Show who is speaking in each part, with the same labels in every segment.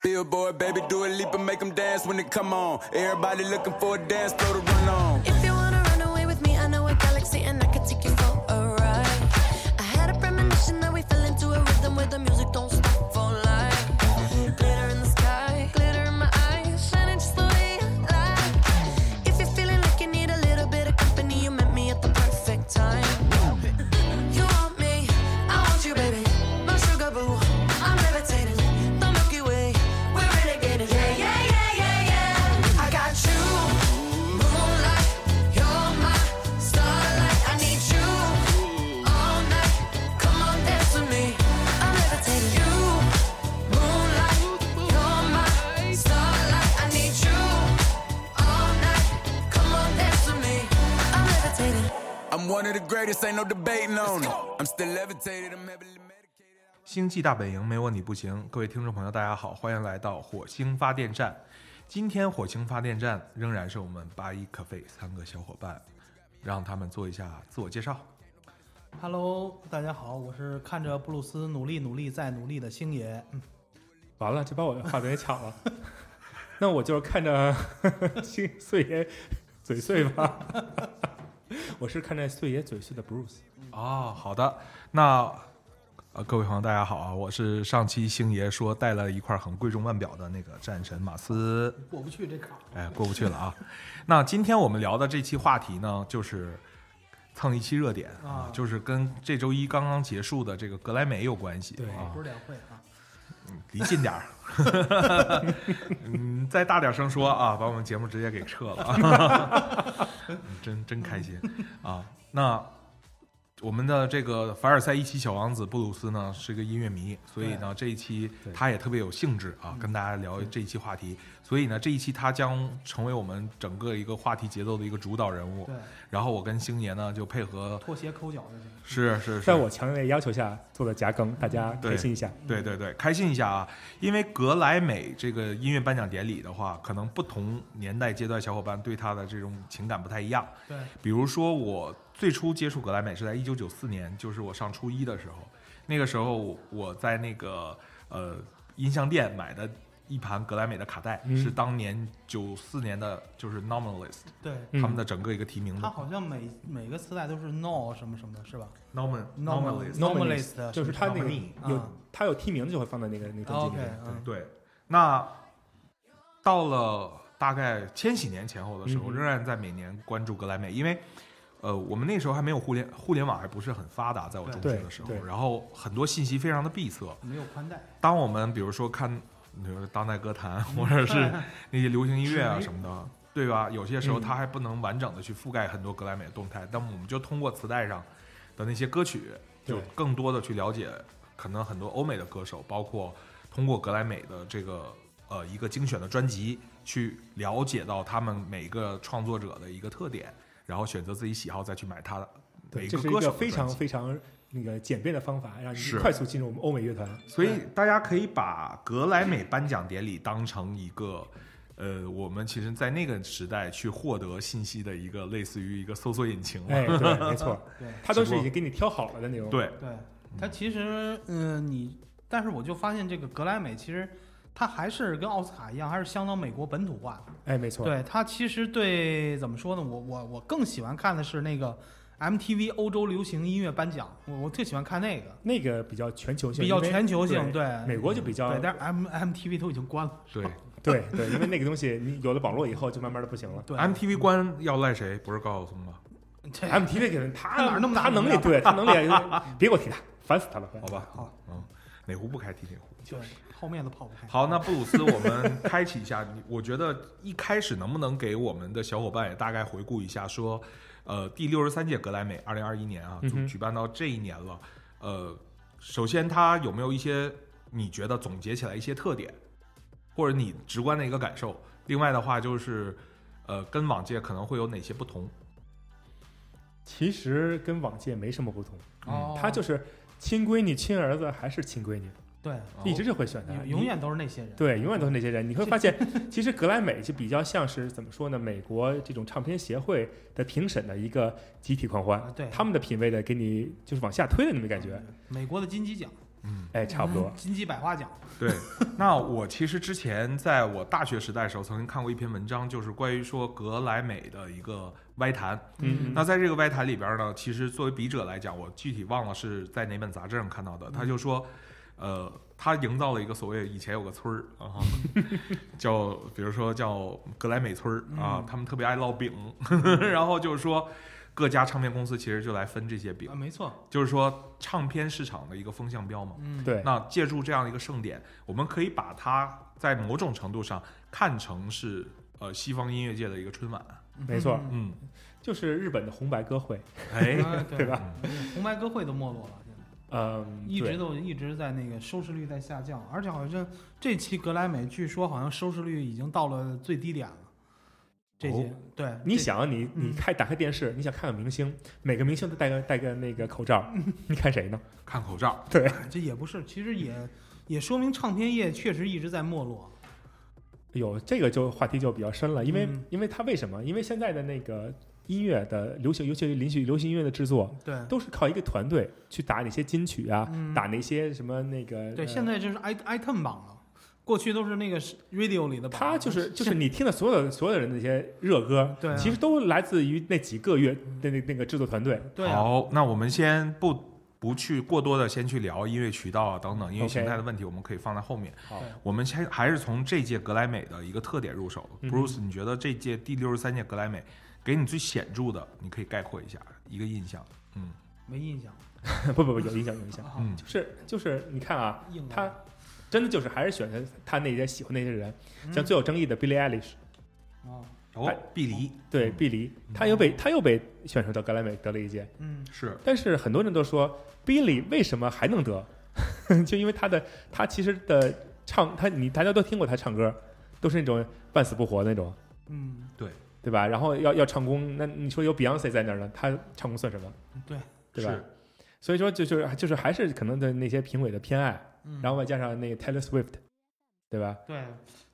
Speaker 1: Billboard, baby, do a leap and make them dance when it come on. Everybody looking for a dance floor to run on.
Speaker 2: If you wanna run away with me, I know a galaxy and I can take you for a ride. I had a premonition that we fell into a rhythm where the music don't stop for life. Glitter in the sky, glitter in my eyes, shining just the way I like. If you're feeling like you need a little bit of company, you met me at the perfect time. You want me, I want you, baby. My sugar boo, I'm levitating. The Milky Way, we're renegading. Yeah, yeah, yeah, yeah, yeah. I got you, moonlight. You're my starlight. I need you all night. Come on, dance with me. I'm levitating. You, moonlight. You're my starlight. I need you all night. Come on, dance with me. I'm levitating.
Speaker 1: I'm one of the greatest, ain't no debating on it. I'm still levitated, I'm heavily medicated.
Speaker 3: 星际大本营没有你不行。各位听众朋友，大家好，欢迎来到火星发电站。今天火星发电站仍然是我们八一咖啡三个小伙伴，让他们做一下自我介绍。
Speaker 4: Hello，大家好，我是看着布鲁斯努力努力再努力的星爷。嗯
Speaker 5: 完了，这把我的话筒也抢了。 那我就是看着 星碎爷嘴碎吧。 我是看着碎爷嘴碎的 Bruce。
Speaker 3: 哦，好的，那呃，各位朋友，大家好啊，我是上期星爷说带了一块很贵重腕表的那个战神马斯，
Speaker 4: 过不去这坎儿，
Speaker 3: 哎，过不去了啊。那今天我们聊的这期话题呢，就是蹭一期热点啊
Speaker 4: 啊，
Speaker 3: 就是跟这周一刚刚结束的这个格莱美有关系
Speaker 5: 对
Speaker 3: 啊
Speaker 4: 不，是两会啊。
Speaker 3: 离近点儿， 嗯，再大点声说啊，把我们节目直接给撤了， 真真开心啊。那我们的这个凡尔赛一期小王子布鲁斯呢是个音乐迷，所以呢这一期
Speaker 5: 对
Speaker 3: 他也特别有兴致
Speaker 4: 嗯
Speaker 3: 啊，跟大家聊这一期话题。所以呢这一期他将成为我们整个一个话题节奏的一个主导人物
Speaker 4: 对。，
Speaker 3: 然后我跟星爷呢就配合，
Speaker 4: 拖鞋抠脚就行。
Speaker 3: 是是是，
Speaker 5: 在我强烈的要求下做的夹更，大家
Speaker 3: 对
Speaker 5: 开心一下。
Speaker 3: 对对对，开心一下啊！因为格莱美这个音乐颁奖典礼的话，可能不同年代阶段小伙伴对它的这种情感不太一样。
Speaker 4: 对，
Speaker 3: 比如说，我最初接触格莱美是在一九九四年，就是我上初一的时候，那个时候我我在那个呃音像店买的一盘格莱美的卡带，
Speaker 5: 嗯
Speaker 3: 是当年九四年的，就是 Nominalist
Speaker 4: 对，
Speaker 5: 嗯
Speaker 3: 他们的整个一个提名
Speaker 4: 他
Speaker 3: 的
Speaker 4: 好像每每个磁带都是 no 什么什么的，是吧
Speaker 3: Nomin
Speaker 4: Nominalist
Speaker 3: Nominalist
Speaker 4: Nominalist，
Speaker 5: Nominalist，就是他那个
Speaker 3: Nominee
Speaker 5: 有
Speaker 4: 啊
Speaker 5: 他有提名就会放在那个那个专辑
Speaker 4: ？OK，
Speaker 5: 里面。
Speaker 4: 嗯，
Speaker 3: 对，那到了大概千禧年前后的时候，
Speaker 5: 嗯哼
Speaker 3: 仍然在每年关注格莱美，因为呃，我们那时候还没有互联，互联网还不是很发达，在我中学的时候
Speaker 5: 对，对
Speaker 3: 然后很多信息非常的闭塞。
Speaker 4: 没有宽带，
Speaker 3: 当我们比如说看，比如说当代歌坛
Speaker 5: 嗯
Speaker 3: 或者是那些流行音乐啊什么的，对吧？有些时候
Speaker 5: 嗯
Speaker 3: 它还不能完整的去覆盖很多格莱美的动态，但我们就通过磁带上的那些歌曲，就
Speaker 5: 对
Speaker 3: 更多的去了解，可能很多欧美的歌手，包括通过格莱美的这个呃一个精选的专辑，去了解到他们每个创作者的一个特点，然后选择自己喜好再去买他的每
Speaker 5: 对，这是一
Speaker 3: 歌手
Speaker 5: 个
Speaker 3: 的
Speaker 5: 非常
Speaker 3: 专辑
Speaker 5: 非常那个简便的方法，让你
Speaker 3: 是
Speaker 5: 快速进入我们欧美乐团。
Speaker 3: 所以大家可以把格莱美颁奖典礼当成一个，呃，我们其实，在那个时代去获得信息的一个类似于一个搜索引擎了。
Speaker 5: 哎， 对，没错，
Speaker 4: 对
Speaker 5: 他都是已经给你挑好了的那种。
Speaker 3: 对，
Speaker 4: 对，它其实，嗯、你，但是我就发现这个格莱美其实。它还是跟奥斯卡一样，还是相当美国本土化的。
Speaker 5: 哎，没错，
Speaker 4: 对它其实对怎么说呢？我我我更喜欢看的是那个 MTV 欧洲流行音乐颁奖，我我特喜欢看那个，
Speaker 5: 那个比较全球性，
Speaker 4: 比较
Speaker 5: 因为
Speaker 4: 全球性。对，
Speaker 5: 美国就比较
Speaker 4: 对，但是 M MTV 都已经关了。
Speaker 3: 对
Speaker 5: 对对，因为那个东西你有了网络以后就慢慢的不行了。
Speaker 4: 对
Speaker 3: ，MTV 官要赖谁？不是高晓松吗？
Speaker 4: 这
Speaker 5: MTV 给人他
Speaker 4: 他哪儿那么大啊
Speaker 5: 他能力
Speaker 4: 能？
Speaker 5: 对他能 力，别给我提他，烦死他了。
Speaker 3: 好吧，
Speaker 4: 好，
Speaker 3: 嗯，哪壶不开提哪壶。
Speaker 4: 就是 泡面都泡不开。
Speaker 3: 好，那布鲁斯，我们 开启一下。你我觉得一开始能不能给我们的小伙伴也大概回顾一下，说，呃，第六十三届格莱美，二零二一年啊，
Speaker 5: 嗯
Speaker 3: 就
Speaker 5: 哼
Speaker 3: 举办到这一年了。呃，首先它有没有一些你觉得总结起来一些特点，或者你直观的一个感受？另外的话就是，呃，跟往届可能会有哪些不同？
Speaker 5: 其实跟往届没什么不同，
Speaker 4: 哦，
Speaker 5: 他就是亲闺女、亲儿子还是亲闺女，
Speaker 4: 对，哦
Speaker 5: 一直是会选他，
Speaker 4: 永
Speaker 5: 你
Speaker 4: 永远都是那些人。
Speaker 5: 对，永远都是那些人。你会发 现，其实格莱美就比较像是怎么说呢？美国这种唱片协会的评审的一个集体狂欢
Speaker 4: 啊，对啊
Speaker 5: 他们的品味的给你就是往下推的那么感觉。
Speaker 4: 嗯，美国的金鸡奖，
Speaker 3: 嗯，
Speaker 5: 哎，差不多。
Speaker 4: 金鸡百花奖，
Speaker 3: 对，那我其实之前在我大学时代的时候，曾经看过一篇文章，就是关于说格莱美的一个歪谈。
Speaker 5: 嗯，
Speaker 3: 那在这个歪谈里边呢，其实作为笔者来讲，我具体忘了是在哪本杂志上看到的，他就说，呃，他营造了一个所谓以前有个村儿啊，叫比如说叫格莱美村儿啊，他们特别爱烙饼， 然后就是说。各家唱片公司其实就来分这些饼
Speaker 4: 啊，，没错，
Speaker 3: 就是说唱片市场的一个风向标嘛。
Speaker 4: 嗯，
Speaker 5: 对，
Speaker 3: 那借助这样一个盛典，我们可以把它在某种程度上看成是呃西方音乐界的一个春晚。
Speaker 5: 没错
Speaker 4: 嗯
Speaker 3: 嗯，
Speaker 5: 就是日本的红白歌会，
Speaker 3: 哎，
Speaker 4: 啊
Speaker 5: 对
Speaker 4: 对
Speaker 5: 吧？
Speaker 4: 红白歌会都没落了，现在
Speaker 5: 嗯，
Speaker 4: 一
Speaker 5: 对
Speaker 4: 直都一直在那个收视率在下降，而且好像这期格莱美据说好像收视率已经到了最低点了，这些、
Speaker 5: 哦
Speaker 4: 对，
Speaker 5: 你
Speaker 4: 这
Speaker 5: 想啊，你你
Speaker 4: 嗯
Speaker 5: 开打开电视，你想看个明星，每个明星都戴个戴个那个口罩，
Speaker 4: 嗯
Speaker 5: 你看谁呢？
Speaker 3: 看口罩，
Speaker 5: 对，
Speaker 4: 这也不是，其实也也说明唱片业确实一直在没落，
Speaker 5: 有这个就话题就比较深啊了，因为、
Speaker 4: 嗯
Speaker 5: 因为它为什么？因为现在的那个音乐的流行，尤其是流行流行音乐的制作，
Speaker 4: 对
Speaker 5: 都是靠一个团队去打哪些金曲啊，
Speaker 4: 嗯
Speaker 5: 打那些什么那个呃
Speaker 4: 对，现在就是 i item 榜了，过去都是那个是 radio 里的榜，
Speaker 5: 他就是就是你听的所有的所有人的那些热歌，
Speaker 4: 对啊
Speaker 5: 其实都来自于那几个月的那那个制作团队。
Speaker 4: 对啊，
Speaker 3: 好，那我们先不。不去过多的先去聊音乐渠道啊等等音乐
Speaker 5: OK
Speaker 3: 形态的问题，我们可以放在后面。
Speaker 5: 好
Speaker 4: 对
Speaker 3: 我们先还是从这届格莱美的一个特点入手。
Speaker 5: 嗯
Speaker 3: Bruce，你觉得这届第六十三届格莱美给你最显著的，你可以概括一下一个印象？嗯
Speaker 4: 没印象，
Speaker 5: 不不不，有影响有影响，
Speaker 4: 啊
Speaker 3: 嗯
Speaker 5: 就是就是你看啊，
Speaker 4: 硬了
Speaker 5: 他真的就是还是选择他那些喜欢那些人，
Speaker 4: 嗯
Speaker 5: 像最有争议的 Billie Eilish，
Speaker 4: 啊，
Speaker 3: 哦
Speaker 5: 哎，
Speaker 3: 碧梨
Speaker 5: 对
Speaker 3: 嗯
Speaker 5: 碧梨，
Speaker 3: 嗯
Speaker 5: 他又被他又被选出到格莱美得了一届，
Speaker 4: 嗯，
Speaker 3: 是
Speaker 5: 但是很多人都说 Billie 为什么还能得？ 就因为他的他其实的唱他你大家都听过他唱歌，都是那种半死不活那种。
Speaker 4: 嗯，
Speaker 5: 对吧？然后要要唱功，那你说有 Beyonce 在那儿呢，她唱功算什么？
Speaker 4: 对，
Speaker 5: 对吧
Speaker 3: 嗯是？
Speaker 5: 所以说就就是就是还是可能的那些评委的偏爱，
Speaker 4: 嗯
Speaker 5: 然后外加上那个 Taylor Swift，对吧？
Speaker 4: 对，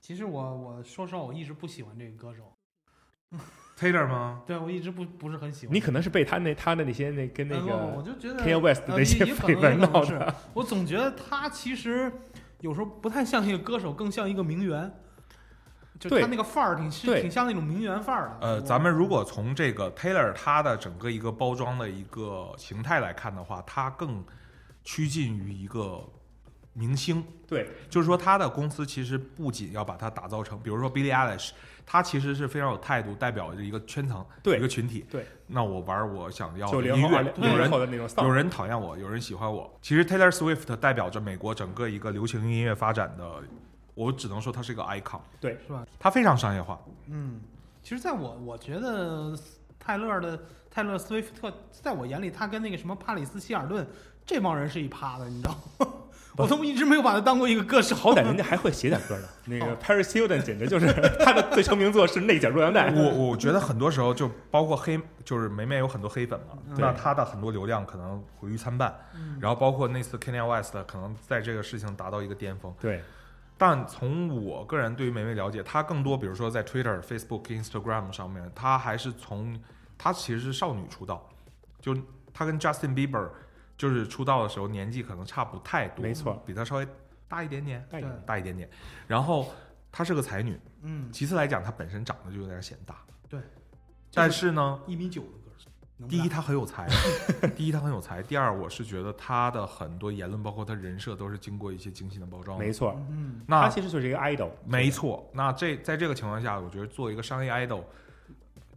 Speaker 4: 其实我我说实话，我一直不喜欢这个歌手，
Speaker 3: Taylor 吗？
Speaker 4: 对我一直不不是很喜欢，
Speaker 5: 你可能是被他那他的那些那跟那
Speaker 4: 嗯不不
Speaker 5: 个
Speaker 4: 我就觉得
Speaker 5: Kanye West 的
Speaker 4: 呃
Speaker 5: 那些
Speaker 4: 也也可
Speaker 5: 绯
Speaker 4: 能
Speaker 5: 闻
Speaker 4: 也可
Speaker 5: 闹
Speaker 4: 能是
Speaker 5: 的，
Speaker 4: 我总觉得他其实有时候不太像一个歌手，更像一个名媛，就
Speaker 5: 对
Speaker 4: 他那个范儿挺是
Speaker 5: 对
Speaker 4: 挺像那种名媛范儿的。
Speaker 3: 呃，
Speaker 4: 我
Speaker 3: 咱们如果从这个 Taylor 它的整个一个包装的一个形态来看的话，它更趋近于一个明星，
Speaker 5: 对，
Speaker 3: 就是说它的公司其实不仅要把它打造成，比如说 Billie Eilish，它其实是非常有态度，代表着一个圈层，
Speaker 5: 对
Speaker 3: 一个群体。
Speaker 5: 对，
Speaker 3: 那我玩我想要
Speaker 5: 九
Speaker 3: 的
Speaker 5: 零
Speaker 3: 音
Speaker 5: 后二零
Speaker 3: 乐，有
Speaker 5: 零
Speaker 3: 人
Speaker 5: 后的那种
Speaker 3: 有
Speaker 5: style，
Speaker 3: 人讨厌我，有人喜欢我。其实 Taylor Swift 代表着美国整个一个流行音乐发展的，我只能说它是一个 icon，
Speaker 5: 对，
Speaker 4: 是吧？
Speaker 3: 它非常商业化。
Speaker 4: 嗯，其实在我我觉得泰勒的泰勒斯威夫特，在我眼里，他跟那个什么帕里斯希尔顿这帮人是一趴的，你知道吗？ 我都一直没有把他当过一个歌手。哦
Speaker 5: 好歹人家还会写点歌 呢。那个 Paris Hilton 简直就是他的最成名作是《内卷录像带》，
Speaker 3: 我我觉得很多时候就包括黑，就是梅梅有很多黑粉嘛，
Speaker 4: 嗯
Speaker 3: 那她的很多流量可能毁誉参半。
Speaker 4: 嗯
Speaker 3: 然后包括那次 Kanye West 可能在这个事情达到一个巅峰，
Speaker 5: 对，
Speaker 3: 但从我个人对于梅梅了解，她更多比如说在 Twitter、Facebook、Instagram 上面，她还是从她其实是少女出道，就她跟 Justin Bieber 就是出道的时候年纪可能差不太多，
Speaker 5: 没错，
Speaker 3: 比她稍微大一点点，
Speaker 5: 带
Speaker 4: 对
Speaker 5: 你
Speaker 3: 大一点点。然后她是个才女，
Speaker 4: 嗯，
Speaker 3: 其次来讲她本身长得就有点显大，
Speaker 4: 对，
Speaker 3: 但是呢。
Speaker 4: 一米九的歌手，能不
Speaker 3: 第一，
Speaker 4: 能
Speaker 3: 他很有 才；第一，他很有才；第二，我是觉得他的很多言论，包括他人设，都是经过一些精心的包装的。
Speaker 5: 没错，
Speaker 4: 嗯，
Speaker 5: 他
Speaker 3: 那
Speaker 5: 其实就是一个 idol，
Speaker 3: 没错，那这在这个情况下，我觉得做一个商业 idol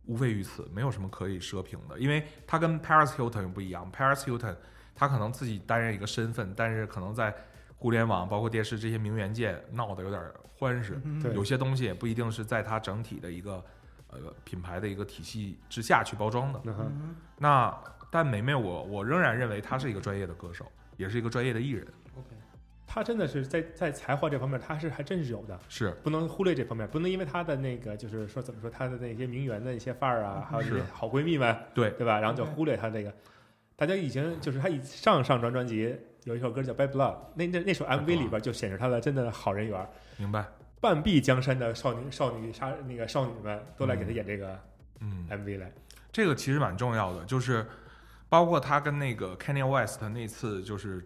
Speaker 3: 无非于此，没有什么可以奢评的，因为他跟 Paris Hilton 不一样，Paris Hilton 他可能自己担任一个身份，但是可能在互联网包括电视这些名媛界闹得有点欢实，
Speaker 4: 嗯
Speaker 5: 对
Speaker 3: 有些东西也不一定是在他整体的一个呃品牌的一个体系之下去包装的。
Speaker 5: 嗯哼，
Speaker 4: 嗯
Speaker 3: 那但梅梅我我仍然认为她是一个专业的歌手，也是一个专业的艺人，
Speaker 4: ，OK，
Speaker 5: 他真的是在在才华这方面，他是还真是有的。
Speaker 3: 是
Speaker 5: 不能忽略这方面，不能因为她的那个就是说怎么说她的那些名媛的一些范儿啊，还有那些
Speaker 3: 是
Speaker 5: 好闺蜜们，
Speaker 3: 对
Speaker 5: 对吧？然后就忽略她这个。大家已经就是她以上上张专辑有一首歌叫《Bad Blood》，那那那首 MV 里边就显示她的真的好人缘，
Speaker 3: 明白，
Speaker 5: 半壁江山的少女少女杀那个少女们都来给她
Speaker 3: 嗯
Speaker 5: 演这个
Speaker 3: 嗯，
Speaker 5: MV 来。
Speaker 3: 这个 其实蛮重要的，就是包括她跟那个 Kanye West 那次就是。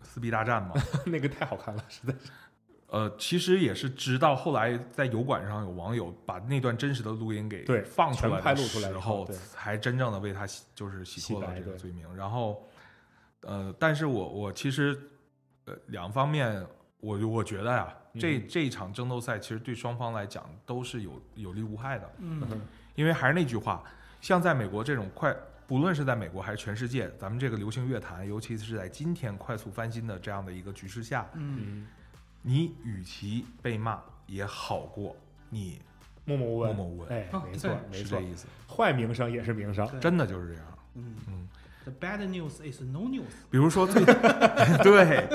Speaker 3: 私撕逼大战嘛。
Speaker 5: 那个太好看了，实在是。
Speaker 3: 呃，其实也是直到后来在油管上有网友把那段真实的录音给
Speaker 5: 对
Speaker 3: 放出来
Speaker 5: 全拍
Speaker 3: 的
Speaker 5: 录出来以
Speaker 3: 时
Speaker 5: 后
Speaker 3: 候
Speaker 5: 对，
Speaker 3: 才真正的为他洗就是洗
Speaker 5: 洗
Speaker 3: 脱了
Speaker 5: 白
Speaker 3: 这个
Speaker 5: 对
Speaker 3: 罪名。然后，呃，但是我我其实呃两方面，我我觉得呀、
Speaker 5: 嗯
Speaker 3: 这这一场争斗赛其实对双方来讲都是有有利无害的，
Speaker 4: 嗯，
Speaker 3: 因为还是那句话，像在美国这种快，不论是在美国还是全世界，咱们这个流行乐坛，尤其是在今天快速翻新的这样的一个局势下，
Speaker 4: 嗯，
Speaker 3: 你与其被骂，也好过你
Speaker 5: 默默无闻，
Speaker 3: 默默无闻
Speaker 5: 哎，
Speaker 4: 啊
Speaker 5: 没错
Speaker 4: 对，
Speaker 5: 没
Speaker 3: 是
Speaker 5: 错
Speaker 3: 这，意思，
Speaker 5: 坏名声也是名声，
Speaker 4: 对
Speaker 3: 真的就是这样。
Speaker 4: 嗯
Speaker 3: 嗯
Speaker 4: ，The bad news is no news。
Speaker 3: 比如说最 对，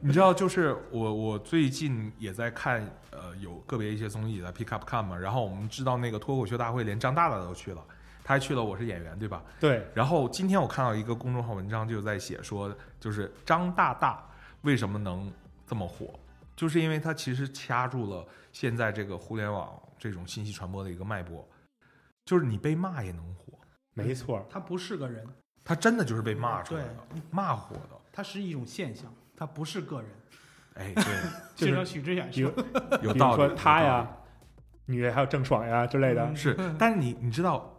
Speaker 3: 你知道，就是我我最近也在看，呃，有个别一些综艺也在 Pick Up 看嘛，然后我们知道那个脱口秀大会，连张大大都去了，他还去了《我是演员》，对吧？
Speaker 5: 对，
Speaker 3: 然后今天我看到一个公众号文章，就在写说，就是张大大为什么能这么火，就是因为他其实掐住了现在这个互联网这种信息传播的一个脉搏，就是你被骂也能火，
Speaker 5: 没错，
Speaker 4: 它不是个人，
Speaker 3: 他真的就是被骂出来的，骂火的。
Speaker 4: 它是一种现象，它不是个人。
Speaker 3: 哎，对，
Speaker 5: 就是
Speaker 4: 就像许知远
Speaker 5: 比如
Speaker 4: 说，
Speaker 3: 有
Speaker 5: 比
Speaker 3: 道
Speaker 5: 如
Speaker 3: 理。
Speaker 5: 说他
Speaker 3: 有道
Speaker 5: 呀，女还有郑爽呀之类的
Speaker 4: 嗯
Speaker 3: 理，是，但是你你知道，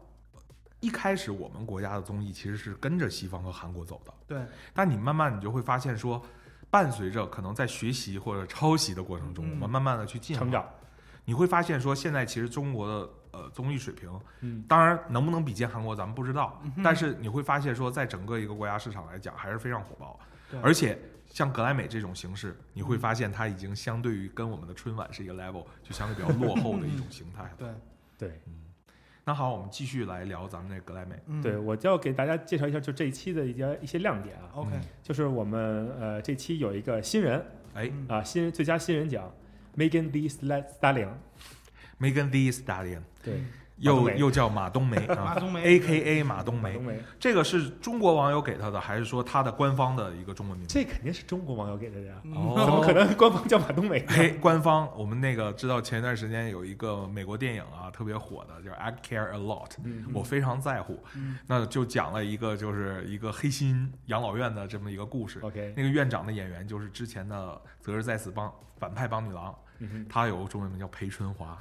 Speaker 3: 一开始我们国家的综艺其实是跟着西方和韩国走的，
Speaker 4: 对，
Speaker 3: 但你慢慢你就会发现说，伴随着可能在学习或者抄袭的过程中，
Speaker 4: 嗯
Speaker 3: 我们慢慢的去进化
Speaker 5: 成，长，
Speaker 3: 你会发现说，现在其实中国的呃综艺水平，
Speaker 5: 嗯，
Speaker 3: 当然能不能比肩韩国咱们不知道，
Speaker 4: 嗯
Speaker 3: 但是你会发现说，在整个一个国家市场来讲，还是非常火爆
Speaker 4: 对，嗯
Speaker 3: 而且。像格莱美这种形式，你会发现它已经相对于跟我们的春晚是一个 level，就相对比较落后的一种形态了。
Speaker 4: 嗯对，
Speaker 5: 对。
Speaker 3: 那好，我们继续来聊咱们这格莱美。
Speaker 4: 嗯
Speaker 5: 对，我就要给大家介绍一下，就这一期的一些一些亮点啊，
Speaker 4: ，OK，
Speaker 5: 就是我们呃这期有一个新人
Speaker 3: 哎
Speaker 4: 嗯
Speaker 5: 啊，新人最佳新人奖，Megan Thee Stal- Stallion，
Speaker 3: ，Megan Thee Stallion，
Speaker 5: 对，
Speaker 3: 又
Speaker 5: 梅
Speaker 3: 又叫马冬 梅啊，
Speaker 4: 马冬梅
Speaker 3: a K A 马冬
Speaker 5: 马
Speaker 3: 梅
Speaker 5: 冬，梅，
Speaker 3: 这个是中国网友给他的，还是说他的官方的一个中文名字？
Speaker 5: 这肯定是中国网友给的呀，
Speaker 4: 嗯
Speaker 5: 哦怎么可能官方叫马冬梅？
Speaker 3: 哦 嘿，官方，我们那个知道前一段时间有一个美国电影啊，特别火的，叫《I Care a Lot》，我
Speaker 5: 嗯
Speaker 3: 非常在乎。那就讲了一个就是一个黑心养老院的这么一个故事。
Speaker 5: OK
Speaker 3: 那个院长的演员就是之前的《择日再死帮》反派帮女郎，
Speaker 5: 嗯
Speaker 3: 她有个中文名叫裴春华。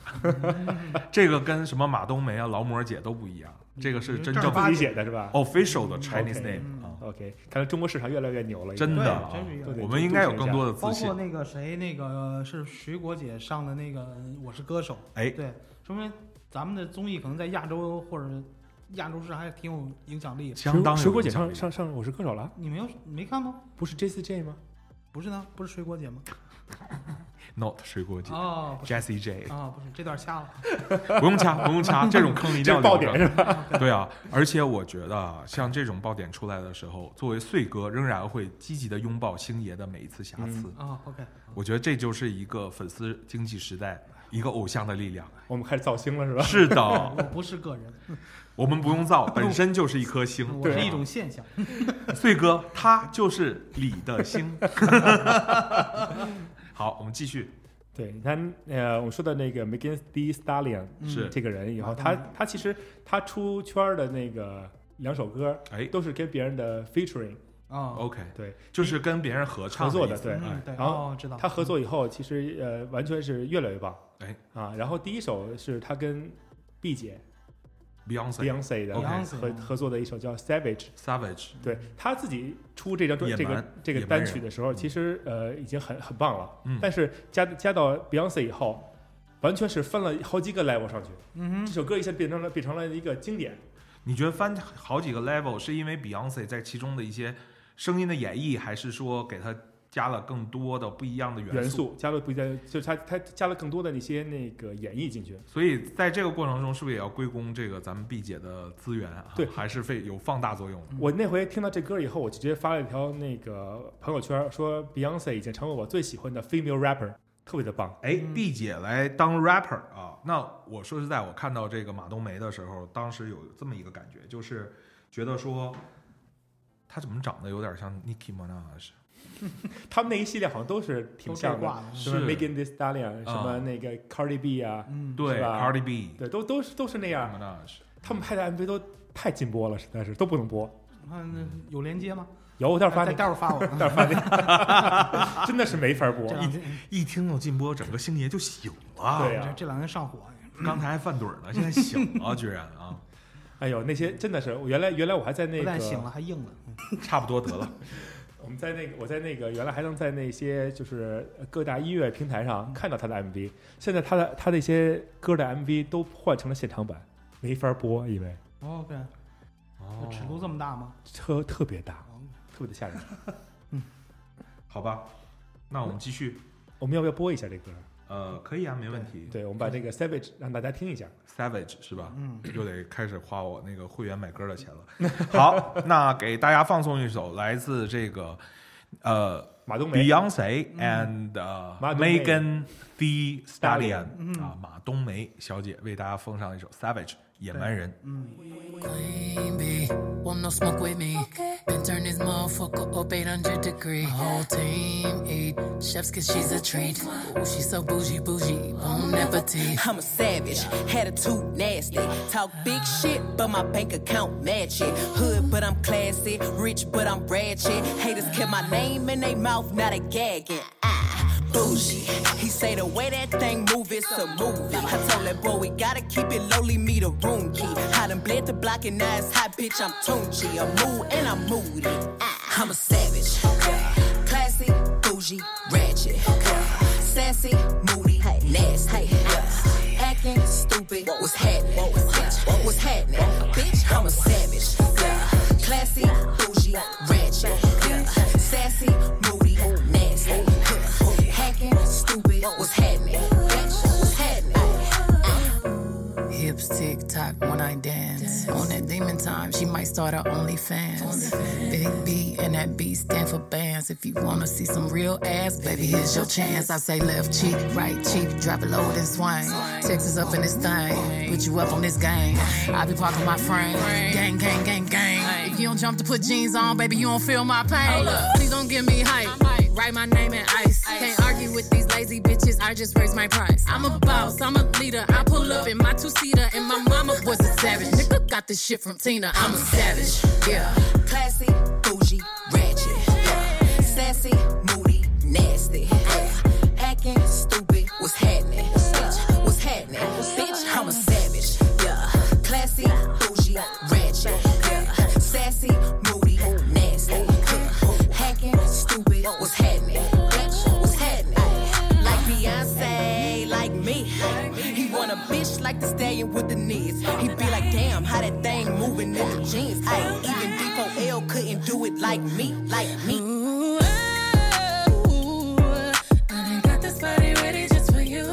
Speaker 3: 这个跟什么马冬梅啊、劳模姐都不一样，这个是真
Speaker 4: 正
Speaker 3: 正
Speaker 4: 儿八
Speaker 5: 自己
Speaker 4: 经
Speaker 5: 写嗯的是吧
Speaker 3: 哦
Speaker 5: 嗯
Speaker 3: official 的 Chinese
Speaker 5: OK，
Speaker 3: name 啊，
Speaker 5: ？OK，看来中国市场越来越牛了，
Speaker 3: 真的啊
Speaker 4: 对真是一样，
Speaker 3: 我们应该有更多的
Speaker 4: 包
Speaker 3: 自信
Speaker 4: 括。那个谁，那个是水果姐上的那个《我是歌手》，
Speaker 3: 哎
Speaker 4: 对，说明咱们的综艺可能在亚洲或者亚洲市场还挺有影响力。
Speaker 3: 相当有
Speaker 5: 水果姐
Speaker 3: 影响
Speaker 5: 上
Speaker 3: 力
Speaker 5: 上上我是歌手了，
Speaker 4: 你没有你没看吗？
Speaker 5: 不是 J C J 吗？
Speaker 4: 不是呢，不是水果 姐吗？
Speaker 3: not 水果姐
Speaker 4: 哦，不是。
Speaker 3: Jessie J，
Speaker 4: 啊，不是，这段瞎了。
Speaker 3: 不用掐，不用掐，这种坑一定
Speaker 5: 这
Speaker 3: 要
Speaker 5: 是爆
Speaker 3: 留着
Speaker 5: 点是吧？
Speaker 3: 对啊，而且我觉得啊，像这种爆点出来的时候，作为穗哥仍然会积极的拥抱星爷的每一次瑕
Speaker 5: 嗯
Speaker 3: 疵。
Speaker 5: 哦
Speaker 4: 啊，OK，
Speaker 3: 我觉得这就是一个粉丝经济时代一个偶像的力量。
Speaker 5: 我们开始造星了是吧？
Speaker 3: 是
Speaker 4: 我
Speaker 3: 的，
Speaker 4: 不是个人，
Speaker 3: 我们不用造，本身就是一颗星。啊
Speaker 4: 我是
Speaker 5: 对啊
Speaker 4: 一种现象。
Speaker 3: 穗哥，他就是李的星。 好，我们 继续。
Speaker 5: 对，你看，呃，我们说的那个 Megan Thee Stallion 嗯
Speaker 3: 是嗯
Speaker 5: 这个人以后，
Speaker 4: 嗯马冬
Speaker 5: 他
Speaker 4: 梅
Speaker 5: 他其实他出圈儿的那个两首歌
Speaker 3: 哎
Speaker 5: 都是跟别人的 featuring，
Speaker 4: 啊，
Speaker 3: ，OK，
Speaker 5: 哦对，
Speaker 3: 就是跟别人合唱
Speaker 5: 合作的
Speaker 3: 意思哎
Speaker 5: 对哎
Speaker 4: 嗯，对，
Speaker 5: 然后
Speaker 4: 哦，知道。
Speaker 5: 他合作以后，其实呃完全是越来越棒，
Speaker 3: 哎
Speaker 5: 啊，然后第一首是他跟 B 姐
Speaker 3: Beyonce、
Speaker 5: Beyonce 的哎
Speaker 3: OK
Speaker 4: Beyonce
Speaker 5: 合合作的一首叫 Savage，
Speaker 3: Savage，
Speaker 5: 对他自己出这张专
Speaker 3: 野
Speaker 5: 这个
Speaker 3: 蛮
Speaker 5: 这个
Speaker 3: 野蛮
Speaker 5: 单
Speaker 3: 人
Speaker 5: 曲的时候，其实呃已经很很棒了，
Speaker 3: 嗯
Speaker 5: 但是加加到 Beyonce 以后，完全是翻了好几个 level 上去，
Speaker 4: 嗯
Speaker 5: 这首歌一下变成了变成了一个经典，
Speaker 3: 你觉得翻好几个 level 是因为 Beyonce 在其中的一些声音的演绎，还是说给它加了更多的不一样的
Speaker 5: 元
Speaker 3: 元素？
Speaker 5: 素加了不加，就是他他加了更多的那些那个演绎进去，
Speaker 3: 所以在这个过程中，是不是也要归功这个咱们 B 姐的资源啊？
Speaker 5: 对
Speaker 3: 还是会有放大作用
Speaker 4: 嗯
Speaker 3: 的。
Speaker 5: 我那回听到这歌以后，我就直接发了一条那个朋友圈，说 Beyonce 已经成为我最喜欢的 female rapper，特别的棒。
Speaker 3: 哎，B
Speaker 4: 嗯
Speaker 3: 姐来当 rapper 啊？那我说实在，我看到这个马冬梅的时候，当时有这么一个感觉，就是觉得说，她怎么长得有点像 Nicki Minaj？
Speaker 5: 他们那一系列好像都是挺像
Speaker 4: 都这挂
Speaker 5: 的，
Speaker 4: 的
Speaker 5: 什么
Speaker 3: 是
Speaker 5: Megan Thee Stallion，什么
Speaker 3: 啊
Speaker 5: 那个 Cardi B 啊，
Speaker 4: 嗯，
Speaker 3: 对
Speaker 5: 是吧
Speaker 3: ，Cardi B、
Speaker 5: 对，都都是都是那样。
Speaker 3: Minaj。
Speaker 5: 他们拍的 MV 都太禁播了，实在是都不能播。
Speaker 4: 看有连接吗？
Speaker 5: 有，我待会儿发
Speaker 4: 待
Speaker 5: 你，
Speaker 4: 待会儿发我。
Speaker 5: 待会儿发你， 真的是没法播
Speaker 4: 这。两天
Speaker 3: 一听到禁播，整个星爷就醒了。
Speaker 5: 对呀啊
Speaker 4: 这这两天上火，
Speaker 3: 刚才还犯盹儿呢，现在醒了，居然啊，
Speaker 5: 哎呦，那些真的是，我原来原来我还在那
Speaker 4: 不但
Speaker 5: 个，
Speaker 4: 醒 了还硬了。嗯
Speaker 3: 差不多得了。
Speaker 5: 我们在那个我在那个原来还能在那些就是各大音乐平台上看到他的 MV，现在他的他那些歌的 MV 都换成了现场版，没法播，因为
Speaker 4: OK，
Speaker 3: 哦
Speaker 4: 尺度这么大吗？
Speaker 5: 特特别大，
Speaker 4: 哦
Speaker 5: 特别的吓 人。
Speaker 4: 嗯
Speaker 3: 好吧，那我们继续。
Speaker 5: 我们要不要播一下这歌？
Speaker 3: 呃，可以啊，没问题。
Speaker 5: 对，我们把这个 Savage 让大家听一下。
Speaker 3: Savage 是吧？
Speaker 4: 嗯，
Speaker 3: 又得开始花我那个会员买歌的钱了。 好，那给大家放送一首来自这个呃
Speaker 5: 马冬梅嗯
Speaker 3: Beyonce and、呃
Speaker 5: 马冬梅
Speaker 3: Megan Thee Stallion
Speaker 5: Stallion 嗯
Speaker 3: 啊，马冬梅小姐为大家奉上一首 Savage 野蛮人。
Speaker 6: Queen bee, want no smoke with me. Then turn this motherfucker up 800 degree. My whole team eat chefs cause she's a treat. Ooh, she's so bougie, bougie, bon appetit.
Speaker 7: I'm a savage, attitude nasty. Talk big shit, but my bank account match it. Hood, but I'm classy. Rich, but I'm ratchet. Haters kept my name in their mouth, not a gagging. Ah, bougie. He say the way that thing move, it's a movie. I told that boy we gotta keep it lowly, me the room key. I done bled the block and now it's hot, bitch. I'm Tunchi. A mood and I'm moody. Ah, I'm a savage. Classy, bougie, ratchet. Sassy, moody, nasty. Acting stupid, what's happening? Bitch, what's happening? Bitch, I'm a savage. Classy, bougie, ratchet. Sassy, moody, nasty. Hacking, stupid, what's happening? Bitch, what's happening?
Speaker 6: Hips tick tock when I dance. On that demon time, she might start her OnlyFans. Big B and that B stand for bands. If you wanna see some real ass, baby, here's your chance. I say left cheek, right cheek, drop it low and swing. Texas up in this thing, put you up on this game. I be parking my frame, gang, gang, gang, gang. If you don't jump to put jeans on, baby, you don't feel my pain. Please don't give me hype. Write my name in ice. Can't argue with these lazy bitches. I just raise my price. I'm a boss. I'm a leader. I pull up in my two seater, and my mama was a savage. Nigga got this shit from Tina. I'm a savage. Yeah.
Speaker 7: classy, bougie, ratchet. Yeah. Sassy, moody, nasty. Yeah. Acting stupid, what's happening? Bitch, what's happening? Bitch, I'm a savage. Yeah. Classy, bougie, ratchet. Yeah. Sassy, moody, nasty. Yeah. Hacking, stupid, what's happening? Bitch, what's happening? Like Beyonce, like me. He want a bitch like the stallion with the knees. He be like, damn, how that thing moving in the jeans. Ay, even D4L couldn't do it like me, like me.
Speaker 6: Ooh, ooh, I done got this body ready just for you.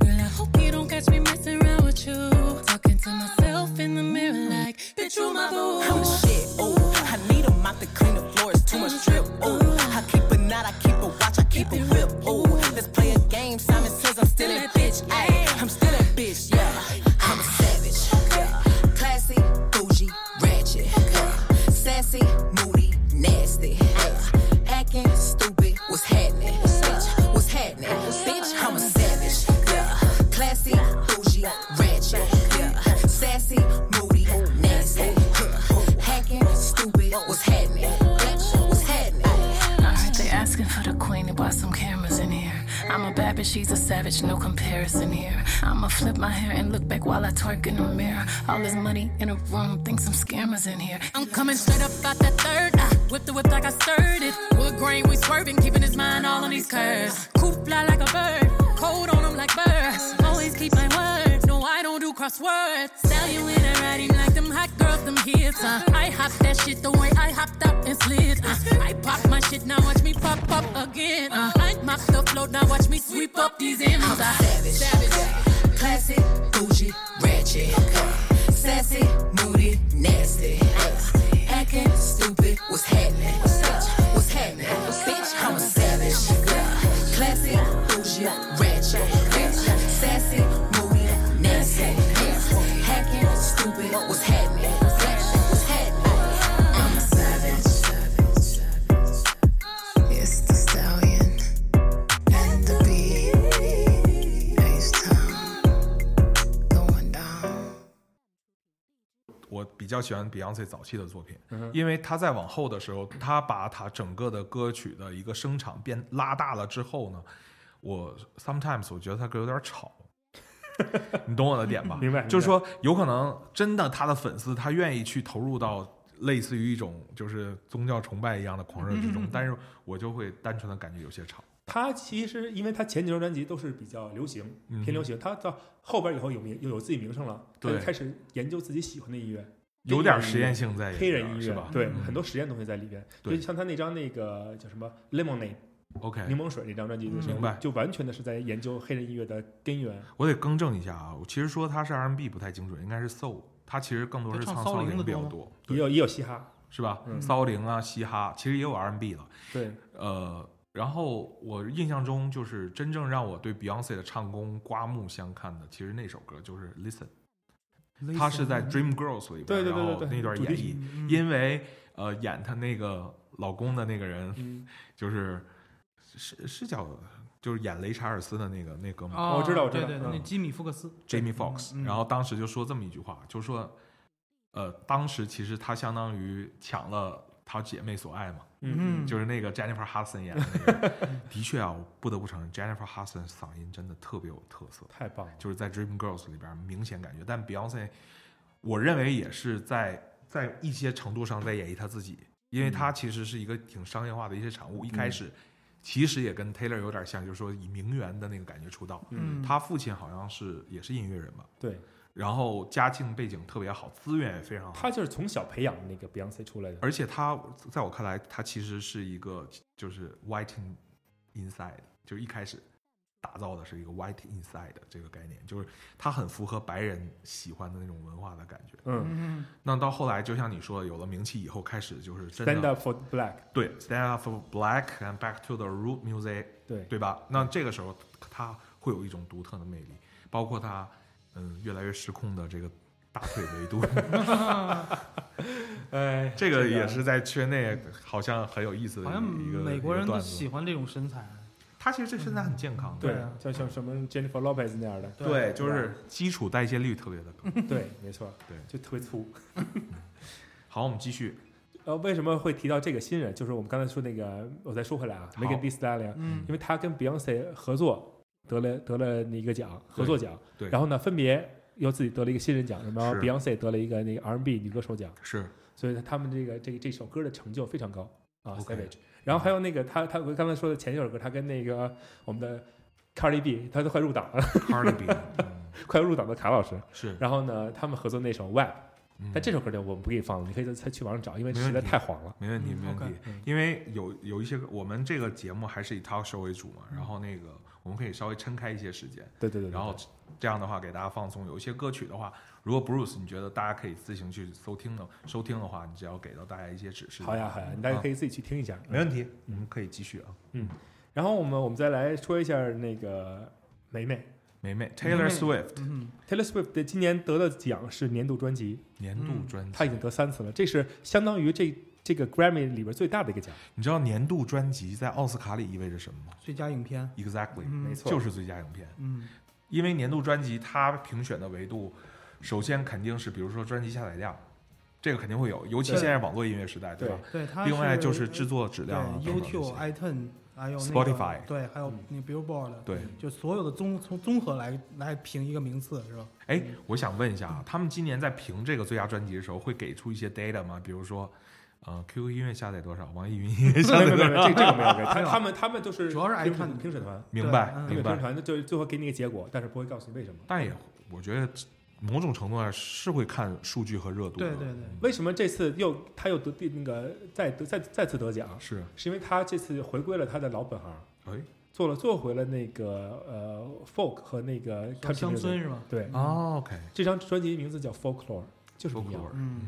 Speaker 6: Girl, I hope you don't catch me messing around with you. Talking to myself in the mirror like, bitch, you my boo.
Speaker 7: I'm the shit, ooh. I need 'em out to clean the floors, too much drip, ooh. I keep a knot, I keep a watch, I keep a whip, ooh. Let's play a game, Simon says I'm still that bitch, ayy. I'm still that bitch, yeah. I'm a savage, yeah. Classy, bougie, ratchet, yeah. Sassy, moody, nasty, yeah. Acting stupid, what's happening? Bitch, what's happening? Bitch, I'm a savage, yeah. Classy, bougie, ratchet, yeah. Sassy, moody, nasty, yeah. Hacking, stupid, what's happening? Bitch, what's happening?
Speaker 6: I heard they asking for the queen to buy some cameras in here. I'm a bad bitch, she's a savage, no comparison here. I'ma flip my hair and look back while I twerk in the mirror. All this money in a room, think some scammers in here.
Speaker 8: I'm coming straight up out that third.
Speaker 6: uh,
Speaker 8: I whip the whip like I stirred it. Wood grain we swerving, keeping his mind all on these curves. Coop fly like a bird, cold on him like birds. Always keep my word. No, I don't do crosswords. Sell you in a writing like them hot girls, them hits. Uh, I hop that shit the way I hopped up and slid. Uh, I pop my shit now, watch me pop up again. Uh, I mop the float now, watch me sweep up these M's.
Speaker 7: I'm
Speaker 8: Uh,
Speaker 7: savage. savage. Classic, bougie, ratchet. Sassy, moody, nasty. Acting stupid, what's happening? What's happening? Bitch, I'm a savage. Classy, bougie, ratchet. Sassy, moody, nasty. Hacking, stupid, what's happening? What's happening?
Speaker 6: I'm a savage, savage, savage. It's the stallion and the bee. Ace time.
Speaker 3: 比较喜欢 Beyonce 早期的作品，
Speaker 5: 嗯
Speaker 3: 因为她在往后的时候，她把她整个的歌曲的一个声场变拉大了之后呢，我 sometimes 我觉得她歌有点 吵，你懂我的点吧？
Speaker 5: 明白明白
Speaker 3: 就是说有可能真的她的粉丝她愿意去投入到。类似于一种就是宗教崇拜一样的狂热 之中，但是我就会单纯的感觉有些吵。
Speaker 5: 他其实因为他前几张专辑都是比
Speaker 3: 嗯
Speaker 5: 较流行，偏流行，他到后边以后有名又有自己名声了，他就
Speaker 3: 对
Speaker 5: 开始研究自己喜欢的音乐，
Speaker 3: 有点实验性在里
Speaker 5: 黑
Speaker 3: 边
Speaker 5: 人
Speaker 3: 儿
Speaker 5: 音
Speaker 3: 是
Speaker 5: 乐
Speaker 3: 吧？
Speaker 5: 对，
Speaker 3: 嗯
Speaker 5: 很多实验东西在里边。
Speaker 3: 对
Speaker 5: 就像他那张那个叫什么《Lemonade》
Speaker 3: OK，嗯
Speaker 5: 柠檬水那张专辑的时候，
Speaker 3: 明白
Speaker 5: 就完全的是在研究黑人音乐的根源。
Speaker 3: 我得更正一下啊，我其实说它是 R&B 不太精准，应该是 Soul，它其实更多是
Speaker 4: 它
Speaker 3: 唱
Speaker 4: 唱
Speaker 3: 骚
Speaker 4: 骚灵
Speaker 3: 灵
Speaker 4: 的
Speaker 3: 比较
Speaker 4: 多吗
Speaker 5: 也
Speaker 3: 多，对，
Speaker 5: 有也有嘻哈，
Speaker 3: 是吧？
Speaker 5: 嗯
Speaker 3: 骚灵啊，嘻哈，其实也有 R&B 了。
Speaker 5: 对，
Speaker 3: 呃，然后我印象中就是真正让我对 Beyonce 的唱功刮目相看的，其实那首歌就是《Listen》，它是在《Dream Girls》里边，
Speaker 5: 对对对对
Speaker 3: 然后
Speaker 5: 对
Speaker 3: 那段
Speaker 5: 主
Speaker 3: 演
Speaker 5: 题嗯
Speaker 3: 绎，因为呃演她那个老公的那个人
Speaker 5: 嗯，
Speaker 3: 就是是是叫就是演雷查尔斯的那个那哥们儿。
Speaker 4: 哦
Speaker 5: 我知道我知道
Speaker 4: 对对，
Speaker 5: 嗯
Speaker 4: 那吉米·福克斯
Speaker 3: Jamie Fox，、
Speaker 4: 嗯嗯
Speaker 3: 然后当时就说这么一句话，就说，呃，当时其实他相当于抢了他姐妹所爱嘛，
Speaker 5: 嗯
Speaker 4: 嗯
Speaker 3: 就是那个 Jennifer Hudson 演的那个人。的确啊，我不得不承认 Jennifer Hudson 嗓音真的特别有特色，
Speaker 5: 太棒了，
Speaker 3: 就是在 Dream Girls 里边明显感觉，但 Beyonce，我认为也是在在一些程度上在演绎她自己，因为
Speaker 5: 嗯
Speaker 3: 她其实是一个挺商业化的一些产物，一开始。其实也跟 Taylor 有点像，就是说以名媛的那个感觉出道。
Speaker 4: 嗯
Speaker 3: 她父亲好像是也是音乐人吧，
Speaker 5: 对
Speaker 3: 然后家境背景特别好，资源也非常好
Speaker 5: 他，就是从小培养那个 Beyonce 出来的。
Speaker 3: 而且他在我看来，他其实是一个就是 white inside，就是一开始打造的是一个 white inside 这个概念，就是他很符合白人喜欢的那种文化的感觉。
Speaker 5: 嗯
Speaker 3: 那到后来，就像你说的，有了名气以后，开始就是真的
Speaker 5: ，Stand Up for Black，
Speaker 3: 对 stand up for black and back to the root music，
Speaker 5: 对
Speaker 3: 对吧？那这个时候他会有一种独特的魅力，包括他嗯越来越失控的这个大腿维度。
Speaker 5: 哎，
Speaker 3: 这个也是在圈内好像很有意思的
Speaker 4: 好像
Speaker 3: 一个
Speaker 4: 美国人都喜
Speaker 3: 欢。
Speaker 4: 欢这种身材。
Speaker 3: 他其实这身材很健康的，
Speaker 5: 对
Speaker 4: 对啊，
Speaker 5: 像像什么 Jennifer Lopez 那样的，
Speaker 3: 对，就是基础代谢率特别的高。
Speaker 5: 对，没错，
Speaker 3: 对嗯
Speaker 5: 就特别粗。
Speaker 3: 好，我们继续。
Speaker 5: 呃，为什么会提到这个新人？就是我们刚才说那个，我再说回来啊
Speaker 3: 好嗯
Speaker 5: ，Megan Thee Stallion，因为他跟 Beyonce 合作得了得了那一个奖，合作奖。
Speaker 3: 对
Speaker 5: 然后呢，分别又自己得了一个新人奖，然后
Speaker 3: 是
Speaker 5: Beyonce 得了一个那个 R&B 女歌手奖，
Speaker 3: 是
Speaker 5: 所以他们这个这个这首歌的成就非常高啊
Speaker 3: OK
Speaker 5: Savage。然后还有那个他他我刚才说的前一首歌，他跟那个我们的 Cardi B，他都快入党了，
Speaker 3: Cardi B，嗯
Speaker 5: 快入党的卡老师。
Speaker 3: 是。
Speaker 5: 然后呢，他们合作那首 Web，
Speaker 3: 嗯
Speaker 5: 但这首歌呢，我们不给你放了，你可以再去网上找，因为
Speaker 3: 没问
Speaker 5: 实在
Speaker 3: 题
Speaker 5: 太黄了。嗯
Speaker 3: 没问题，没问
Speaker 4: 嗯 OK
Speaker 3: 题。因为有有一些我们这个节目还是以 talk show 为主嘛，然后那个我们可以稍微撑开一些时间，
Speaker 5: 对对对对，
Speaker 3: 然后这样的话给大家放松。有一些歌曲的话，如果 Bruce 你觉得大家可以自行去收听的收听的话，你只要给到大家一些指示。
Speaker 5: 好呀好
Speaker 3: 嗯
Speaker 5: 呀，你大家可以自己去听一下，没问题。
Speaker 3: 题，我们可以继续啊。
Speaker 5: 然后我们我们再来说一下那个梅梅
Speaker 3: 梅梅 Taylor Swift
Speaker 4: 嗯
Speaker 5: Taylor Swift 的今年得的奖是年度专辑，
Speaker 3: 年度专辑，
Speaker 4: 嗯
Speaker 5: 她已经得三次了，这是相当于这这个 Grammy 里边最大的一个奖。
Speaker 3: 你知道年度专辑在奥斯卡里意味着什么吗
Speaker 4: 最佳影片，
Speaker 3: ？Exactly，、
Speaker 5: 没错
Speaker 3: 就是最佳影片。
Speaker 4: 嗯，
Speaker 3: 因为年度专辑它评选的维度，首先肯定是比如说专辑下载量，这个肯定会有，尤其
Speaker 5: 对
Speaker 3: 现在网络音乐时代，对吧？
Speaker 4: 对他。呃
Speaker 3: 另外就是制作质
Speaker 4: 对
Speaker 3: 量啊等等这些
Speaker 4: YouTube、iTunes，还有那个
Speaker 3: Spotify 嗯
Speaker 4: 对，还有那 Billboard，
Speaker 3: 对，
Speaker 4: 就所有的综从综合来来评一个名次是吧？
Speaker 3: 哎，
Speaker 5: 嗯
Speaker 3: 我想问一下啊，他们今年在评这个最佳专辑的时候，会给出一些 data 吗？比如说，呃，QQ 音乐下载多少，网易云音乐下
Speaker 5: 没
Speaker 3: 载
Speaker 5: 有
Speaker 3: 多
Speaker 5: 没有，没
Speaker 3: 少？
Speaker 5: 有这这个没有，没有他他们他们就是
Speaker 4: 主要是爱
Speaker 5: 评
Speaker 4: 看
Speaker 5: 审评审团，
Speaker 3: 明白，
Speaker 4: 对嗯
Speaker 5: 评审评
Speaker 3: 明
Speaker 5: 审
Speaker 3: 白。
Speaker 5: 团就是最后给你一个结果，但是不会告诉你为什么。
Speaker 3: 但也我觉得某种程度上是会看数据和热度的。
Speaker 4: 对对对，
Speaker 5: 嗯为什么这次又他又得第那个再得再再次得奖？
Speaker 3: 是。
Speaker 5: 是因为他这次回归了他的老本行，
Speaker 3: 哎，
Speaker 5: 做了做回了那个呃 folk 和那个
Speaker 4: 像乡
Speaker 5: country music
Speaker 4: 村是嗯吧？
Speaker 5: 对，
Speaker 3: 哦，OK，
Speaker 5: 这张专辑名字叫 Folklore，就是民谣。
Speaker 3: folklore，
Speaker 4: 嗯，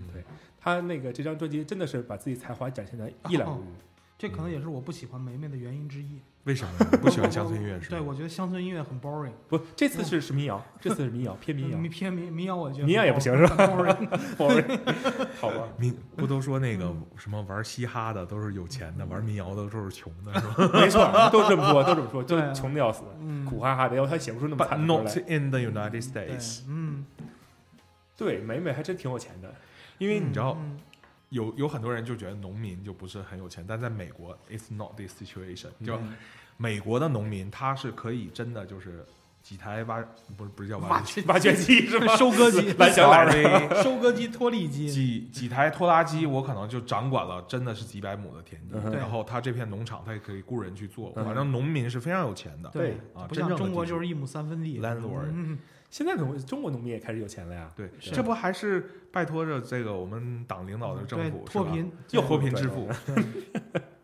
Speaker 5: 他那个这张专辑真的是把自己才华展现的一览嗯无余。
Speaker 4: 哦这可能也是我不喜欢梅梅的原因之一。
Speaker 3: 为什么呀？ 不喜欢乡村音乐是
Speaker 4: 对，
Speaker 3: 吧？
Speaker 4: 我觉得乡村音乐很 boring，
Speaker 5: 不，这次是是民谣，
Speaker 4: 嗯
Speaker 5: 这次是民谣偏民
Speaker 4: 民
Speaker 5: 谣，
Speaker 4: 偏民民谣我觉得
Speaker 5: 民谣也不行是吧？ 好吧，嗯
Speaker 3: 民不都说那个什么玩嘻哈的都是有钱的，玩民谣的都是穷的，是吧
Speaker 5: 没错，都这么说，都这么说，就
Speaker 4: 对啊
Speaker 5: 是穷的要死，苦哈哈的，要不他写不出那么
Speaker 3: ？But
Speaker 5: 惨的歌
Speaker 3: not
Speaker 5: 来。
Speaker 3: in the United
Speaker 4: 对
Speaker 3: States。，
Speaker 4: 嗯，
Speaker 5: 对，美美还真挺有钱的，
Speaker 3: 因为你知道，有有很多人就觉得农民就不是很有钱，但在美国，it's not this situation，就
Speaker 4: 嗯
Speaker 3: 美国的农民他是可以真的就是几台挖不是不是叫 挖掘
Speaker 5: 挖掘 机是吗？
Speaker 4: 收割机
Speaker 5: 蓝翔来的，
Speaker 3: 机，
Speaker 4: 收割机、脱粒机，
Speaker 3: 几几台拖拉机，我可能就掌管了真的是几百亩的田地
Speaker 5: 嗯，哼
Speaker 3: 然后他这片农场他也可以雇人去做，
Speaker 5: 嗯
Speaker 3: 反正农民是非常有钱的，
Speaker 5: 对
Speaker 3: 啊，
Speaker 4: 不
Speaker 3: 真正
Speaker 4: 像
Speaker 3: 的
Speaker 4: 中国
Speaker 3: 地
Speaker 4: 就
Speaker 3: 主
Speaker 4: 是一亩三分地。
Speaker 3: landlord
Speaker 4: 嗯，
Speaker 5: 现在农中国农民也开始有钱了呀，
Speaker 3: 对，
Speaker 5: 是
Speaker 3: 这不还是拜托着这个我们党领导的政
Speaker 4: 对
Speaker 3: 府，
Speaker 4: 脱
Speaker 3: 是吧
Speaker 4: 贫
Speaker 3: 又脱贫致富。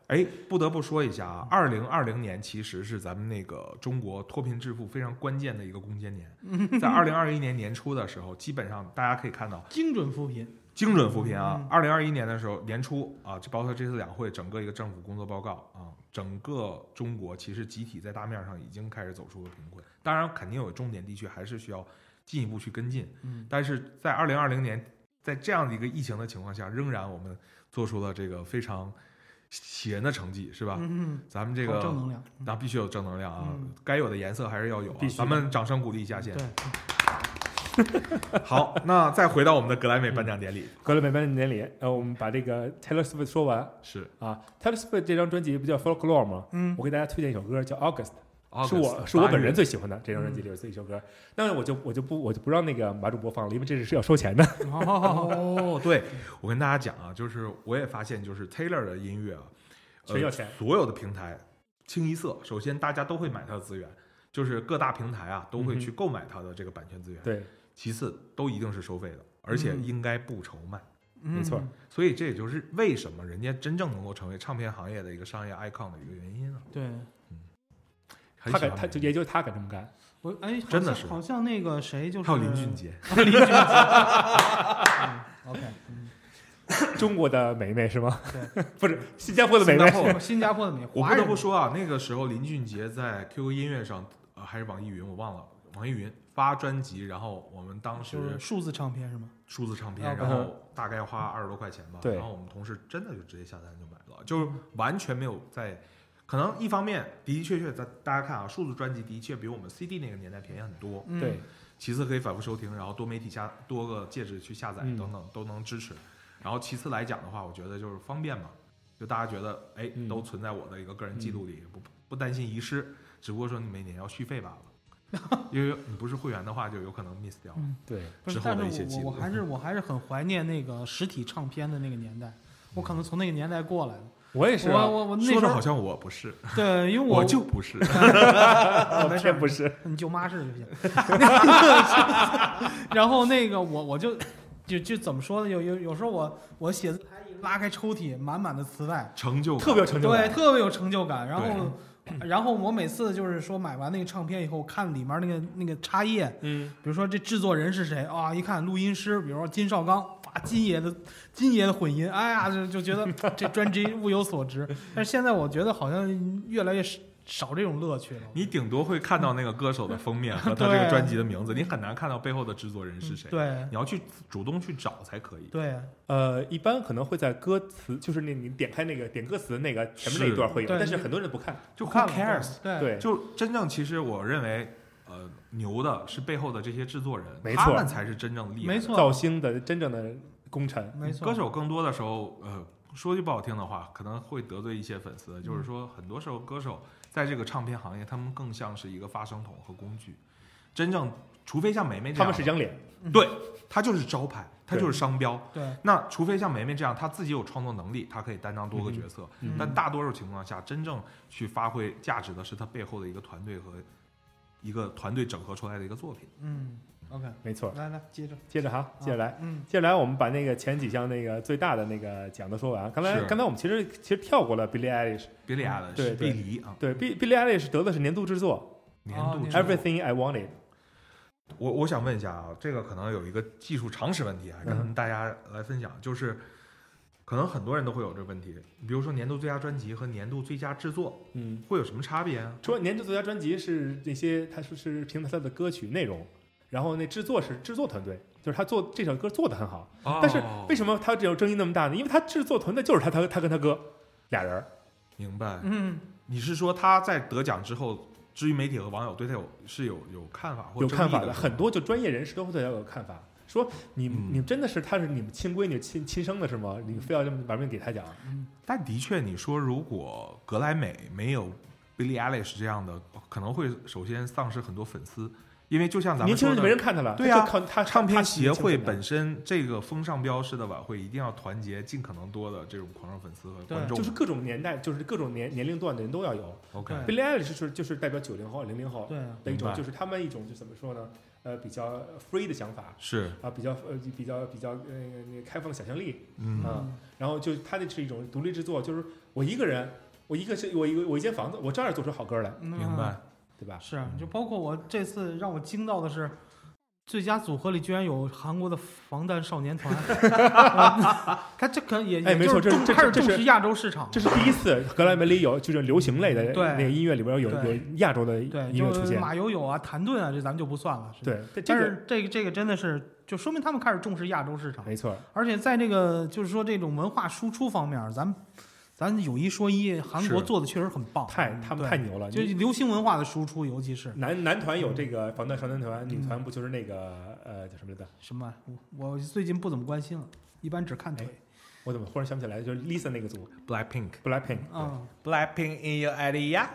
Speaker 3: 哎，不得不说一下啊，二零二零年其实是咱们那个中国脱贫致富非常关键的一个攻坚 年。在二零二一年年初的时候，基本上大家可以看到
Speaker 4: 精准扶贫，
Speaker 3: 精准扶贫
Speaker 4: 嗯
Speaker 3: 啊。二零二一年的时候年初啊，就包括这次两会整个一个政府工作报告啊，整个中国其实集体在大面上已经开始走出了贫困。当然，肯定有重点地区还是需要进一步去跟进。
Speaker 4: 嗯，
Speaker 3: 但是在二零二零年，在这样的一个疫情的情况下，仍然我们做出了这个非常喜人的成绩，是吧？
Speaker 4: 嗯，
Speaker 3: 咱们这
Speaker 4: 好正
Speaker 3: 个
Speaker 4: 能量，嗯
Speaker 3: 那必须有正能量啊，
Speaker 4: 嗯
Speaker 3: 该有的颜色还是要有、啊
Speaker 5: 必须。的
Speaker 3: 咱们掌声鼓励一下先。
Speaker 4: 对，
Speaker 3: 好，那再回到我们的格莱美颁奖典礼，
Speaker 5: 格莱美颁奖典礼，呃，我们把这个 Taylor Swift 说完
Speaker 3: 是
Speaker 5: 啊，Taylor Swift 这张专辑不叫 Folklore 吗？
Speaker 4: 嗯
Speaker 5: 我给大家推荐一首歌叫 August，是
Speaker 3: August，
Speaker 5: 我是我本人
Speaker 3: 八月
Speaker 5: 最喜欢的这张专
Speaker 4: 嗯
Speaker 5: 辑里有这一首歌，那我就我就不我就不让那个马主播放了，因为这是要收钱的。
Speaker 4: 好好好好，
Speaker 3: 哦， 对，我跟大家讲啊，就是我也发现，就是 Taylor 的音乐啊，
Speaker 5: 全要
Speaker 3: 呃
Speaker 5: 钱，
Speaker 3: 所有的平台清一色，首先大家都会买它的资源，就是各大平台啊都会去购买它的这个版权资源。
Speaker 5: 嗯对，嗯
Speaker 3: 其次都一定是收费的，而且应该不愁卖。
Speaker 4: 没
Speaker 5: 错
Speaker 3: 所以这也就是为什么人家真正能够成为唱片行业的一个商业 icon 的一个原因啊。
Speaker 4: 对，
Speaker 5: 他
Speaker 3: 很喜
Speaker 5: 敢，
Speaker 3: 欢
Speaker 5: 他
Speaker 3: 买
Speaker 5: 就也就他敢这么干。
Speaker 4: 我哎，好
Speaker 3: 真的
Speaker 4: 像
Speaker 3: 是
Speaker 4: 好像那个谁就是
Speaker 3: 还有林俊，杰，
Speaker 4: 林俊杰 嗯，OK，嗯
Speaker 5: 中国的梅梅是吗？
Speaker 4: 对，
Speaker 5: 不是新加坡的梅
Speaker 3: 新加
Speaker 5: 梅。
Speaker 3: 坡
Speaker 4: 新加坡的美，
Speaker 3: 我
Speaker 4: 华
Speaker 3: 不得
Speaker 4: 人
Speaker 3: 不说啊，那个时候林俊杰在 QQ 音乐上，呃，还是网易云，我忘了，网易云发专辑，然后我们当
Speaker 4: 就是
Speaker 3: 时
Speaker 4: 数字唱片是吗？
Speaker 3: 数字唱
Speaker 4: 啊
Speaker 3: 片，然后大概花二十多块钱
Speaker 5: 嗯
Speaker 3: 吧，
Speaker 5: 对
Speaker 3: 然后我们同事真的就直接下单就买了，就是完全没有在。可能一方面的的确确，咱大家看啊，数字专辑的确比我们 CD 那个年代便宜很多，
Speaker 4: 嗯
Speaker 5: 对，
Speaker 3: 其次可以反复收听，然后多媒体下多个介质去下载
Speaker 5: 嗯
Speaker 3: 等等都能支持。然后其次来讲的话，我觉得就是方便嘛，就大家觉得哎
Speaker 5: 嗯
Speaker 3: 都存在我的一个个人记录里，不不担心遗失，只不过说你每年要续费罢了， 因为你不是会员的话就有可能 miss 掉。
Speaker 4: 嗯
Speaker 5: 对，
Speaker 4: 不
Speaker 3: 之，
Speaker 4: 是
Speaker 3: 后
Speaker 4: 但
Speaker 3: 的一
Speaker 4: 是
Speaker 3: 些记
Speaker 4: 我我
Speaker 3: 录
Speaker 4: 我还是我还是很怀念那个实体唱片的那个年代，我可能从那个年代过来的。
Speaker 5: 我也是啊。
Speaker 4: 我我我那
Speaker 3: 说
Speaker 4: 时
Speaker 3: 的好
Speaker 4: 候
Speaker 3: 像我不是，
Speaker 4: 对，因为
Speaker 3: 我就不 是，
Speaker 5: 我这不是，
Speaker 4: 你舅妈是就行。 然后那个我我就就就怎么说呢？有有有时候我我写字台一拉开抽屉，满满的磁带，
Speaker 3: 成就感
Speaker 5: 特别有成就
Speaker 4: 对，
Speaker 5: 感。
Speaker 4: 特别有成就感。然后然后我每次就是说买完那个唱片以后，看里面那个那个插页，
Speaker 5: 嗯，
Speaker 4: 比如说这制作人是谁啊？一看录音师，比如说金绍刚，啊，金爷的金爷的混音，哎呀，就就觉得 这专辑物有所值。但是现在我觉得好像越来越少少这种乐趣了。
Speaker 3: 你顶多会看到那个歌手的封面 和他这
Speaker 4: 对
Speaker 3: 个专辑的名字，你很难看到背后的制作人是谁。，
Speaker 4: 对
Speaker 3: 你要去主动去找才可以。
Speaker 4: 对啊
Speaker 5: 呃，一般可能会在歌词，就是那你点开那个点歌词的那个前面那一段会有，
Speaker 4: 是对
Speaker 5: 但是很多人不看。
Speaker 3: 就 who
Speaker 4: 看了
Speaker 3: cares？
Speaker 4: 对
Speaker 5: 对，
Speaker 3: 就真正其实我认为，呃，牛的是背后的这些制作人，
Speaker 5: 没
Speaker 3: 他
Speaker 5: 错
Speaker 3: 们才是真正厉害的。
Speaker 4: 没，错
Speaker 5: 造星的真正的功臣。
Speaker 4: 没
Speaker 3: 嗯
Speaker 4: 错，
Speaker 3: 歌手更多的时候，呃，说句不好听的话，可能会得罪一些粉丝，就是
Speaker 5: 嗯
Speaker 3: 说，很多时候歌手在这个唱片行业，他们更像是一个发声筒和工具。真正，除非像梅梅这
Speaker 5: 他
Speaker 3: 样
Speaker 5: 们
Speaker 3: 的，
Speaker 5: 是一张脸，
Speaker 3: 对，他就是招牌，他
Speaker 5: 对
Speaker 3: 就是商标。
Speaker 4: 对
Speaker 3: 那除非像梅梅这样，她自己有创作能力，她可以担当多个角色。
Speaker 5: 嗯
Speaker 3: 但大多数情况下，真正去发挥价值的是她背后的一个团队和一个团队整合出来的一个作品。
Speaker 4: 嗯，OK，
Speaker 5: 没错。
Speaker 4: 来来接着，
Speaker 5: 接着哈，接着来，
Speaker 4: 嗯，
Speaker 5: 接下来我们把那个前几项那个最大的那个奖都说完。刚才
Speaker 3: 是
Speaker 5: 刚才我们其实其实跳过了 Billie Eilish，
Speaker 3: 别理 i
Speaker 5: 嗯对
Speaker 3: 是
Speaker 5: 对哦
Speaker 3: 碧梨啊，
Speaker 5: 对，B Billie Eilish 得的是年度制作
Speaker 3: 年度
Speaker 5: 哦
Speaker 4: 哦年
Speaker 3: 之
Speaker 4: 度
Speaker 3: 作。
Speaker 5: Everything I Wanted。
Speaker 3: 我我想问一下啊，这个可能有一个技术常识问题啊，跟
Speaker 5: 嗯
Speaker 3: 大家来分享，就是可能很多人都会有这个问题，比如说年度最佳专辑和年度最佳制作
Speaker 5: 嗯，
Speaker 3: 会有什么差别啊？
Speaker 5: 除了年度最佳专辑是那些，他说是凭他的歌曲内容，然后那制作是制作团队，就是他做这首歌做的很好。
Speaker 3: 哦
Speaker 5: 但是为
Speaker 3: 什
Speaker 5: 什么他这种争议那么大呢？因为他制作团队就是他他他跟他哥俩人儿，
Speaker 3: 明白？
Speaker 4: 嗯，
Speaker 3: 你是说他在得奖之后，至于媒体和网友对他有是有有看法或
Speaker 5: 有
Speaker 3: 争
Speaker 5: 看
Speaker 3: 议
Speaker 5: 法
Speaker 3: 的嗯
Speaker 5: 的，
Speaker 3: 是吗
Speaker 5: 很多就专业人士都会对他有看法。说你你真的是他是你们亲闺女亲亲生的是吗？你非要这么把命给他讲？
Speaker 3: 但的确，你说如果格莱美没有 Billie Eilish 这样的，可能会首先丧失很多粉丝，因为就像咱们
Speaker 5: 年轻
Speaker 3: 说
Speaker 5: 人就
Speaker 3: 的
Speaker 5: 没人看他了，
Speaker 3: 对
Speaker 5: 呀、
Speaker 3: 啊
Speaker 5: 靠他
Speaker 3: 唱片协会
Speaker 5: 本
Speaker 3: 本身这个风尚标识的晚会，一定要团结尽可能多的这种狂热粉丝和观众。
Speaker 5: 就是各种年代，就是各种年年龄段的人都要有。
Speaker 3: OK，
Speaker 4: 对
Speaker 5: Billie Eilish 就是就是代表九零后、零零后
Speaker 4: 对啊，
Speaker 5: 的一
Speaker 3: 明
Speaker 5: 种，
Speaker 3: 白
Speaker 5: 就是他们一种就怎么说呢？呃，比较 free 的想法，
Speaker 3: 是，
Speaker 5: 啊，比较呃比较比较呃那个开放的想象力
Speaker 3: 嗯，
Speaker 5: 啊，然后就他那是一种独立制作，就是我一个人，我一个是我一个我一间房子，我照样做出好歌来，
Speaker 4: 嗯
Speaker 3: 明白。
Speaker 5: 对吧？
Speaker 4: 是，啊就包括我这次让我惊到的是，最佳组合里居然有韩国的防弹少年团， 啊他这可能也
Speaker 5: 哎
Speaker 4: 也
Speaker 5: 没
Speaker 4: 就
Speaker 5: 错
Speaker 4: 是
Speaker 5: 这是
Speaker 4: 重
Speaker 5: 这
Speaker 4: 开始
Speaker 5: 这
Speaker 4: 重
Speaker 5: 是
Speaker 4: 视亚洲市场，
Speaker 5: 这是第一次格莱美里有就是流行类的
Speaker 4: 对
Speaker 5: 那个音乐里边有有
Speaker 4: 对
Speaker 5: 亚洲的音乐
Speaker 4: 对，就
Speaker 5: 出
Speaker 4: 是
Speaker 5: 现，
Speaker 4: 马友友啊、谭盾啊，这咱们就不算了。是
Speaker 5: 对
Speaker 4: 吧，
Speaker 5: 但这
Speaker 4: 但
Speaker 5: 个
Speaker 4: 是这个这个真的是，就说明他们开始重视亚洲市场，
Speaker 5: 没错，
Speaker 4: 而且在这个就是说这种文化输出方面，咱们咱有一说一，韩国
Speaker 3: 是
Speaker 4: 做的确实很棒，嗯
Speaker 5: 太他们
Speaker 4: 对
Speaker 5: 太牛了，
Speaker 4: 就
Speaker 5: 你
Speaker 4: 流行文化的输出，尤其是
Speaker 5: 男男团有
Speaker 4: 嗯
Speaker 5: 这个防弹少年团，女团不就是那个呃叫什么来着？
Speaker 4: 什么，啊我我最近不怎么关心了，一般只看腿
Speaker 5: 我怎么忽然想不起来？就是 Lisa 那个组
Speaker 3: Blackpink，Blackpink
Speaker 5: Blackpink，
Speaker 4: 啊。
Speaker 3: in your area。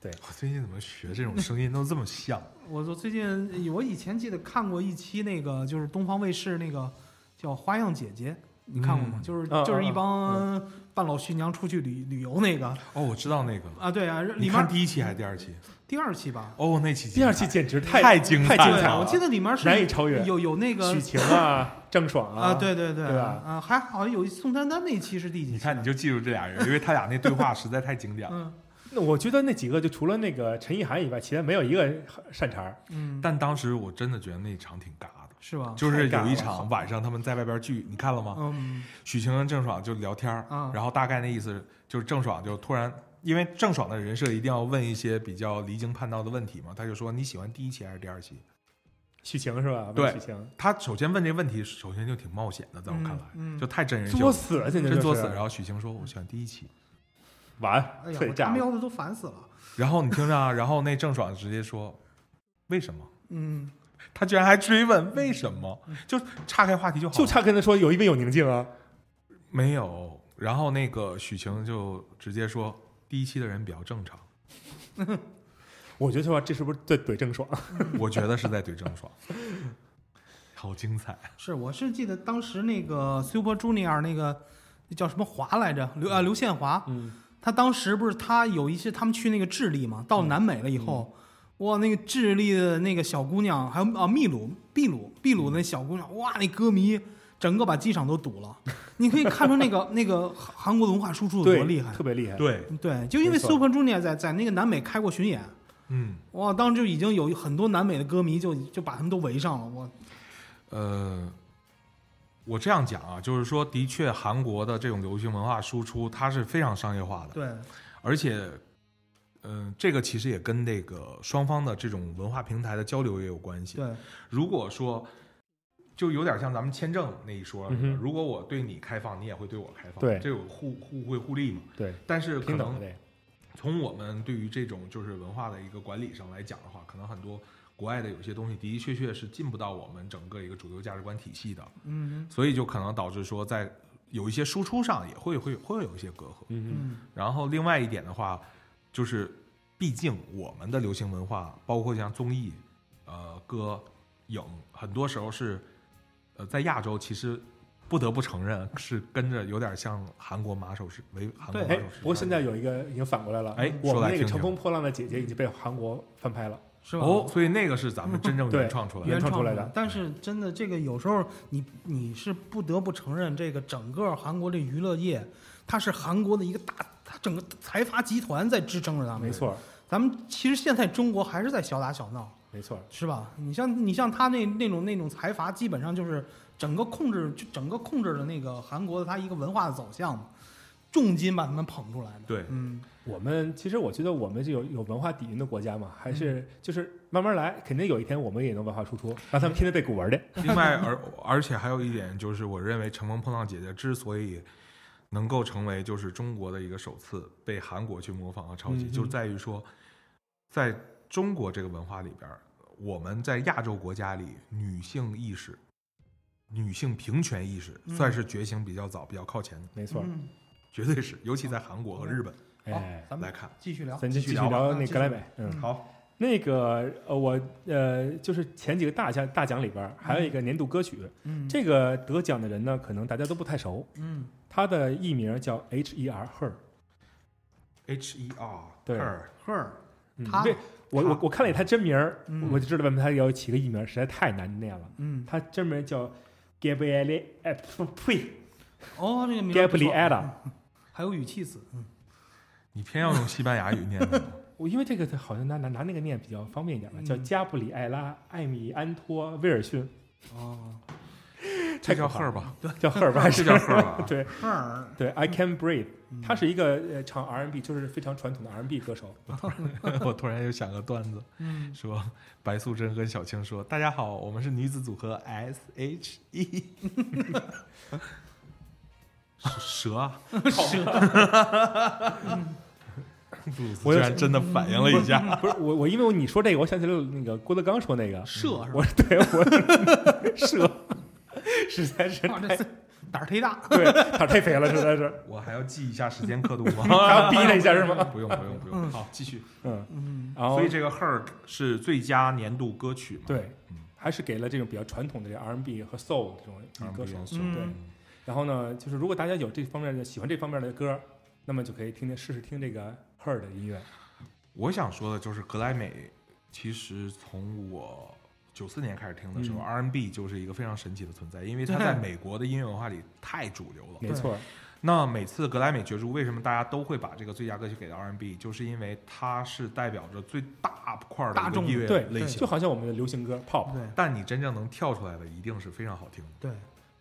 Speaker 5: 对
Speaker 3: 我最近怎么学这种声音都这么像？啊
Speaker 4: 我就最近，我以前记得看过一期那个，就是东方卫视那个叫《花样姐姐》，你看过吗？
Speaker 3: 嗯
Speaker 4: 就是
Speaker 5: 啊
Speaker 4: 就是一
Speaker 5: 啊
Speaker 4: 帮半老徐娘出去旅旅游那个
Speaker 3: 哦，我知道那个了。
Speaker 4: 啊，对啊，里
Speaker 3: 你
Speaker 4: 面
Speaker 3: 看第一期还是第二期？
Speaker 4: 第二期吧，
Speaker 3: 哦，那期
Speaker 5: 第二期简直太
Speaker 3: 太精
Speaker 5: 太
Speaker 3: 彩
Speaker 5: 精
Speaker 4: 对
Speaker 5: 彩
Speaker 3: 了
Speaker 4: 我
Speaker 5: 了，
Speaker 4: 记得里面是
Speaker 5: 难以超越
Speaker 4: 有有那个
Speaker 5: 许晴 啊，郑爽
Speaker 4: 啊，对对对，
Speaker 5: 对吧
Speaker 4: 啊，还好像有一宋丹丹那期是第几期
Speaker 3: 你
Speaker 4: 呢？
Speaker 3: 看你就记住这俩人，因为他俩那对话实在太经典了。
Speaker 4: 嗯
Speaker 5: 那我觉得那几个就除了那个陈意涵以外，其他没有一个善茬儿。
Speaker 4: 嗯，
Speaker 3: 但当时我真的觉得那场挺尬的，
Speaker 4: 是吧？
Speaker 3: 就是
Speaker 5: 嗯太尬
Speaker 3: 有一
Speaker 5: 了
Speaker 3: 场晚上他们在外边聚，你看了
Speaker 5: 啊
Speaker 3: 吗？
Speaker 4: 嗯，
Speaker 3: 许晴跟郑爽就聊天儿
Speaker 5: 嗯
Speaker 4: 啊
Speaker 3: 然后大概那意思就是郑爽就突然，因为郑爽的人设一定要问一些比较离经叛道的问题嘛，他就说你喜欢第一期还是第二期？
Speaker 5: 许晴是吧？
Speaker 3: 对
Speaker 5: 许晴
Speaker 3: 他首先问这问题，首先就挺冒险的，在我看来，
Speaker 4: 嗯嗯
Speaker 3: 就太真人秀
Speaker 5: 作
Speaker 3: 了，
Speaker 5: 死了，现在
Speaker 3: 真作死。
Speaker 5: 了
Speaker 3: 然，后许晴说我喜欢第一期，
Speaker 5: 完
Speaker 4: 哎呀，
Speaker 5: 腿
Speaker 4: 我他
Speaker 5: 炸了。
Speaker 4: 喵的都烦死了，
Speaker 3: 然后你 听着啊，然后那郑爽直接说为什么？
Speaker 4: 嗯，
Speaker 3: 他居然还追问为什么，就岔开话题就好了，
Speaker 5: 就差跟他说有一位有宁静啊，
Speaker 3: 没有。然后那个许晴就直接说，第一期的人比较正常，
Speaker 5: 我觉得说这是不是在怼郑爽？
Speaker 3: 我觉得是在怼郑爽，好精彩。
Speaker 4: 是，我是记得当时那个 Super Junior 那个那叫什么华来着，刘啊刘宪华，
Speaker 5: 嗯，
Speaker 4: 他当时不是他有一些他们去那个智利嘛，到南美了以后，
Speaker 5: 嗯
Speaker 4: 哇，那个智利的那个小姑娘，还有啊秘鲁秘鲁秘鲁那小姑娘，哇，那歌迷整个把机场都堵了，你可以看出 那个那个韩韩国的文化输出有
Speaker 5: 对，
Speaker 4: 多厉害嗯
Speaker 5: 特。别厉害。，
Speaker 3: 对，
Speaker 4: 对，就因为
Speaker 5: 没错
Speaker 4: Super Junior 在在那个南美开过巡演，
Speaker 3: 嗯，
Speaker 4: 哇，当时就已经有很多南美的歌迷就就把他们都围上了，哇，
Speaker 3: 呃，我这样讲啊，就是说，的确，韩国的这种流行文化输出，它是非常商业化的，
Speaker 4: 对，
Speaker 3: 而且，嗯、这个其实也跟那个双方的这种文化平台的交流也有关系。
Speaker 4: 对，
Speaker 3: 如果说，就有点像咱们签证那一说，
Speaker 5: 嗯哼
Speaker 3: 如果我对你开放，你也会对我开放，
Speaker 5: 对
Speaker 3: 这有互互惠互利嘛。
Speaker 5: 对，
Speaker 3: 但是可
Speaker 5: 平等
Speaker 3: 能
Speaker 5: 的这个。
Speaker 3: 从我们对于这种就是文化的一个管理上来讲的话，可能很多国外的有些东西的的确确是进不到我们整个一个主流价值观体系的，
Speaker 4: 嗯
Speaker 9: Mm-hmm.
Speaker 3: 所以就可能导致说在有一些输出上也会会会有一些隔阂。
Speaker 5: 嗯，
Speaker 4: 嗯
Speaker 3: 然后另外一点的话，就是毕竟我们的流行文化，包括像综艺、呃歌、影，很多时候是呃在亚洲其实。不得不承认，是跟着有点像韩国马首是为韩国
Speaker 4: 对
Speaker 3: 马
Speaker 5: 哎
Speaker 3: 首是，
Speaker 5: 不过现在有一个已经反过来了，
Speaker 3: 哎
Speaker 5: 我
Speaker 3: 说来
Speaker 5: 们那个
Speaker 3: 听听
Speaker 5: 乘风破浪的姐姐已经被韩国翻拍了，
Speaker 4: 是吧？
Speaker 3: 哦，所以那个是咱们真正
Speaker 5: 对
Speaker 3: 原创出来的
Speaker 5: 原。创出来的
Speaker 4: 但是真的，这个有时候你你是不得不承认，这个整个韩国的娱乐业，它是韩国的一个大，它整个财阀集团在支撑着他们。
Speaker 5: 没，错，
Speaker 4: 咱们其实现在中国还是在小打小闹，
Speaker 5: 没错，
Speaker 4: 是吧？你像你像他那那种那种财阀，基本上就是整个控制就整个控制了那个韩国的它一个文化的走向嘛，重金把他们捧出来的。
Speaker 3: 对
Speaker 4: 嗯，
Speaker 5: 我们其实我觉得我们就有有文化底蕴的国家嘛，还
Speaker 4: 嗯
Speaker 5: 是就是慢慢来，肯定有一天我们也能文化输出，让他们天天背古 文去。
Speaker 3: 另外，而而且还有一点就是，我认为《乘风破浪姐姐》之所以能够成为就是中国的一个首次被韩国去模仿和抄
Speaker 5: 嗯
Speaker 3: 袭，
Speaker 5: 哼
Speaker 3: 就在于说，在中国这个文化里边儿，我们在亚洲国家里，女性意识、女性平权意识算是觉醒比较早、比较靠前的，
Speaker 5: 嗯没错。
Speaker 4: 嗯，
Speaker 3: 绝对是，尤其在韩国和日本
Speaker 4: 好
Speaker 5: 哎，，
Speaker 4: 咱
Speaker 3: 来
Speaker 4: 们
Speaker 3: 看。
Speaker 4: 继续聊。啊
Speaker 5: 咱继续
Speaker 3: 继续聊
Speaker 5: 聊
Speaker 4: 吧
Speaker 5: 那格莱美。嗯，
Speaker 3: 好，
Speaker 5: 那个呃，我呃，就是前几个大奖大奖里边儿还有一个年度歌曲，
Speaker 4: 嗯，
Speaker 5: 这个得奖的人呢，可能大家都不太熟，
Speaker 4: 嗯
Speaker 5: 他的艺名叫 H E R Her。
Speaker 3: H E R，
Speaker 5: 对
Speaker 3: Her
Speaker 4: ，Her，
Speaker 5: 嗯
Speaker 4: 他
Speaker 5: 这我我
Speaker 4: 他
Speaker 5: 我看了一眼他真名儿，
Speaker 4: 嗯
Speaker 5: 我就知道为什么他要起个艺名儿，实在太难念了。
Speaker 4: 嗯，
Speaker 5: 他真名叫 Gabriele，哎不呸
Speaker 4: 哦，这个名字不错
Speaker 5: ，Gabriela。
Speaker 4: 还有语气词，嗯
Speaker 3: 你偏要用西班牙语念的吗，
Speaker 5: 我因为这个好像拿拿拿那个念比较方便一点吧，
Speaker 4: 嗯
Speaker 5: 叫加布里艾拉、艾米安托、威尔逊，
Speaker 4: 哦
Speaker 3: 这叫
Speaker 5: 太可怕
Speaker 3: Her 吧？
Speaker 5: 叫赫尔吧，
Speaker 3: 这
Speaker 5: 是
Speaker 3: 叫 Her 吧
Speaker 5: 对
Speaker 4: ，Her，
Speaker 5: 对，I Can Breathe，他
Speaker 4: 嗯
Speaker 5: 是一个呃唱 R&B，就是非常传统的 R&B 歌 手。
Speaker 3: 我突然又想个段子，
Speaker 4: 嗯
Speaker 3: 说白素贞跟小青说：“大家好，我们是女子组合 S H E。” 蛇啊， 蛇，
Speaker 5: 我
Speaker 3: 我居然真的反应了一下，
Speaker 5: 不是我我因为你说这个，我想起来那个郭德纲说那个
Speaker 4: 射是吧
Speaker 5: 嗯我 对我射，实在是
Speaker 4: 哇
Speaker 5: 太
Speaker 4: 这胆儿忒大，
Speaker 5: 对，他太肥了，实在是
Speaker 3: 我还要记一下时间刻度 吗？
Speaker 5: 还要逼他一下是吗？
Speaker 3: 不用不用不用，好继续。
Speaker 5: 嗯，
Speaker 4: 嗯
Speaker 5: 然后
Speaker 3: 所以这个 Her 是最佳年度歌曲嘛？
Speaker 5: 对
Speaker 3: 嗯，
Speaker 5: 还是给了这种比较传统的这 R&B 和 Soul 这种女歌手。
Speaker 3: R&B
Speaker 4: 嗯
Speaker 5: 对，然后呢，就是如果大家有这方面的喜欢这方面的歌，那么就可以听听试试听这个 Her 的音乐。
Speaker 3: 我想说的就是格莱美，其实从我九四年开始听的时候、
Speaker 5: 嗯
Speaker 3: r b 就是一个非常神奇的存在，因为它在美国的音乐文化里太主流了。
Speaker 5: 没错，
Speaker 3: 那每次格莱美角逐，为什么大家都会把这个最佳歌曲给到 R&B，就是因为它是代表着最大块儿的
Speaker 4: 大
Speaker 3: 一个
Speaker 4: 众
Speaker 3: 音乐
Speaker 5: 对，
Speaker 3: 类
Speaker 5: 就
Speaker 3: 型。
Speaker 5: 好像我们的流行歌 Pop，
Speaker 4: 对
Speaker 3: 但你真正能跳出来的，一定是非常好听的，
Speaker 4: 对，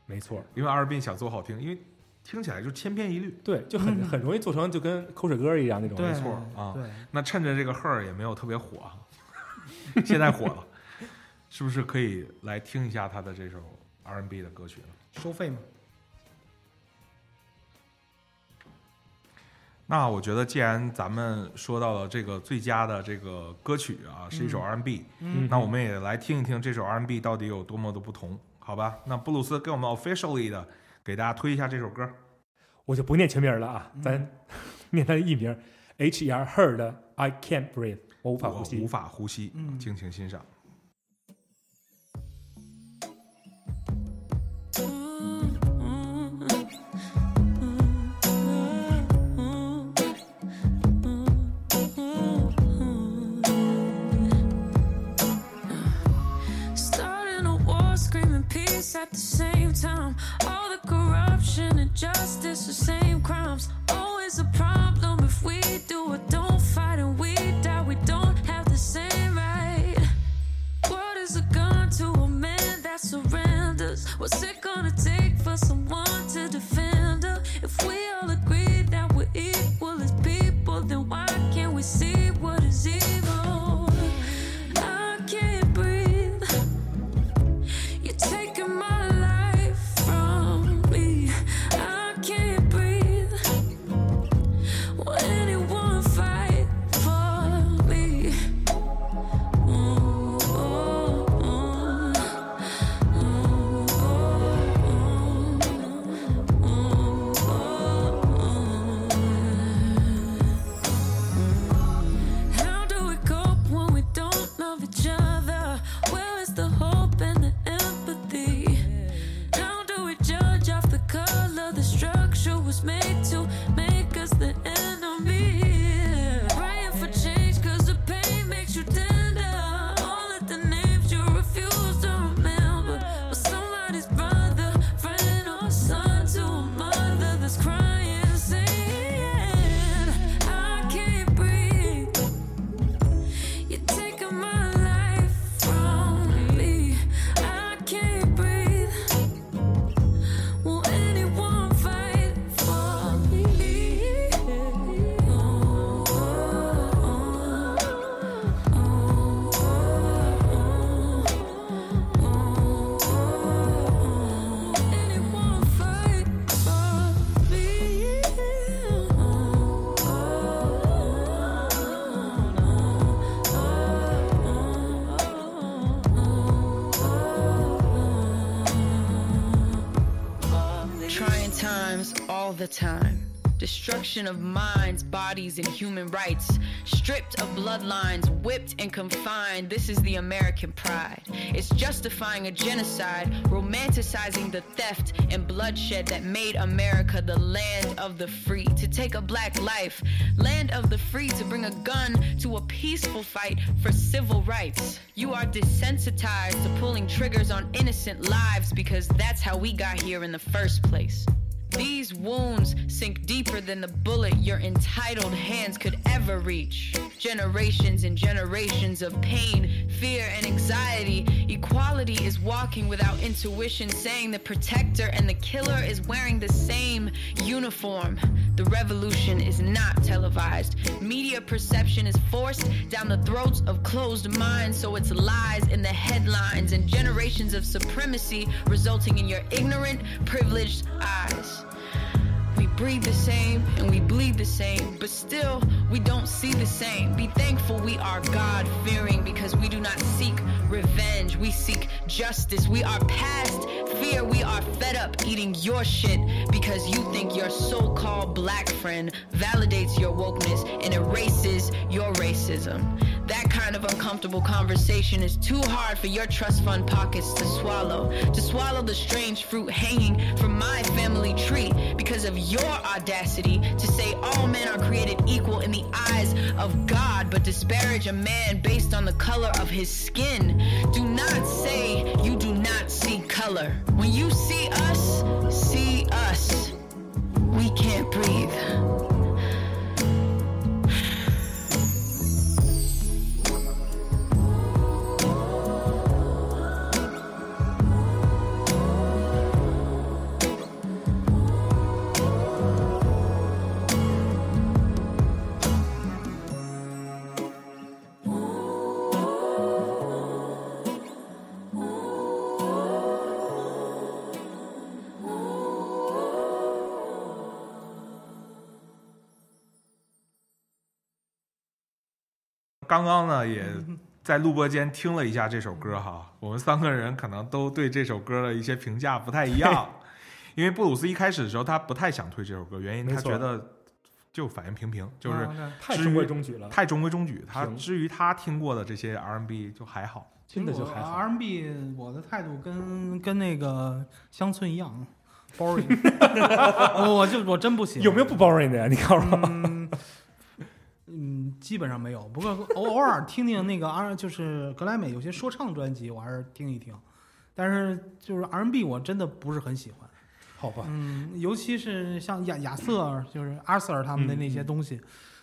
Speaker 5: 没错，
Speaker 3: 因为 R&B 想做好听，因为听起来就千篇一律。
Speaker 5: 对，就很
Speaker 4: 嗯
Speaker 5: 很容易做成就跟口水歌一样那种。
Speaker 4: 对
Speaker 5: 没错
Speaker 3: 啊
Speaker 4: 对，
Speaker 3: 那趁着这个 Her 也没有特别火啊，现在火 了，是不是可以来听一下他的这首 R&B 的歌曲呢？
Speaker 4: 收费嘛，
Speaker 3: 那我觉得，既然咱们说到了这个最佳的这个歌曲啊，是一首 R&B，、
Speaker 5: 嗯
Speaker 3: 那我们也来听一听这首 R&B 到底有多么的不同，好吧？那布鲁斯给我们 officially 的给大家推一下这首歌，
Speaker 5: 我就不念全名了
Speaker 4: 嗯
Speaker 5: 啊，咱 念他的艺名 H E R Her 的 I Can't Breathe，我无
Speaker 3: 无
Speaker 5: 法呼吸
Speaker 3: 无。法呼吸，
Speaker 4: 嗯
Speaker 3: 敬请欣赏。
Speaker 8: Starting a war, screaming peace at the same time. All the corruption and justice, the same crimes. Always a problem if we do or don't fight and we die. We don't have the same right. What is a gun to a man that surrenders? What's it gonna take for someone to defend her? If we all agree that we're equal as people, then why can't we see what is evil? I can't breathe. You're taking my life from me. I can't breathe. Will anyone fight for me? How do we cope when we don't love each other? Where is the hope and the empathy? How do we judge off the color? The structure was made to make us the enemy. Praying for change, cause the pain makes you tender. All of the names you refuse to remember. But somebody's brother, friend, or son to a mother that's crying, saying, I can't breathe. You're taking my life.
Speaker 10: crimes all the time. Destruction of minds, bodies, and human rights. Stripped of bloodlines, whipped and confined. This is the American pride. It's justifying a genocide, romanticizing the theft and bloodshed that made America the land of the free. To take a black life, land of the free, to bring a gun to a peaceful fight for civil rights. You are desensitized to pulling triggers on innocent lives because that's how we got here in the first place. These wounds sink deeper than the bullet your entitled hands could ever reach. Generations and generations of pain, fear, and anxiety. Equality is walking without intuition, saying the protector and the killer is wearing the same uniform. The revolution is not televised. Media perception is forced down the throats of closed minds, so it's lies in the headlines and generations of supremacy resulting in your ignorant, privileged eyes. We breathe the same and we bleed the same, but still we don't see the same. Be thankful we are God fearing because we do not seek revenge. We seek justice. We are past fear. We are fed up eating your shit because you think your so called black friend validates your wokeness and erases your racism. That kind of uncomfortable conversation is too hard for your trust fund pockets to swallow. To swallow the strange fruit hanging from my family tree because of your audacity to say all men are created equal in the eyes of God, but disparage a man based on the color of his skin. Do not say you do not see color. When you see us, see us. We can't breathe.
Speaker 3: 刚刚呢，也在录播间听了一下这首歌哈，我们三个人可能都对这首歌的一些评价不太一 样，因为布鲁斯一开始的时候他不太想推这首歌，原因
Speaker 5: 没
Speaker 3: 他
Speaker 5: 错啊
Speaker 3: 觉得就反应平平，就是
Speaker 5: 太
Speaker 3: 至于
Speaker 5: 中规中矩了。
Speaker 3: 太中规中矩。他
Speaker 5: 行
Speaker 3: 至于他听过的这些 R&B 就还好，
Speaker 5: 真的就还好
Speaker 4: R&B 我的态度跟跟那个乡村一样，boring。我哦我就我真不行。
Speaker 5: 有没有不 boring 的呀？你告诉我，
Speaker 4: 嗯，嗯，基本上没有。不过偶偶尔听听那个 R，就是格莱美有些说唱专辑，我还是听一听。但是就是 R&B 我真的不是很喜欢。
Speaker 5: 好吧，
Speaker 4: 嗯，尤其是像亚亚瑟尔，就是阿瑟尔他们的那
Speaker 5: 嗯
Speaker 4: 些东西，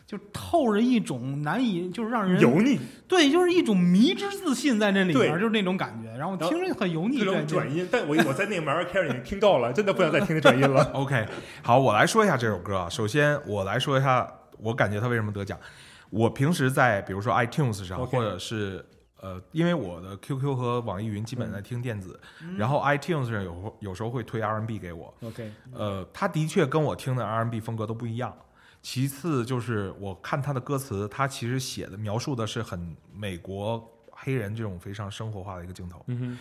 Speaker 4: 就透着一种难以，就是让人
Speaker 5: 油腻，
Speaker 4: 对，就是一种迷之自信在那里边儿，
Speaker 5: 对
Speaker 4: 就是那种感觉。然后
Speaker 5: 然后
Speaker 4: 听着很油腻，
Speaker 5: 各
Speaker 4: 对
Speaker 5: 种转音。但我我在那个 Mariah Carey 已经听够了，真的不想再听那转音了。
Speaker 3: OK，好，我来说一下这首歌啊。首先，我来说一下，我感觉它为什么得奖。我平时在比如说 iTunes 上
Speaker 5: OK
Speaker 3: 或者是呃，因为我的 QQ 和网易云基本在听电子，
Speaker 5: 嗯
Speaker 3: 然后 iTunes 上有有时候会推 R&B 给我，
Speaker 5: OK，
Speaker 3: 呃，他的确跟我听的 R&B 风格都不一样。其次就是我看他的歌词，他其实写的描述的是很美国黑人这种非常生活化的一个镜头。
Speaker 5: 嗯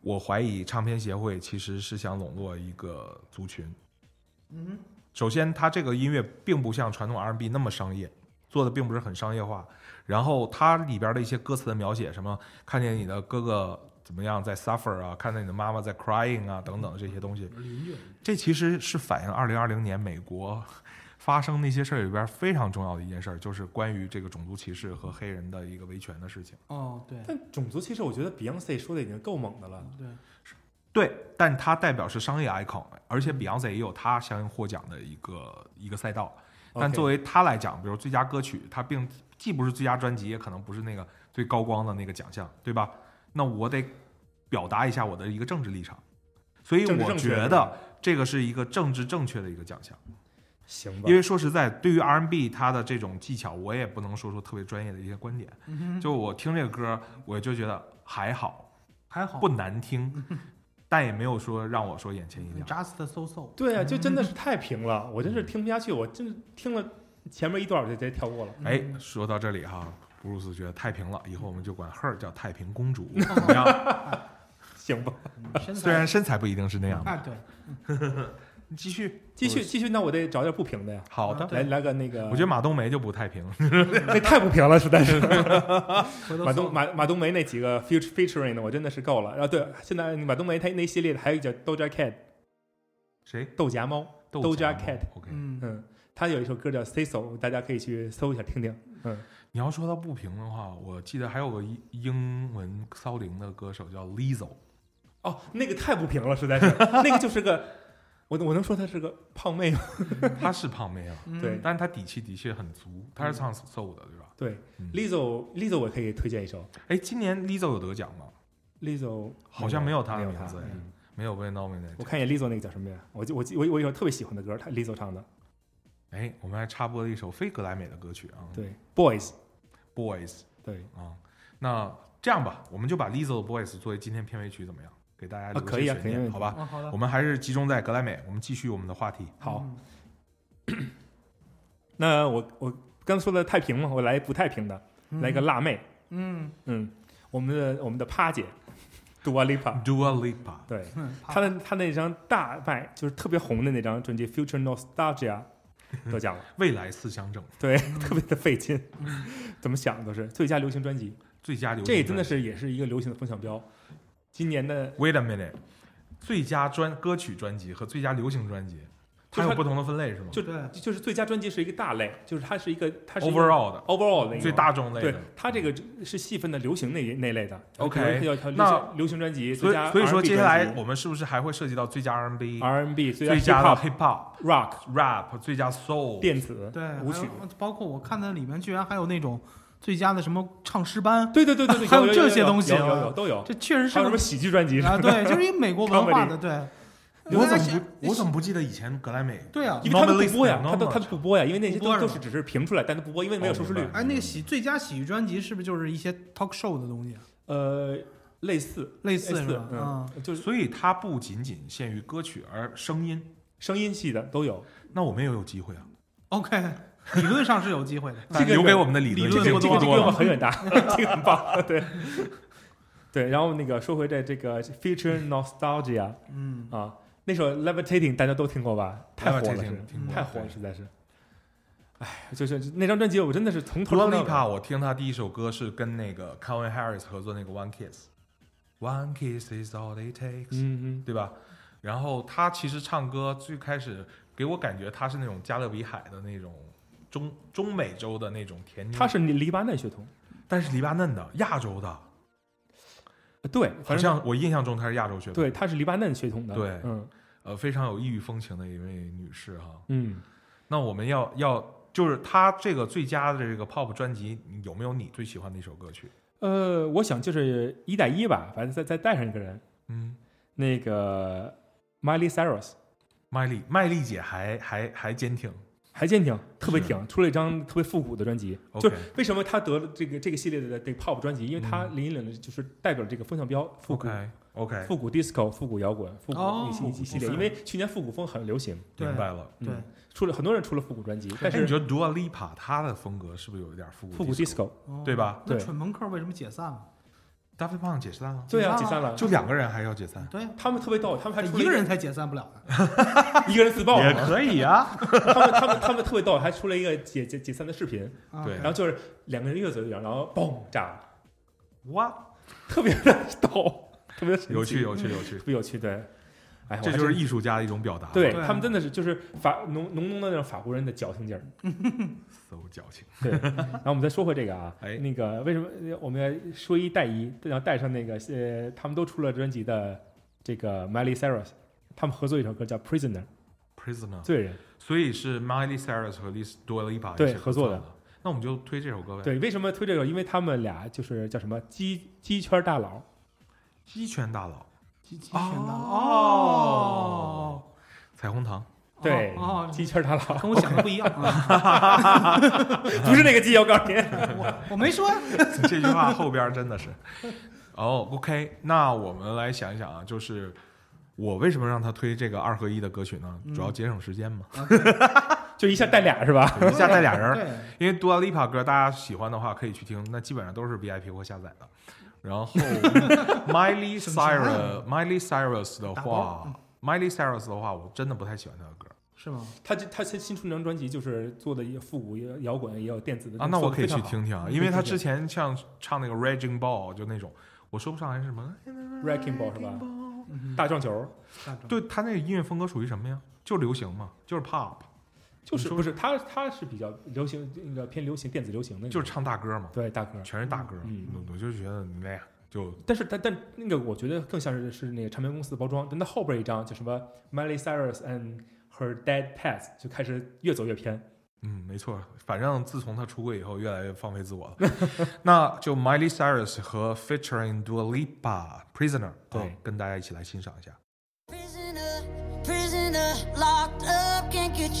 Speaker 3: 我怀疑唱片协会其实是想笼络一个族群。嗯，首先，它这个音乐并不像传统 R&B 那么商业，做的并不是很商业化。然后它里边的一些歌词的描写，什么看见你的哥哥怎么样在 suffer 啊，看见你的妈妈在 crying 啊，等等这些东西，这其实是反映2020年美国发生那些事儿里边非常重要的一件事儿，就是关于这个种族歧视和黑人的一个维权的事情。
Speaker 4: 哦，对
Speaker 5: 但种族歧视，我觉得 Beyonce 说的已经够猛的了。
Speaker 4: 对，
Speaker 3: 对，但它代表是商业 icon，
Speaker 5: 嗯
Speaker 3: 而且 Beyonce 也有它相应获奖的一个一个赛道。但
Speaker 5: OK
Speaker 3: 作为它来讲，比如最佳歌曲，它并既不是最佳专辑，也可能不是那个最高光的那个奖项，对吧？那我得表达一下我的一个政治立场，所以
Speaker 5: 政治
Speaker 3: 我
Speaker 5: 正确
Speaker 3: 觉
Speaker 5: 是吧
Speaker 3: 得这个是一个政治正确的一个奖项。
Speaker 5: 行吧，
Speaker 3: 因为说实在，对于 R&B 它的这种技巧，我也不能说出特别专业的一些观点。
Speaker 4: 嗯
Speaker 3: 就我听这个歌，我就觉得还好，
Speaker 4: 还好
Speaker 3: 不难听， 但也没有说让我说眼前一亮。
Speaker 4: Just So So。
Speaker 5: 对啊，就真的是太平了，我
Speaker 4: 嗯
Speaker 5: 真是听不下去，我真是听了前面一段我就直接跳过
Speaker 4: 嗯
Speaker 5: 了。
Speaker 3: 哎，说到这里哈，布鲁斯觉得太平了，以后我们就管 her 叫太平公 主，怎么样？
Speaker 5: 行吧，
Speaker 4: 嗯身材
Speaker 3: 虽然身材不一定是那样的。
Speaker 4: 啊，对，
Speaker 3: 你 继续，
Speaker 5: 继续继续，那我得找点不平的呀。
Speaker 3: 好的，
Speaker 5: 来来个那个，
Speaker 3: 我觉得马冬梅就不太平，
Speaker 5: 那太不平了，实在是。
Speaker 4: 回头
Speaker 5: 马
Speaker 4: 搜
Speaker 5: 冬马马冬梅那几个 feature featuring 的，我真的是够了。然后对，现在马冬梅她那系列的还有一个叫 Doja Cat
Speaker 3: 谁？
Speaker 5: 豆荚猫，Doja Cat
Speaker 3: OK，
Speaker 4: 嗯，
Speaker 5: 嗯，她有一首歌叫 Say So，大家可以去搜一下听听。
Speaker 4: 嗯
Speaker 3: 你要说到不平的话，我记得还有个英英文骚灵的歌手叫 Lizzo，
Speaker 5: 哦，那个太不平了，实在是，那个就是个，我我能说她是个胖妹吗？
Speaker 3: 她是胖妹啊，
Speaker 4: 嗯
Speaker 5: 对
Speaker 3: 但是她底气的确很足，她是唱 soul 的，对吧？
Speaker 5: 对
Speaker 3: 嗯
Speaker 5: ，Lizzo Lizzo 我可以推荐一首
Speaker 3: 哎，今年 Lizzo 有得奖吗？
Speaker 5: ，Lizzo
Speaker 3: 好像没有她
Speaker 5: 没
Speaker 3: 的
Speaker 5: 有
Speaker 3: 名字，哎
Speaker 5: 嗯
Speaker 3: 没有被 nominated
Speaker 5: 我。看一眼 Lizzo 那个叫什么呀？我就我记我我有一首特别喜欢的歌，她 Lizzo 唱的，
Speaker 3: 哎，我们还插播了一首非格莱美的歌曲啊，
Speaker 5: 对，Boys，
Speaker 3: ，Boys
Speaker 5: 对，
Speaker 3: 啊。那这样吧，我们就把 Lizzo 的 Boys 作为今天片尾曲怎么样？给大家留
Speaker 5: 啊
Speaker 3: 个
Speaker 5: 可以啊
Speaker 3: 悬
Speaker 5: 可以没
Speaker 3: 念
Speaker 5: 问题
Speaker 3: 好吧？
Speaker 4: 啊，好的
Speaker 3: 我，们还是集中在格莱美，我们继续我们的话题。
Speaker 5: 好，
Speaker 4: 嗯
Speaker 5: 那我我刚说的太平嘛，我来不太平的，来一个辣妹，
Speaker 4: 嗯，
Speaker 5: 嗯，我们的我们的趴姐，Dua Lipa，
Speaker 3: Dua Lipa，
Speaker 5: 对，
Speaker 4: 嗯
Speaker 5: 他的他那张大卖就是特别红的那张专辑《Future Nostalgia》得 奖了，
Speaker 3: 未来思想整
Speaker 5: 对，特别的费劲，怎么想都是最佳流行专辑，
Speaker 3: 最佳流行
Speaker 5: 这真的
Speaker 3: 专辑
Speaker 5: 是也是一个流行的风向标。今年的
Speaker 3: Wait a minute，最佳专歌曲专辑和最佳流行专辑，
Speaker 5: 就
Speaker 3: 它
Speaker 5: 是它
Speaker 3: 有不同的分类是吗？
Speaker 5: 就
Speaker 4: 对
Speaker 5: 就是最佳专辑是一个大类，就是它是一个它是一个
Speaker 3: overall 的
Speaker 5: overall 的一个
Speaker 3: 最大众类
Speaker 5: 对
Speaker 3: 的。
Speaker 5: 它这个是细分的流行那那类的。
Speaker 3: OK，
Speaker 5: 比如它叫它流行
Speaker 3: 那
Speaker 5: 流行专辑，最
Speaker 3: 所以
Speaker 5: 佳
Speaker 3: 所以说
Speaker 5: R&B
Speaker 3: 接下来
Speaker 5: 专辑
Speaker 3: 我们是不是还会涉及到最佳 R&B、
Speaker 5: R&B 最
Speaker 3: 最佳
Speaker 5: 佳
Speaker 3: 的
Speaker 5: hip
Speaker 3: hip hop、
Speaker 5: hop rock
Speaker 3: rap、最佳 soul、
Speaker 5: 电子
Speaker 4: 对，还有
Speaker 5: 舞曲，
Speaker 4: 包括我看的里面居然还有那种最佳的什么唱诗班，
Speaker 5: 对对对对对，
Speaker 4: 还有
Speaker 5: 有
Speaker 4: 这
Speaker 5: 有
Speaker 4: 些
Speaker 5: 有
Speaker 4: 东西
Speaker 5: 有有
Speaker 4: 啊
Speaker 5: 有都有。
Speaker 4: 这确实
Speaker 5: 还
Speaker 4: 是
Speaker 5: 有什么
Speaker 4: 个
Speaker 5: 喜剧专辑
Speaker 4: 啊，对，就是一美国文化的，对。
Speaker 3: 我怎
Speaker 4: 而
Speaker 3: 么
Speaker 4: 且
Speaker 3: 不我怎么不记得以前格莱美？
Speaker 4: 对啊
Speaker 5: 因为他们
Speaker 3: Normally
Speaker 5: 不播呀，
Speaker 3: Speaking
Speaker 5: 他都
Speaker 3: Normal
Speaker 5: 他都不播呀，因为那些
Speaker 4: 不播
Speaker 5: 都都
Speaker 4: 是吧
Speaker 5: 是只是评出来，但都不播，因为没有收视率
Speaker 3: 哦。
Speaker 4: 哎，那个喜最佳喜剧专辑是不是就是一些 talk show 的东西啊？
Speaker 5: 呃，类似
Speaker 4: 类似
Speaker 5: 似
Speaker 4: 是吧啊
Speaker 5: 嗯，就是
Speaker 3: 所以它不仅仅限于歌曲，而声音。
Speaker 5: 声音系的都有。
Speaker 3: 那我们也有机会啊，
Speaker 4: OK，理论上是有机会的。
Speaker 3: 但啊留给我们的理论
Speaker 4: 理论
Speaker 5: 这
Speaker 3: 已经
Speaker 5: 个
Speaker 4: 不
Speaker 5: 这
Speaker 3: 够
Speaker 5: 个这
Speaker 3: 多
Speaker 5: 个
Speaker 3: 了。
Speaker 5: 很远大， 这个很棒， 对。对，然后那个说回这这个 Future Nostalgia
Speaker 4: 嗯，
Speaker 5: 啊，那首 Levitating 大家都听过吧？太火了，是
Speaker 3: Levitating，听过
Speaker 5: 太火了，
Speaker 3: 对
Speaker 5: 实在是。哎，就是那张专辑，我真的是从头听
Speaker 3: Dua
Speaker 5: 到尾
Speaker 3: Lipa，我听他第一首歌是跟那个 Calvin Harris 合作那个 One Kiss。One kiss is all it takes。
Speaker 5: 嗯嗯，
Speaker 3: 对吧？然后他其实唱歌最开始给我感觉他是那种加勒比海的那种中中美洲的那种甜妞，
Speaker 5: 他是黎巴嫩血统，
Speaker 3: 嗯但是黎巴嫩的亚洲的，
Speaker 5: 对，
Speaker 3: 好
Speaker 5: 反正
Speaker 3: 像我印象中他是亚洲血统，
Speaker 5: 对，，他是黎巴嫩血统的，
Speaker 3: 对
Speaker 5: 嗯
Speaker 3: 呃，非常有异域风情的一位女士哈。
Speaker 5: 嗯。
Speaker 3: 那我们要要就是她这个最佳的这个 pop 专辑，你有没有你最喜欢的一首歌曲？
Speaker 5: 呃，我想就是一带一吧，反正再再带上一个人，
Speaker 3: 嗯，
Speaker 5: 那个 Miley Cyrus
Speaker 3: 麦丽麦丽姐还还还坚挺，
Speaker 5: 还坚挺，特别挺，出了一张特别复古的专辑。就
Speaker 3: OK
Speaker 5: 是为什么他得了这个这个系列的这个 pop 专辑，因为他
Speaker 3: 嗯
Speaker 5: 引领的就是代表了这个风向标，复古。
Speaker 3: OK OK，
Speaker 5: 复古 disco、复古摇滚、复古
Speaker 4: 哦
Speaker 5: 一系一系列，
Speaker 4: 是
Speaker 5: 因为去年复古风很流行，
Speaker 4: 对
Speaker 3: 明白了。
Speaker 5: 嗯
Speaker 4: 对，
Speaker 5: 出了很多人出了复古专辑，但
Speaker 3: 哎，
Speaker 5: 是
Speaker 3: 你觉得 Dua Lipa 她的风格是不是有一点复古
Speaker 5: 复古 disco
Speaker 4: 哦
Speaker 3: 对吧
Speaker 4: 那
Speaker 5: 对
Speaker 4: 蠢朋克为什么解散了？
Speaker 3: 大飞胖解散了，
Speaker 5: 对啊，解
Speaker 4: 解散
Speaker 5: 散
Speaker 4: 了
Speaker 5: 了，
Speaker 3: 就两个人还要解散，
Speaker 4: 对呀，啊
Speaker 5: 他们特别逗，他们还
Speaker 4: 他
Speaker 5: 出了
Speaker 4: 一个人才解散不了呢。
Speaker 5: 一个人自爆嘛，
Speaker 3: 以啊。
Speaker 5: 他们他们他们特别逗，还出了一个解解解散的视频，
Speaker 4: 啊
Speaker 3: 对
Speaker 5: 然后就是两个人乐嘴然后嘣炸了，
Speaker 3: 哇，
Speaker 5: 特别的逗，特别的神奇
Speaker 3: 有趣，有趣，有趣
Speaker 5: 特，别有趣，对，哎，我
Speaker 3: 这
Speaker 5: 还
Speaker 3: 就是
Speaker 5: 真
Speaker 3: 艺术家的一种表达。啊
Speaker 5: 对
Speaker 4: 对
Speaker 5: 他们真的是就是法浓浓浓的那种法国人的矫情劲儿。
Speaker 3: ，so 矫情。
Speaker 5: 对，然后我们再说回这个啊，
Speaker 3: 哎
Speaker 5: 那个为什么呃我们要说一带一，然后带上那个呃，他们都出了专辑的这个 Miley Cyrus，他们合作一首歌叫《Prisoner》
Speaker 3: Prisoner，
Speaker 5: 罪人。
Speaker 3: 嗯所以是 Miley Cyrus 和 Lis Dua Lipa
Speaker 5: 对
Speaker 3: 一起
Speaker 5: 合作的
Speaker 3: 的。那我们就推这首歌呗。，
Speaker 5: 对，为什么推这首？因为他们俩就是叫什么鸡鸡圈大佬，
Speaker 3: 鸡圈大佬，
Speaker 4: 鸡鸡选到了
Speaker 3: 哦
Speaker 4: 哦，
Speaker 3: 彩虹糖。
Speaker 5: 对，
Speaker 4: 哦，
Speaker 5: 鸡圈大
Speaker 4: 跟
Speaker 5: 佬，
Speaker 4: 我想的不 一样啊！
Speaker 5: 不是那个鸡，我告诉你。
Speaker 4: 我我没说啊呀，
Speaker 3: 这句话后边真的是。哦、o k 那我们来想一想啊，就是我为什么让他推这个二合一的歌曲呢？主
Speaker 4: 嗯
Speaker 3: 要节省时间嘛，
Speaker 5: 就一下带俩是吧？
Speaker 3: 一下带俩人儿。
Speaker 4: 啊对，
Speaker 3: 因为 Dua Lipa 歌大家喜欢的话可以去听，那基本上都是 VIP 或下载 的。然后 Miley
Speaker 4: 省钱啊
Speaker 3: Cyrus Miley Cyrus 的
Speaker 4: 打包嗯
Speaker 3: 话， Miley Cyrus 的话，我真的不太喜欢她的歌
Speaker 4: 是吗？
Speaker 5: 他这他新新出那张专辑就是做的也复古也有摇滚也有电子的
Speaker 3: 啊。那我可以去听听，啊，
Speaker 5: 嗯
Speaker 3: 因为她之
Speaker 5: 前
Speaker 3: 前像唱那个 Raging Ball 就那种，我说不上来是什么。
Speaker 5: Wrecking Ball 是吧？
Speaker 4: 嗯
Speaker 5: 嗯大撞球
Speaker 4: 大众
Speaker 3: 对她那个音乐风格属于什么呀？就流行嘛，就是 pop，
Speaker 5: 就是
Speaker 3: 你说
Speaker 5: 不是他他是比较流行那个偏流行电子流行的那种，
Speaker 3: 就是唱大歌嘛，
Speaker 5: 对大哥。
Speaker 3: 全是大歌。
Speaker 5: 嗯嗯
Speaker 3: 我就觉得那样就
Speaker 5: 但是但但那个我觉得更像是是那个唱片公司的包装。但它后边一张叫什么 Miley Cyrus and Her Dead Pets 就开始越走越偏。
Speaker 3: 嗯，没错。反正自从他出柜以后，越来越放飞自我 了。那就 Miley Cyrus 和 featuring Dua Lipa Prisoner，
Speaker 5: 对
Speaker 3: 啊跟大家一起来欣赏一下。
Speaker 2: Prisoner, prisoner, locked up, can't get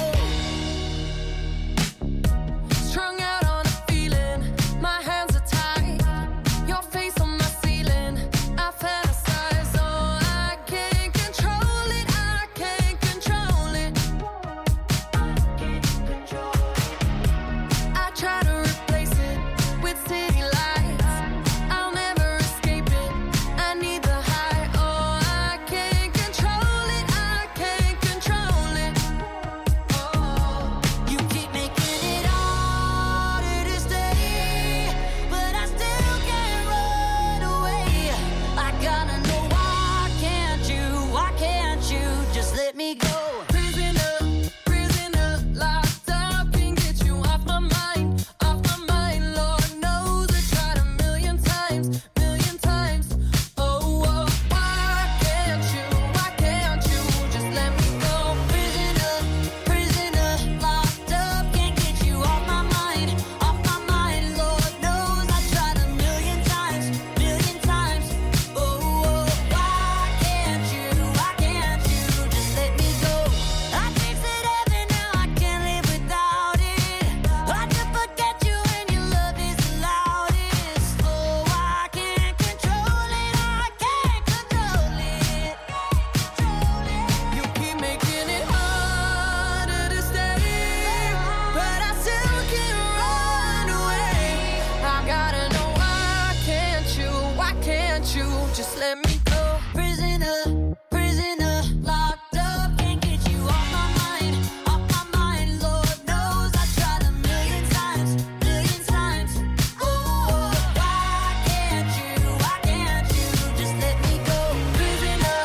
Speaker 8: Strung out on a feeling, my hands are tied. Your face on my ceiling, I fantasize. Oh, I can't control it, I can't control it. I try to replace it with city lights. I'll never escape it. I need the high. Oh, I can't control it, I can't control it. Oh.
Speaker 2: You keep making it harder to stay, but I still can't run away. I gotta know why can't you, why can't you just let me go?
Speaker 8: Prisoner, prisoner, locked up, can't get you off my mind, off my mind. Lord knows I tried a million times, million times. Oh, oh, why can't you, why can't you just let me go?
Speaker 2: Prisoner, prisoner, locked up, can't get you off my mind, off my mind. Lord knows I tried a million times, million times. Oh, why can't you, why can't you just let me go? I fix it every now, I can't live without it. Hard to forget you when your love is the loudest. Oh, I can't control it, I can't control it.
Speaker 8: You keep making it harder to stay, but I still can't run away. I gotta know why can't you? Why can't you just let me go?
Speaker 2: Prisoner, prisoner, locked up, can't get you off my mind, off my mind. Lord knows I tried a million times, million times. Oh, why can't you, why can't you just let me go?
Speaker 8: Prisoner,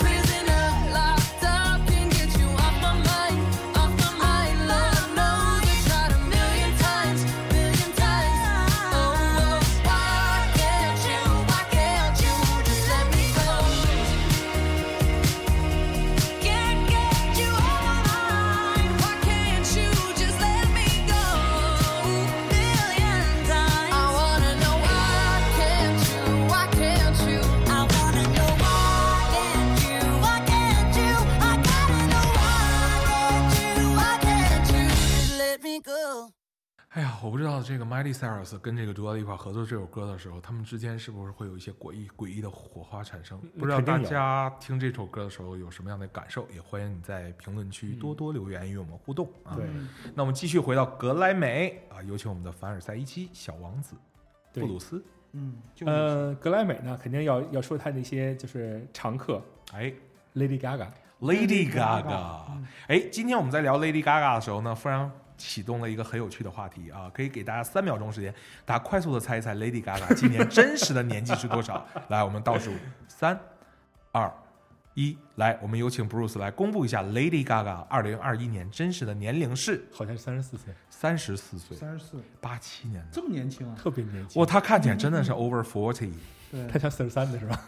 Speaker 8: prisoner, locked up, can't get you off my mind, off my mind. Lord knows I tried a million times, million times. Oh, why can't you? Why can't you just let me go?
Speaker 2: Can't get you off my mind. Why can't you just let me go? Million times.
Speaker 8: I wanna know why can't you, why can't you?
Speaker 2: I wanna know why can't you, why can't you? I gotta know why can't you, why can't you just let me go?
Speaker 3: 哎呀，我不知道这个 Miley Cyrus 跟这个 Dua Lipa 合作这首歌的时候，他们之间是不是会有一些诡异诡异的火花产生？不知
Speaker 5: 嗯
Speaker 3: 道
Speaker 5: 肯定
Speaker 3: 大
Speaker 5: 有
Speaker 3: 家听这首歌的时候有什么样的感受？也欢迎你在评论区多多留言与我们互动啊。
Speaker 5: 嗯对，
Speaker 3: 那我们继续回到格莱美啊，有请我们的凡尔赛一期小王子
Speaker 5: 对
Speaker 3: 布鲁斯。
Speaker 4: 嗯，
Speaker 5: 呃，格莱美呢肯定要要说他那些就是常客
Speaker 3: 哎
Speaker 5: Lady Gaga，
Speaker 3: ，Lady Gaga，哎，今天我们在聊 Lady Gaga 的时候呢，忽然启动了一个很有趣的话题啊，可以给大家三秒钟时间，大家快速的猜一猜 Lady Gaga 今年真实的年纪是多少？来，我们倒数三、二、一，来，我们有请 Bruce 来公布一下 Lady Gaga 二零二一年真实的年龄是
Speaker 5: 好像是三十四岁，
Speaker 3: 三十四岁，
Speaker 4: 三十四，
Speaker 3: 八七年的。
Speaker 4: 这么年轻啊？
Speaker 5: 特别年轻。
Speaker 3: 哇，她看起来真的是哦 over forty。
Speaker 4: 对，
Speaker 5: 他像四十三的是吧？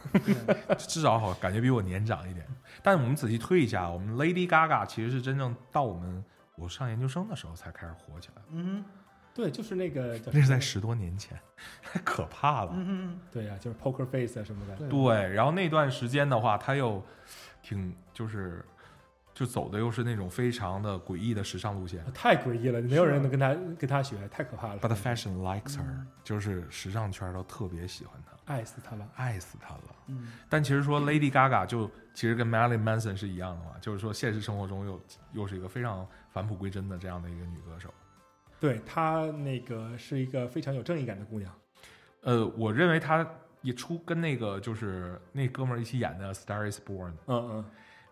Speaker 3: 至少好感觉比我年长一点。但我们仔细推一下，我们 Lady Gaga 其实是真正到我们我上研究生的时候才开始火起来，
Speaker 4: 嗯
Speaker 5: 对，就是那个叫
Speaker 3: 那是在十多年前， 太可怕了。
Speaker 4: 嗯
Speaker 5: 对呀、就是 Poker Face 啊什么的。
Speaker 4: 对
Speaker 3: 对，然后那段时间的话，她又挺就是就走的又是那种非常的诡异的时尚路线。
Speaker 5: 太诡异了，没有人
Speaker 4: 啊
Speaker 5: 能跟他跟他学，太可怕了。嗯
Speaker 3: But the fashion likes her，就是时尚圈都特别喜欢她。
Speaker 4: 爱死他了。
Speaker 3: 爱死他了。
Speaker 4: 嗯
Speaker 3: 但其实说 Lady Gaga 就其实跟 Marilyn Manson 是一样的嘛，就是说现实生活中又又是一个非常返璞归真的这样的一个女歌手。
Speaker 5: 对她那个是一个非常有正义感的姑娘。
Speaker 3: 呃，我认为她一出跟那个就是那哥们儿一起演的《Star Is Born》，
Speaker 5: 嗯嗯，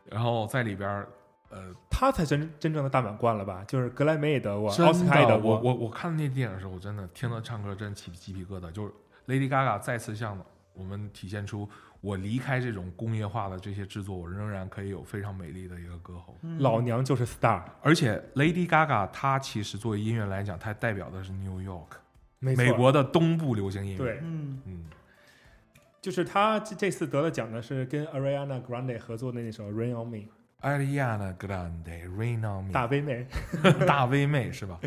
Speaker 3: 然后在里边儿，呃，
Speaker 5: 她才真真正的大满贯了吧？就是格莱美也得过，
Speaker 3: 真
Speaker 5: 奥斯卡也
Speaker 3: 的，
Speaker 5: 得
Speaker 3: 我
Speaker 5: 过。
Speaker 3: 我我看那电影的时候，我真的听她唱歌真起鸡皮疙瘩。就是 Lady Gaga 再次向我们体现出，我离开这种工业化的这些制作，我仍然可以有非常美丽的一个歌喉。
Speaker 5: 老娘就是 star，
Speaker 3: 而且 Lady Gaga 她其实作为音乐来讲，她代表的是 New York，
Speaker 5: 没错
Speaker 3: 美国的东部流行音乐。
Speaker 5: 对，
Speaker 4: 嗯，
Speaker 3: 嗯，
Speaker 5: 就是她这这次得了奖的是跟 Ariana Grande 合作的那首《Rain on Me》，
Speaker 3: Ariana Grande Rain on Me，
Speaker 5: 大 V 妹。
Speaker 3: 大 V 妹是吧？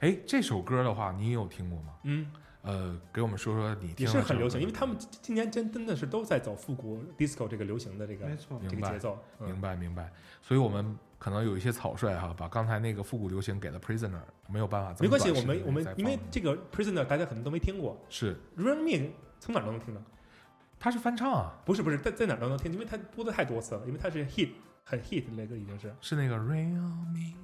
Speaker 3: 哎，这首歌的话，你有听过吗？
Speaker 5: 嗯，
Speaker 3: 呃，给我们说说你听
Speaker 5: 也是
Speaker 3: 了这首
Speaker 5: 很流
Speaker 3: 歌
Speaker 5: 行，因为他们今今年真真的是都在走复古 disco 这个流行的这个
Speaker 4: 没错。
Speaker 5: 这
Speaker 3: 明
Speaker 5: 个节
Speaker 3: 白
Speaker 5: 奏。嗯
Speaker 3: 明白明白，所以我们可能有一些草率哈，把刚才那个复古流行给了 Prisoner，没有办法啊这
Speaker 5: 没
Speaker 3: 么
Speaker 5: 关
Speaker 3: 短时
Speaker 5: 系，
Speaker 3: 间
Speaker 5: 我
Speaker 3: 内再放。
Speaker 5: 们我们因为这个 Prisoner 大家可能都没听过
Speaker 3: 是
Speaker 5: ，Run Me 从哪儿都能听到，
Speaker 3: 它是翻唱啊，
Speaker 5: 不是不是，在在哪儿都能听，因为它播的太多次了，因为它是 hit 很 hit 的那个已经是，
Speaker 3: 是那个 Rain on Me，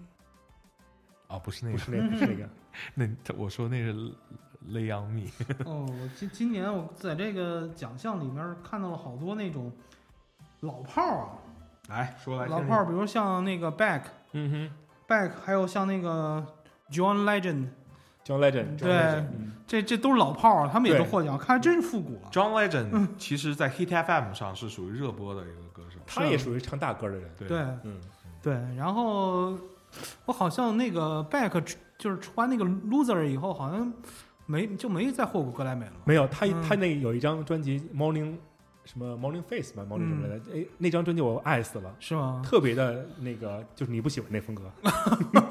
Speaker 3: 啊、不是那
Speaker 5: 不
Speaker 3: 个，
Speaker 5: 是那个不是那个，
Speaker 3: 那这我说那是 Lay on Me，
Speaker 4: 哦，我今今年我在这个奖项里面看到了好多那种老炮儿啊，
Speaker 3: 来说来
Speaker 4: 老炮儿，比如像那个 Back
Speaker 5: 哎嗯哼
Speaker 4: Back，还有像那个 John Legend，
Speaker 5: ，John Legend，
Speaker 4: 对
Speaker 5: John Legend，嗯
Speaker 4: 这这都是老炮儿，啊他们也都
Speaker 5: 对
Speaker 4: 获奖，看来真是复古了。嗯
Speaker 3: John Legend 其实，在 Hit FM 上是属于热播的一个歌手。
Speaker 5: 他也属于唱大歌的人，
Speaker 3: 对
Speaker 4: 对
Speaker 5: 嗯，
Speaker 4: 对，然后我好像那个 Back 出就是穿那个 Loser 以后，好像没就没再获过格莱美了。
Speaker 5: 没有他
Speaker 4: 嗯
Speaker 5: 他那有一张专辑 Morning 什么 Morning Face 吧，Morning 什么来
Speaker 3: 嗯
Speaker 5: 着？哎，那张专辑我爱死了。
Speaker 4: 是吗？
Speaker 5: 特别的那个，就是你不喜欢那风 格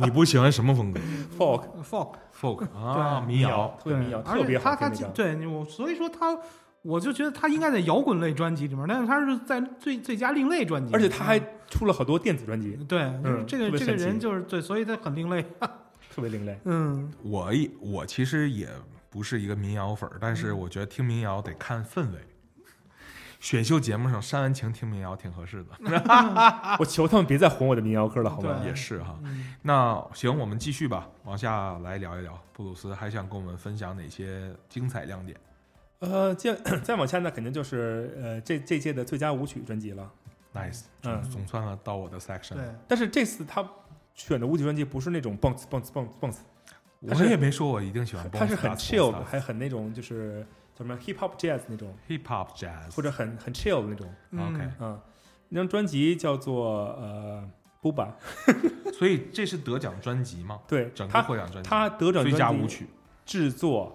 Speaker 3: 你不喜欢什么风格
Speaker 5: ，folk
Speaker 4: Folk
Speaker 3: ？Folk 啊，民谣。
Speaker 5: 特
Speaker 4: 对
Speaker 5: 别民谣，，
Speaker 4: 而
Speaker 5: 特
Speaker 4: 且
Speaker 5: 别
Speaker 4: 他
Speaker 5: 好
Speaker 4: 他
Speaker 5: 听那张。
Speaker 4: 对你我，所以说他，我就觉得他应该在摇滚类专辑里面，但是他是在最最佳另类专辑里面，嗯
Speaker 5: 而且他还出了好多电子专辑，
Speaker 4: 对，就是
Speaker 5: 嗯
Speaker 4: 这个
Speaker 5: 特别
Speaker 4: 这
Speaker 5: 神
Speaker 4: 个
Speaker 5: 奇
Speaker 4: 人就是对，所以他很另类。啊
Speaker 5: 特别另类。
Speaker 4: 嗯，
Speaker 3: 我一我其实也不是一个民谣粉儿，但
Speaker 4: 嗯
Speaker 3: 是我觉得听民谣得看氛围。选秀节目上煽完情听民谣挺合适
Speaker 4: 嗯
Speaker 3: 的，
Speaker 5: 我求他们别再混我的民谣歌了，好吗
Speaker 4: 对？
Speaker 3: 也是哈。那行，我们继续吧，往下来聊一聊。布鲁斯还想跟我们分享哪些精彩亮点？
Speaker 5: 呃，接再 往下那肯定就是呃这这届的最佳舞曲专辑了。
Speaker 3: Nice，
Speaker 5: 嗯
Speaker 3: 总算了到我的 section
Speaker 4: 对
Speaker 3: 了。，
Speaker 5: 但是这次他选的舞曲专辑不是那种蹦次蹦次蹦次蹦次，
Speaker 3: 我
Speaker 5: 它是
Speaker 3: 也没说我一定喜欢 Bones
Speaker 5: 它是很
Speaker 3: Guts，Bones
Speaker 5: chill 的，
Speaker 3: Guts
Speaker 5: 还很那种就是叫什么 hip hop jazz 那种，
Speaker 3: hip hop jazz
Speaker 5: 或者很很 chill 的那种。
Speaker 4: 嗯
Speaker 3: OK，
Speaker 5: 嗯，那张专辑叫做呃 Booba，
Speaker 3: 所以这是得奖专辑吗？
Speaker 5: 对
Speaker 3: 整个
Speaker 5: 他
Speaker 3: 获奖专辑，
Speaker 5: 他得奖
Speaker 3: 最佳
Speaker 5: 专
Speaker 3: 舞
Speaker 5: 辑
Speaker 3: 曲，
Speaker 5: 制作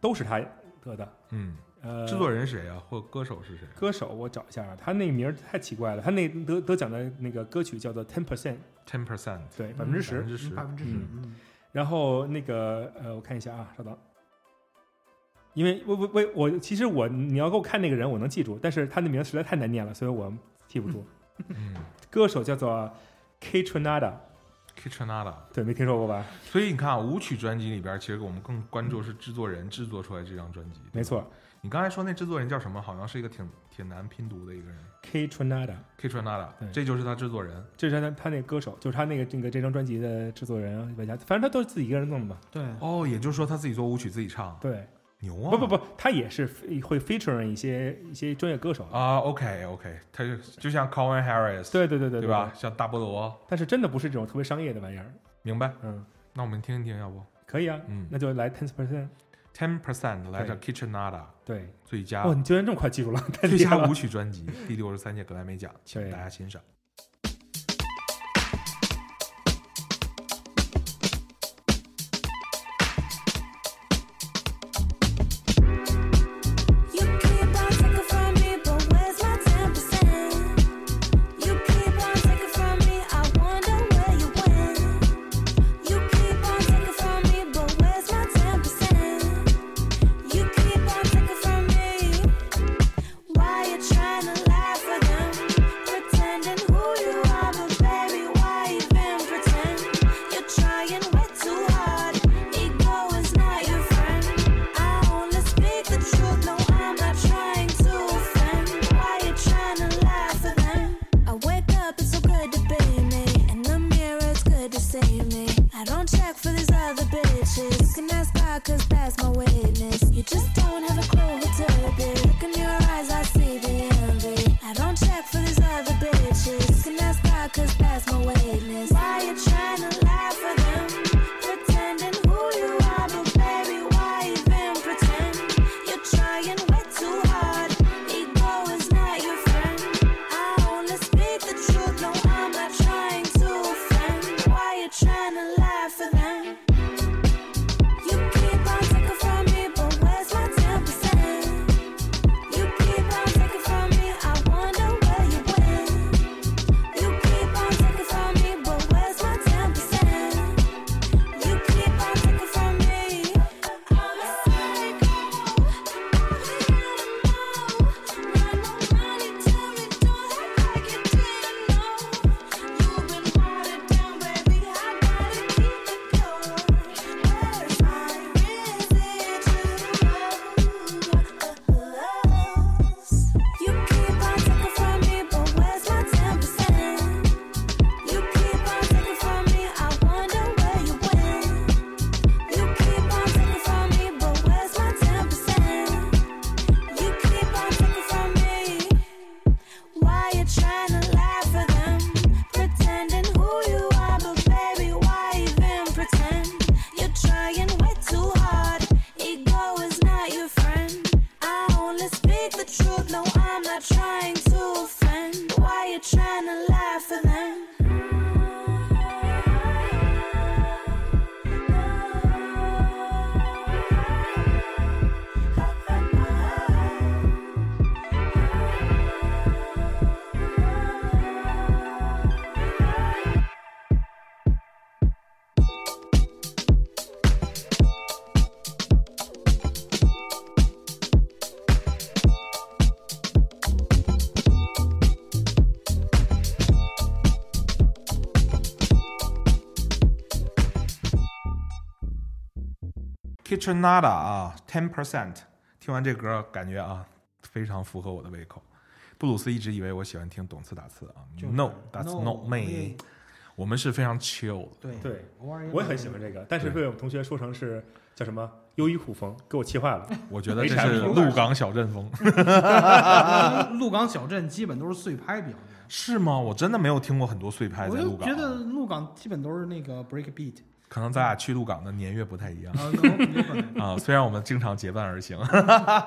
Speaker 5: 都是他得的。
Speaker 3: 嗯，
Speaker 5: 呃，
Speaker 3: 制作人谁啊？或歌手是谁？
Speaker 5: 歌手我找一下，啊他那名儿太奇怪了，他那得得奖的那个歌曲叫做 Ten Percent，
Speaker 3: Ten Percent，嗯
Speaker 5: 对，百分之
Speaker 3: 百
Speaker 5: 十
Speaker 3: 分。之十
Speaker 4: 百。分之十，嗯
Speaker 5: 然后那个呃，我看一下啊，稍等。因为我我我我其实我你要给我看那个人，我能记住，但是他的名字实在太难念了，所以 我记不住。
Speaker 3: 嗯
Speaker 5: 歌手叫做 K Tronada，
Speaker 3: ，Kitchenada。
Speaker 5: 对，没听说过吧？
Speaker 3: 所以你看啊，舞曲专辑里边，其实我们更关注是制作人制作出来这张专辑。
Speaker 5: 没错
Speaker 3: 你刚才说那制作人叫什么？好像是一个挺挺难拼读的一个人
Speaker 5: ，K Tronada，对
Speaker 3: ，Kitchenada，这就是他制作人。
Speaker 5: 这是他他那个歌手，就是他那个这个这张专辑的制作人，外加反正他都是自己一个人弄的嘛。
Speaker 4: 对，
Speaker 3: 哦，也就是说他自己做舞曲自己唱，
Speaker 5: 对，
Speaker 3: 牛啊！
Speaker 5: 不不不，他也是会 featuring 一些一些专业歌手。
Speaker 3: 啊，OK OK，他就就像 Colin Harris，
Speaker 5: 对对对对
Speaker 3: 对吧？？像大菠萝，
Speaker 5: 但是真的不是这种特别商业的玩意儿。
Speaker 3: 明白？
Speaker 5: 嗯，
Speaker 3: 那我们听一听，要不？
Speaker 5: 可以啊，
Speaker 3: 嗯
Speaker 5: 那就来 ten percent。
Speaker 3: Ten Percent 来自
Speaker 5: 对
Speaker 3: Kitchenada
Speaker 5: 对，
Speaker 3: 最佳
Speaker 5: 哇，你居然这么快记住了，太
Speaker 3: 啊最
Speaker 5: 厉害
Speaker 3: 佳
Speaker 5: 了
Speaker 3: 舞。曲专 辑第六十三届格莱美奖，请
Speaker 5: 对
Speaker 3: 大家欣赏。
Speaker 2: You keep on taking from me, but where's my 10%? You keep on taking from me, I wonder where you went. You keep on taking from me, but where's my 10%? You keep on taking from me. Why you trying to lie for them? Pretending who
Speaker 3: Kitchenada 啊，Ten Percent。听完这歌，感觉啊，非常符合我的胃口。布鲁斯一直以为我喜欢听懂词打词啊
Speaker 4: 就是
Speaker 3: ，No，that's
Speaker 4: No
Speaker 3: not me
Speaker 4: way。
Speaker 3: 我们是非常 chill 的，
Speaker 4: 对
Speaker 5: 对，我
Speaker 4: 我
Speaker 5: 也很喜欢这个，但是
Speaker 3: 对
Speaker 5: 被我们同学说成是叫什么优衣库风，给我气坏了。
Speaker 3: 我觉得
Speaker 5: 没
Speaker 3: 这
Speaker 5: 啥
Speaker 3: 是
Speaker 5: 说法
Speaker 3: 鹿港小镇风，
Speaker 4: 鹿港小镇基本都是碎拍表演。
Speaker 3: 是吗？我真的没有听过很多碎拍
Speaker 4: 我
Speaker 3: 在
Speaker 4: 就
Speaker 3: 鹿港
Speaker 4: 觉，得鹿港基本都是那个 break beat，
Speaker 3: 可能咱俩去鹿港的年月不太一样。
Speaker 4: 啊，有有可能
Speaker 3: 啊、虽然我们经常结伴而行，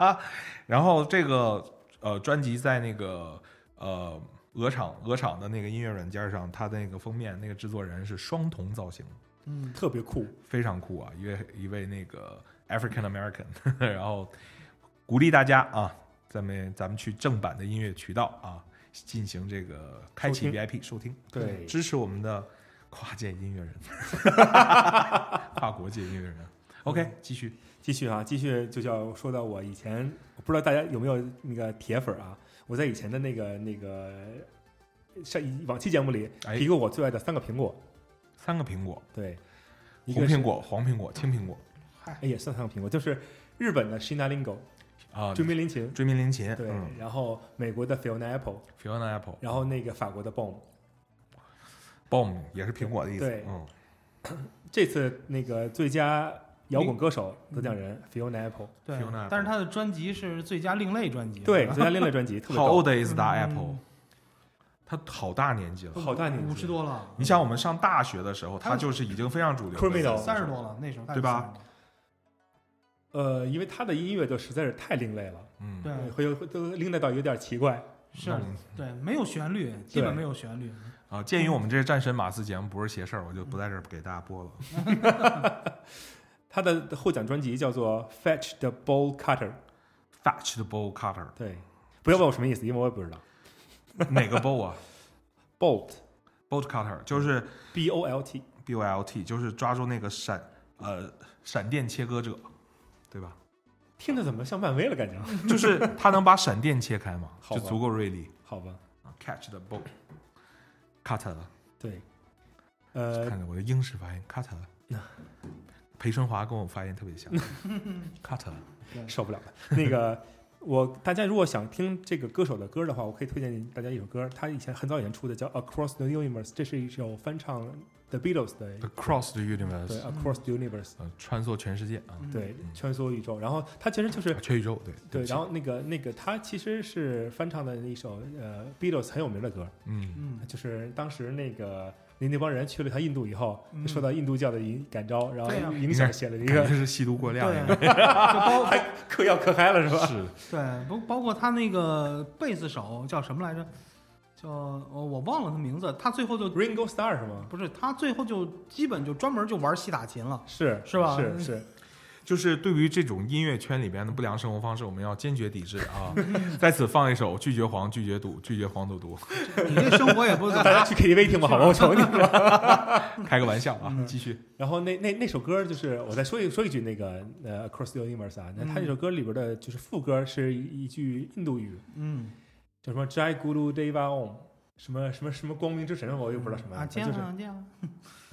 Speaker 3: 然后这个呃专辑在那个呃鹅厂鹅厂的那个音乐软件上，它的那个封面那个制作人是双瞳造型，
Speaker 4: 嗯，
Speaker 5: 特别酷，
Speaker 3: 非常酷啊，一位一位那个 African American，然 后鼓励大家啊，咱们咱们去正版的音乐渠道啊，进行这个开启
Speaker 5: 收听
Speaker 3: VIP 收听，
Speaker 5: 对
Speaker 3: 支持我们的跨界 音乐人，跨国界音乐人。OK，继续。
Speaker 5: 继续啊，继续就叫说到我以前，我不知道大家有没有那个铁粉啊？我在以前的那个那个上一往期节目里
Speaker 3: 哎
Speaker 5: 提过我最爱的三个苹果，
Speaker 3: 三个苹果，
Speaker 5: 对，一
Speaker 3: 红
Speaker 5: 个是
Speaker 3: 苹，果、黄苹果、青苹果
Speaker 5: 哎也算三个苹果，就是日本的 Shina Lingo
Speaker 3: 啊，
Speaker 5: 追名林琴，
Speaker 3: 追名林琴，
Speaker 5: 对，
Speaker 3: 嗯
Speaker 5: 然后美国的 Fiona Apple，
Speaker 3: ，Fiona Apple，
Speaker 5: 然后那个法国的 Bomb。
Speaker 3: Bomb 也是苹果的意思
Speaker 5: 对，
Speaker 3: 嗯，
Speaker 5: 这次那个最佳摇滚歌手得奖人 Fiona Apple，
Speaker 4: 对
Speaker 3: 嗯 Fiona Apple。
Speaker 4: 但是他的专辑是最佳另类专辑，
Speaker 5: 啊对，
Speaker 4: 吧
Speaker 5: 最佳另类专辑，特别
Speaker 3: 好
Speaker 5: 逗
Speaker 3: old is that
Speaker 4: 嗯
Speaker 3: Apple？他好大年纪了。
Speaker 5: 好大年纪，
Speaker 4: 五十多了，
Speaker 3: 你像我们上大学的时候，
Speaker 4: 他
Speaker 3: 他就是已经非常主流的
Speaker 5: Criminal
Speaker 4: 三十多了，那时候大概
Speaker 3: 对吧
Speaker 5: 呃，因为他的音乐就实在是太另类了，
Speaker 3: 嗯，
Speaker 4: 30了？
Speaker 5: 会有会都另类到有点奇怪。嗯
Speaker 4: 对，是
Speaker 3: 那你，
Speaker 4: 对，没有旋律，基本没有旋 律。
Speaker 3: 啊，鉴于我们这战神马斯节目不是邪事儿，我就不在这儿给大家播了。
Speaker 5: 他的获奖专辑叫做《Fetch the Bowl Cutter》，
Speaker 3: Fetch the bowl cutter，
Speaker 5: 对，不要问我什么意思，因为我也不知道。
Speaker 3: 哪个 bowl 啊
Speaker 5: Bolt
Speaker 3: ？Bolt cutter 就是
Speaker 5: B O L T，
Speaker 3: B O L T，就是抓住那个闪呃闪电切割者，对吧？
Speaker 5: 听着怎么像漫威了？感觉
Speaker 3: 就是他能把闪电切开嘛，
Speaker 5: 好
Speaker 3: 就
Speaker 5: 吧
Speaker 3: 足够锐利。
Speaker 5: 好吧？
Speaker 3: 啊 Catch the ball, cut 了，
Speaker 5: 对，呃
Speaker 3: 看，看我的英式发音，cut 了。 裴春华跟我发音特别像，cut 了。
Speaker 5: 受不了了。那个，我大家如果想听这个歌手的歌的话，我可以推荐大家一首歌，他以前很早以前出的叫《Across the Universe》，这是一首翻唱 The Beatles 的，
Speaker 3: Across the
Speaker 5: 对，《
Speaker 3: universe，
Speaker 5: Across the Universe
Speaker 3: 呃，穿梭全世界啊，》，
Speaker 5: 对，穿梭宇宙。然后他其实就是
Speaker 3: 全宇宙，对
Speaker 5: 对，
Speaker 3: 不起
Speaker 5: 然后那个那个他其实是翻唱的一首呃 Beatles 很有名的歌，
Speaker 3: 嗯，
Speaker 4: 嗯，
Speaker 5: 就是当时那个那那帮人去了他印度以后，
Speaker 4: 嗯
Speaker 5: 受到印度教的影感召，然后
Speaker 4: 对呀啊
Speaker 5: 影响写了一
Speaker 3: 应该
Speaker 5: 个啊
Speaker 3: 是吸毒过量，应
Speaker 4: 对，
Speaker 3: 该
Speaker 4: 就 包
Speaker 5: 嗑药嗑嗨了是吧？
Speaker 3: 是
Speaker 4: 对，不包括他那个贝斯手叫什么来着？叫哦我忘了他名字，他最后就
Speaker 5: Ringo Starr 是吗？
Speaker 4: 不是他最后就基本就专门就玩西打琴了。
Speaker 5: 是嗯
Speaker 4: 是吧
Speaker 5: 是 是，
Speaker 3: 就是对于这种音乐圈里边的不良生活方式，我们要坚决抵制 啊！在此放一首《拒绝黄，拒绝赌，拒绝 黄赌毒
Speaker 4: 你这生活也不是
Speaker 5: 大家去 KTV 听吧，好吧，我求你了。》，
Speaker 3: 开个玩笑
Speaker 4: 嗯
Speaker 5: 嗯
Speaker 3: 啊，继续。
Speaker 5: 然后那那那首歌就是我再说一说一句那个呃 Across the Universe 啊，那他那首歌里边的就是副歌是一一句印度语，
Speaker 4: 嗯
Speaker 5: 叫什么 Jai Guru Deva Om，什么什么什么光明之神，我又不知道什么，
Speaker 4: 啊，这
Speaker 5: 就是嗯
Speaker 4: 样这样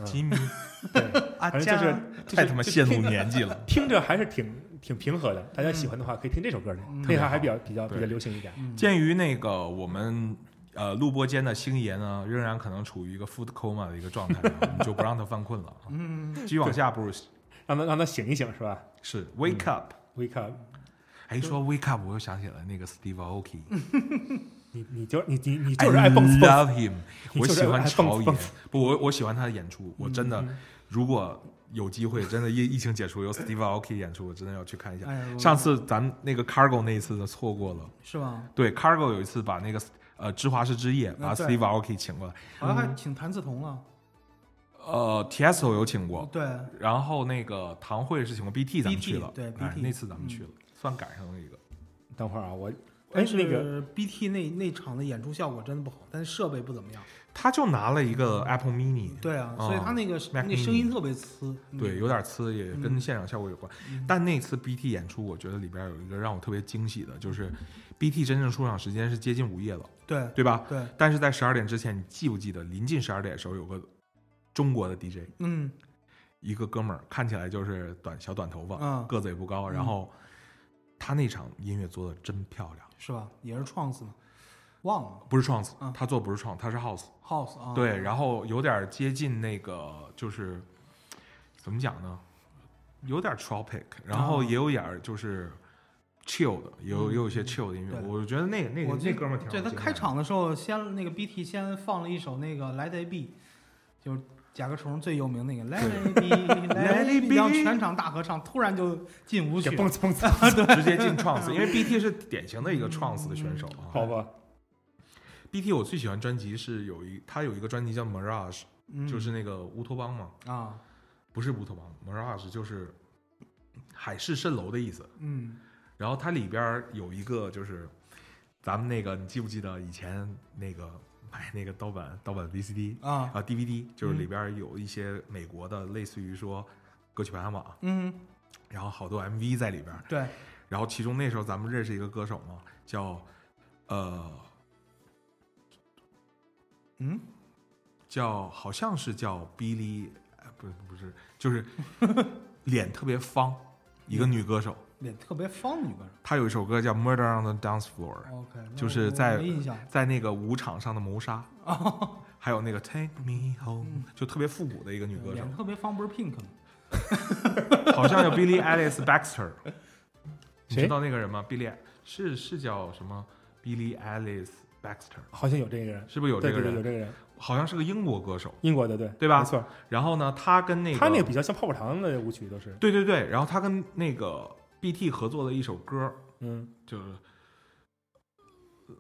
Speaker 3: 吉米
Speaker 5: 对，
Speaker 4: 啊，
Speaker 5: 反
Speaker 4: 这
Speaker 5: 正就是
Speaker 4: 样
Speaker 5: 就是
Speaker 3: 太他妈
Speaker 5: 就是
Speaker 3: 泄露
Speaker 5: 听着
Speaker 3: 年纪了。
Speaker 5: 听着还是挺挺平和的，大家喜欢的话可以听这首歌的，
Speaker 4: 嗯
Speaker 5: 那啥还比较比较比
Speaker 3: 对
Speaker 5: 较流行一点。
Speaker 3: 鉴于那个我们呃录播间的星爷呢，仍然可能处于一个 food coma 的一个状态，啊我们就不让他 犯困了啊。嗯，Mm. 继续往下，Bruce
Speaker 5: 让他让他醒一醒是吧
Speaker 3: 是 wake up。
Speaker 5: ？Wake up，
Speaker 3: 哎，说 wake up，我又想起了那个 Steve Aoki，
Speaker 5: 你你就你你你
Speaker 3: I
Speaker 5: 就是爱蹦 o
Speaker 3: love him，
Speaker 5: 你
Speaker 3: 我
Speaker 5: 就是
Speaker 3: 喜欢
Speaker 5: 爱蹦
Speaker 3: 朝
Speaker 5: 子
Speaker 3: 野
Speaker 5: 蹦嗯子，
Speaker 3: 不，我我喜欢他的演出，我真的，如果有机会，真的疫疫情解除有 Steve Aoki 演出，我真的要去看一下
Speaker 4: 哎呀。我
Speaker 3: 上次咱那个 Cargo 那一次的错过了，
Speaker 4: 是吧？
Speaker 3: 对 Cargo 有一次把那个呃芝华士之夜把
Speaker 4: 啊对
Speaker 3: Steve Aoki 请过来，嗯
Speaker 4: 好像还请谭嗣同了，
Speaker 3: 呃 Tiesto 有请过，
Speaker 4: 对，
Speaker 5: 哎
Speaker 3: 然后那个堂会是请过 BT 咱们
Speaker 4: BT
Speaker 3: 去了，
Speaker 4: 对
Speaker 3: 哎
Speaker 4: BT
Speaker 3: 那次咱
Speaker 5: 嗯
Speaker 3: 们去了，算赶上了一个。
Speaker 5: 等会儿啊，我哎
Speaker 4: 但是
Speaker 5: 那个
Speaker 4: BT 那那场的演出效果真的不好，但是设备不怎么样。
Speaker 3: 他就拿了一个 Apple Mini，
Speaker 4: 嗯对啊，所以他那个、
Speaker 3: Mac
Speaker 4: 那
Speaker 3: mini
Speaker 4: 声音特别嗯呲。嗯
Speaker 3: 对，，有点呲，也跟现场效果有关。但那次 BT 演出，我觉得里边有一个让我特别惊喜的，就是 BT 真正出场时间是接近午夜了，
Speaker 4: 对
Speaker 3: 对吧？
Speaker 4: 对，
Speaker 3: 但是在十二点之前，你记不记得临近十二点的时候有个中国的 DJ
Speaker 4: 嗯，
Speaker 3: 一个哥们儿，看起来就是短小短头发，
Speaker 4: 嗯
Speaker 3: 个子也不高，然后他那场音乐做的真漂亮，
Speaker 4: 是吧？也是创子嘛，忘了
Speaker 3: 不是 trance，、
Speaker 4: 嗯
Speaker 3: 他做不是 trance，他是 house，、
Speaker 4: House 啊，
Speaker 3: 对，然后有点接近那个就是怎么讲呢，有点 tropic，然后
Speaker 4: 哦
Speaker 3: 也有点儿就是 chill 的，也有也有一些 chill 的音乐，
Speaker 4: 嗯对
Speaker 3: 我觉得那个那个
Speaker 4: 我
Speaker 3: 那哥们儿挺好
Speaker 4: 对他
Speaker 3: 听的
Speaker 4: 开场的时候，先那个 BT 先放了一首那个《Let It Be》，就是甲壳虫最有名那个《Let It Be》，Let
Speaker 3: Let It
Speaker 4: It Be，让
Speaker 3: Be
Speaker 4: 全场大合唱，突然就进舞曲
Speaker 5: 给
Speaker 4: 了，嗯
Speaker 5: 蹦蹭蹦 蹭，
Speaker 3: 直接进 trance，因为 BT 是典型的一个 trance 的选手啊。
Speaker 5: 好吧，
Speaker 3: BT 我最喜欢专辑是有一，他有一个专辑叫 Mirage，、
Speaker 4: 嗯
Speaker 3: 就是那个乌托邦嘛，
Speaker 4: 啊，
Speaker 3: 不是乌托邦，Mirage 就是海市蜃楼的意思。
Speaker 4: 嗯，
Speaker 3: 然后它里边儿有一个就是咱们那个，你记不记得以前那个买那个盗版盗版 VCD
Speaker 4: 啊
Speaker 3: 啊 DVD，就是里边儿有一些美国的类似于说歌曲排行榜，
Speaker 4: 嗯，
Speaker 3: 然后好多 MV 在里边儿。
Speaker 4: 对，
Speaker 3: 然后其中那时候咱们认识一个歌手嘛，叫呃
Speaker 4: 嗯，
Speaker 3: 叫好像是叫 Billy，呃不是不是，就是 脸特别方，一
Speaker 4: 嗯
Speaker 3: 个女歌手，
Speaker 4: 脸特别方女歌手
Speaker 3: 她有一首歌叫《Murder on the Dance Floor》，
Speaker 4: ，OK，那
Speaker 3: 就是
Speaker 4: 我
Speaker 3: 在
Speaker 4: 没印象哦
Speaker 3: 在那个舞场上的谋杀，还有那个 Take Me
Speaker 4: 嗯
Speaker 3: Home，就特别复古的一个女歌手
Speaker 4: 脸，特别方不是 Pink 吗？
Speaker 3: 好像叫 Billy Alice Baxter，你知
Speaker 5: 谁
Speaker 3: 道那个人吗？Billy 是是叫什么？Billy Alice Baxter
Speaker 5: 好像有这个人，
Speaker 3: 是不是有这
Speaker 5: 对
Speaker 3: 个
Speaker 5: 对对，有
Speaker 3: 人？
Speaker 5: 这个人，
Speaker 3: 好像是个英国歌手。
Speaker 5: 英国的对
Speaker 3: 对吧
Speaker 5: 没错，
Speaker 3: 然后呢，他跟那个
Speaker 5: 他那个比较像泡泡糖的舞曲都是，
Speaker 3: 对对对，然后他跟那个 BT 合作的一首歌，
Speaker 5: 嗯，
Speaker 3: 就是，呃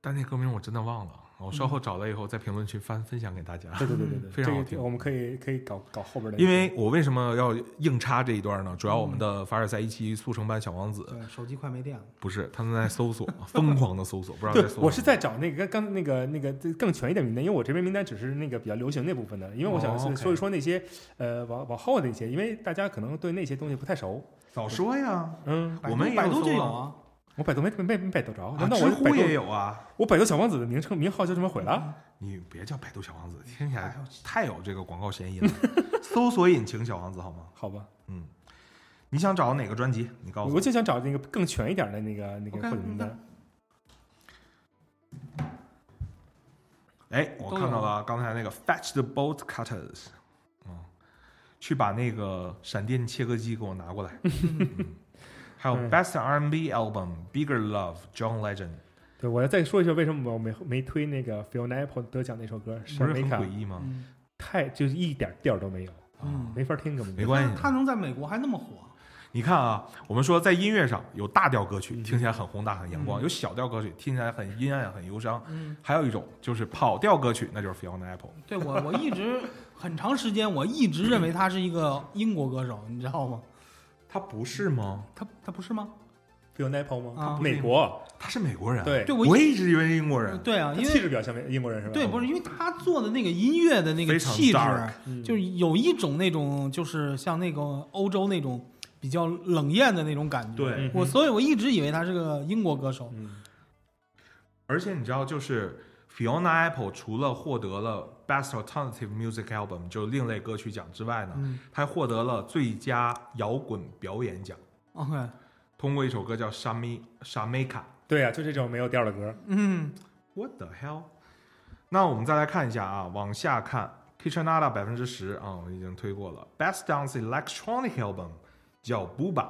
Speaker 3: 但那歌名我真的忘了，我稍后找到以后在评论区翻分享给大家。
Speaker 5: 嗯对对对对对，
Speaker 3: 非常好
Speaker 5: 这
Speaker 3: 听
Speaker 5: 个我们可以可以搞搞后边的，
Speaker 3: 因为我为什么要硬插这一段呢？主要我
Speaker 5: 嗯
Speaker 3: 们的凡尔赛一期速成班小王子
Speaker 4: 对，手机快没电了，
Speaker 3: 不是他们在搜索，疯狂的搜索，不知道
Speaker 5: 对
Speaker 3: 在搜，索。
Speaker 5: 我是在找那个刚刚那个那个更全一点名单，因为我这边名单只是那个比较流行那部分的，因为我想
Speaker 3: 哦，OK
Speaker 5: 说一说那些呃往往后的那些，因为大家可能对那些东西不太熟。
Speaker 3: 早说呀，
Speaker 5: 嗯，
Speaker 3: 我们也
Speaker 4: 百度
Speaker 3: 搜
Speaker 4: 就有
Speaker 3: 啊，
Speaker 4: 啊，
Speaker 5: 我百度没没没百度着，
Speaker 3: 啊
Speaker 5: 难道我
Speaker 3: 知乎
Speaker 5: 百度
Speaker 3: 也有啊？
Speaker 5: 我百度小王子的名称名号就这么毁了？
Speaker 3: 你别叫百度小王子，听起
Speaker 5: 哎
Speaker 3: 来太有这个广告嫌 疑了。搜索引擎小王子好吗？
Speaker 5: 好吧，
Speaker 3: 嗯，你想找哪个专辑？你告诉
Speaker 5: 我
Speaker 3: 我。
Speaker 5: 就想找那个更全一点的那个那个
Speaker 4: OK，
Speaker 5: 获奖名单。
Speaker 3: 哎，我
Speaker 4: 都有
Speaker 3: 看到了刚才那个 Fetch the Bolt Cutters，嗯，去把那个闪电切割机给我拿过 来。嗯还有 Best R&B Album Bigger Love John Legend，
Speaker 5: 嗯对，我要再说一下为什么我没没推那个 Fiona Apple 得奖那首歌，
Speaker 3: 不是
Speaker 5: 没
Speaker 3: 很
Speaker 5: 看
Speaker 3: 诡，异吗？啊
Speaker 4: 嗯
Speaker 5: 太就是一点调儿都没有，
Speaker 4: 嗯，
Speaker 5: 没法听根本就
Speaker 3: 没关系
Speaker 4: 他能在美国还那么火，
Speaker 3: 你看啊，我们说在音乐上有大调
Speaker 5: 嗯
Speaker 3: 歌曲，听起来很宏大很阳光；有小调歌曲，听起来很阴暗很忧伤；
Speaker 5: 嗯
Speaker 3: 还有一种就是跑调歌曲，那就是 Fiona Apple。
Speaker 4: 对我，我一直很长时间，我一直认为他是一个英国歌手，你知道吗？
Speaker 3: 他不是吗？
Speaker 4: 他他不是吗？
Speaker 5: Fiona Apple
Speaker 4: 啊
Speaker 5: 吗？美国，
Speaker 3: 他是美国人。
Speaker 5: 对
Speaker 4: 对，
Speaker 3: 我
Speaker 4: 我一
Speaker 3: 一直以为是英国人。
Speaker 4: 对啊，
Speaker 5: 他
Speaker 4: 因
Speaker 5: 气
Speaker 4: 为
Speaker 5: 质比较像美英国人是吧？
Speaker 4: 对不是因为他做的那个音乐的那个
Speaker 3: 非常
Speaker 4: 气
Speaker 3: dark，嗯
Speaker 4: 质，就是有一种那种就是像那个欧洲那种比较冷艳的那种感觉。
Speaker 3: 对嗯
Speaker 4: 我所以我一直以为他是个英国歌手。
Speaker 5: 嗯，
Speaker 3: 而且你知道，就是 Fiona Apple 除了获得了 Best Alternative Music Album 就是另类歌曲奖之外呢，
Speaker 4: 嗯
Speaker 3: 她还获得了最佳摇滚表演奖，
Speaker 4: 嗯 OK，
Speaker 3: 通过一首歌叫《s h a m i s h a m e k a
Speaker 5: 对啊呀，就这种没有调儿的歌，
Speaker 4: 嗯，
Speaker 3: What the hell？那我们再来看一下啊，往下看，Kitchenada 百分之十啊，我已经推过了。Best Dance Electronic Album 叫 Booba，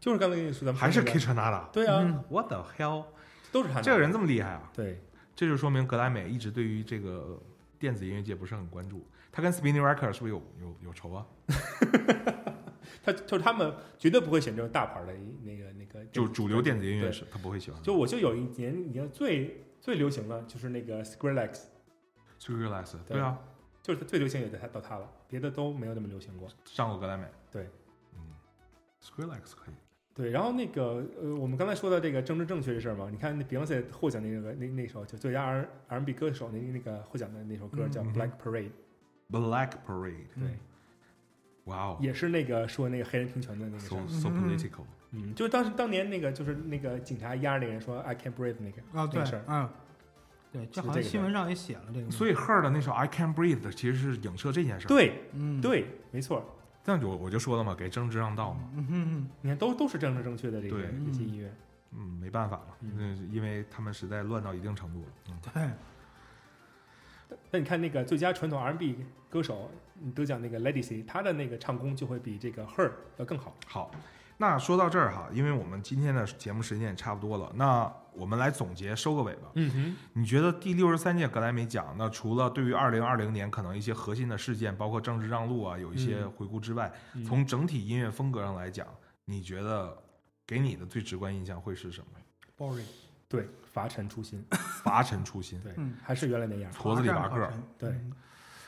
Speaker 5: 就是刚才跟你说咱们
Speaker 3: 还是
Speaker 5: 说那个
Speaker 3: Kitchenada。
Speaker 5: 对啊，
Speaker 3: What the hell？
Speaker 5: 都是他
Speaker 3: 这个人这么厉害啊？
Speaker 5: 对，
Speaker 3: 这就说明格莱美一直对于这个电子音乐界不是很关注。他跟 Spinning Record 是不是有有有仇啊？
Speaker 5: 他就是他们绝对不会选这种大牌儿的那个那个，
Speaker 3: 就主流电子音乐
Speaker 5: 对
Speaker 3: 是他不会喜欢的。
Speaker 5: 就我就有一年，你看最最流行的就是那个 Skrillex，
Speaker 3: s u r r e a l i z e
Speaker 5: 对
Speaker 3: 对啊，
Speaker 5: 就是最流行也就他到他了，别的都没有那么流行过。
Speaker 3: 上过格莱美。
Speaker 5: 对，
Speaker 3: 嗯 s u r r e a l i z e 可以。
Speaker 5: 对，然后那个呃，我们刚才说到这个政治正确这事儿嘛，你看那 Beyonce 获奖那个那那首就最佳 R R&B 歌手那那个获奖的那首歌叫
Speaker 3: 嗯
Speaker 5: Black Parade，
Speaker 3: Black Parade，
Speaker 5: 对，
Speaker 3: 哇哦
Speaker 5: 也是那个说那个黑人平权的那个事
Speaker 3: ，so
Speaker 5: 儿，
Speaker 3: so political。
Speaker 5: 嗯，就是当时当年那个就是那个警察压着那个人说 I can't breathe 那个那
Speaker 3: 哦
Speaker 4: 啊对
Speaker 5: 个事儿，，
Speaker 4: 嗯，对，这好
Speaker 5: 就这
Speaker 4: 像
Speaker 5: 个
Speaker 4: 新闻上也写了这个。
Speaker 3: 所以 Her 的那首 I Can't Breathe 其实是影射这件事。，
Speaker 5: 对
Speaker 4: 嗯，
Speaker 5: 对，没错，
Speaker 3: 那就我就说了嘛，给政治让道嘛，
Speaker 5: 你看都都是政治正确的这些
Speaker 3: 嗯对
Speaker 5: 这些音乐，
Speaker 3: 嗯，没办法了，嗯，因为他们实在乱到一定程度了，嗯，
Speaker 5: 那你看那个最佳传统 R&B 歌手你得奖那个 Legacy，他的那个唱功就会比这个 Her 要更好。
Speaker 3: 好，那说到这儿哈，因为我们今天的节目时间也差不多了，那我们来总结收个尾吧。
Speaker 5: 嗯哼，
Speaker 3: 你觉得第六十三届格莱美奖，那除了对于二零二零年可能一些核心的事件，包括政治让路啊，有一些
Speaker 5: 嗯
Speaker 3: 回顾之外，
Speaker 5: 嗯
Speaker 3: 从整体音乐风格上来讲，你觉得给你的最直观印象会是什么？
Speaker 4: boring，
Speaker 5: 对，乏尘出新，
Speaker 3: 乏尘出新。
Speaker 5: 对
Speaker 4: 嗯，
Speaker 5: 还是原来那样。
Speaker 3: 矬子里拔
Speaker 4: 华
Speaker 3: 个
Speaker 4: 山华
Speaker 3: 儿
Speaker 4: 晨，
Speaker 5: 对，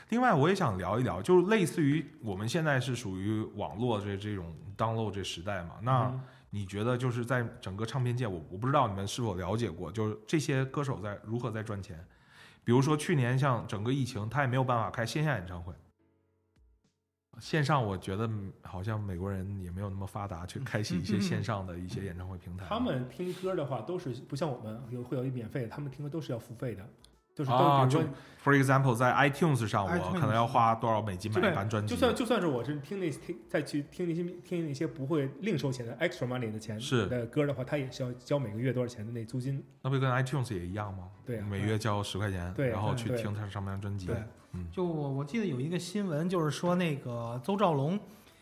Speaker 3: 另外，我也想聊一聊，就是类似于我们现在是属于网络这这种 download 这时代嘛，那
Speaker 5: 嗯
Speaker 3: 你觉得就是在整个唱片界，我我不知道你们是否了解过，就是这些歌手在如何在赚钱？比如说去年像整个疫情，他也没有办法开线下演唱会，线上我觉得嗯好像美国人也没有那么发达，去开启一些线上的一些演唱会平台。
Speaker 5: 他们听歌的话都是不像我们有会有一免费的，他们听歌都是要付费的，就是都
Speaker 3: 啊，
Speaker 5: 比
Speaker 3: 就
Speaker 5: 如说
Speaker 3: for example 在 iTunes 上，我
Speaker 4: iTunes
Speaker 3: 可能要花多少美金买
Speaker 5: 对
Speaker 3: 一盘专辑？
Speaker 5: 就算就算是我是听那听再去听那些听那些不会另收钱的 extra money 的钱
Speaker 3: 是
Speaker 5: 的歌的话，他也是要交每个月多少钱的那租金。
Speaker 3: 那不就跟 iTunes 也一样吗？
Speaker 5: 对啊
Speaker 3: 每月交十块钱，
Speaker 5: 对
Speaker 3: 然后去
Speaker 5: 对
Speaker 3: 听他上面的专辑。
Speaker 4: 嗯对
Speaker 5: 嗯
Speaker 4: 就我我记得有一个新闻，就是说那个邹兆龙，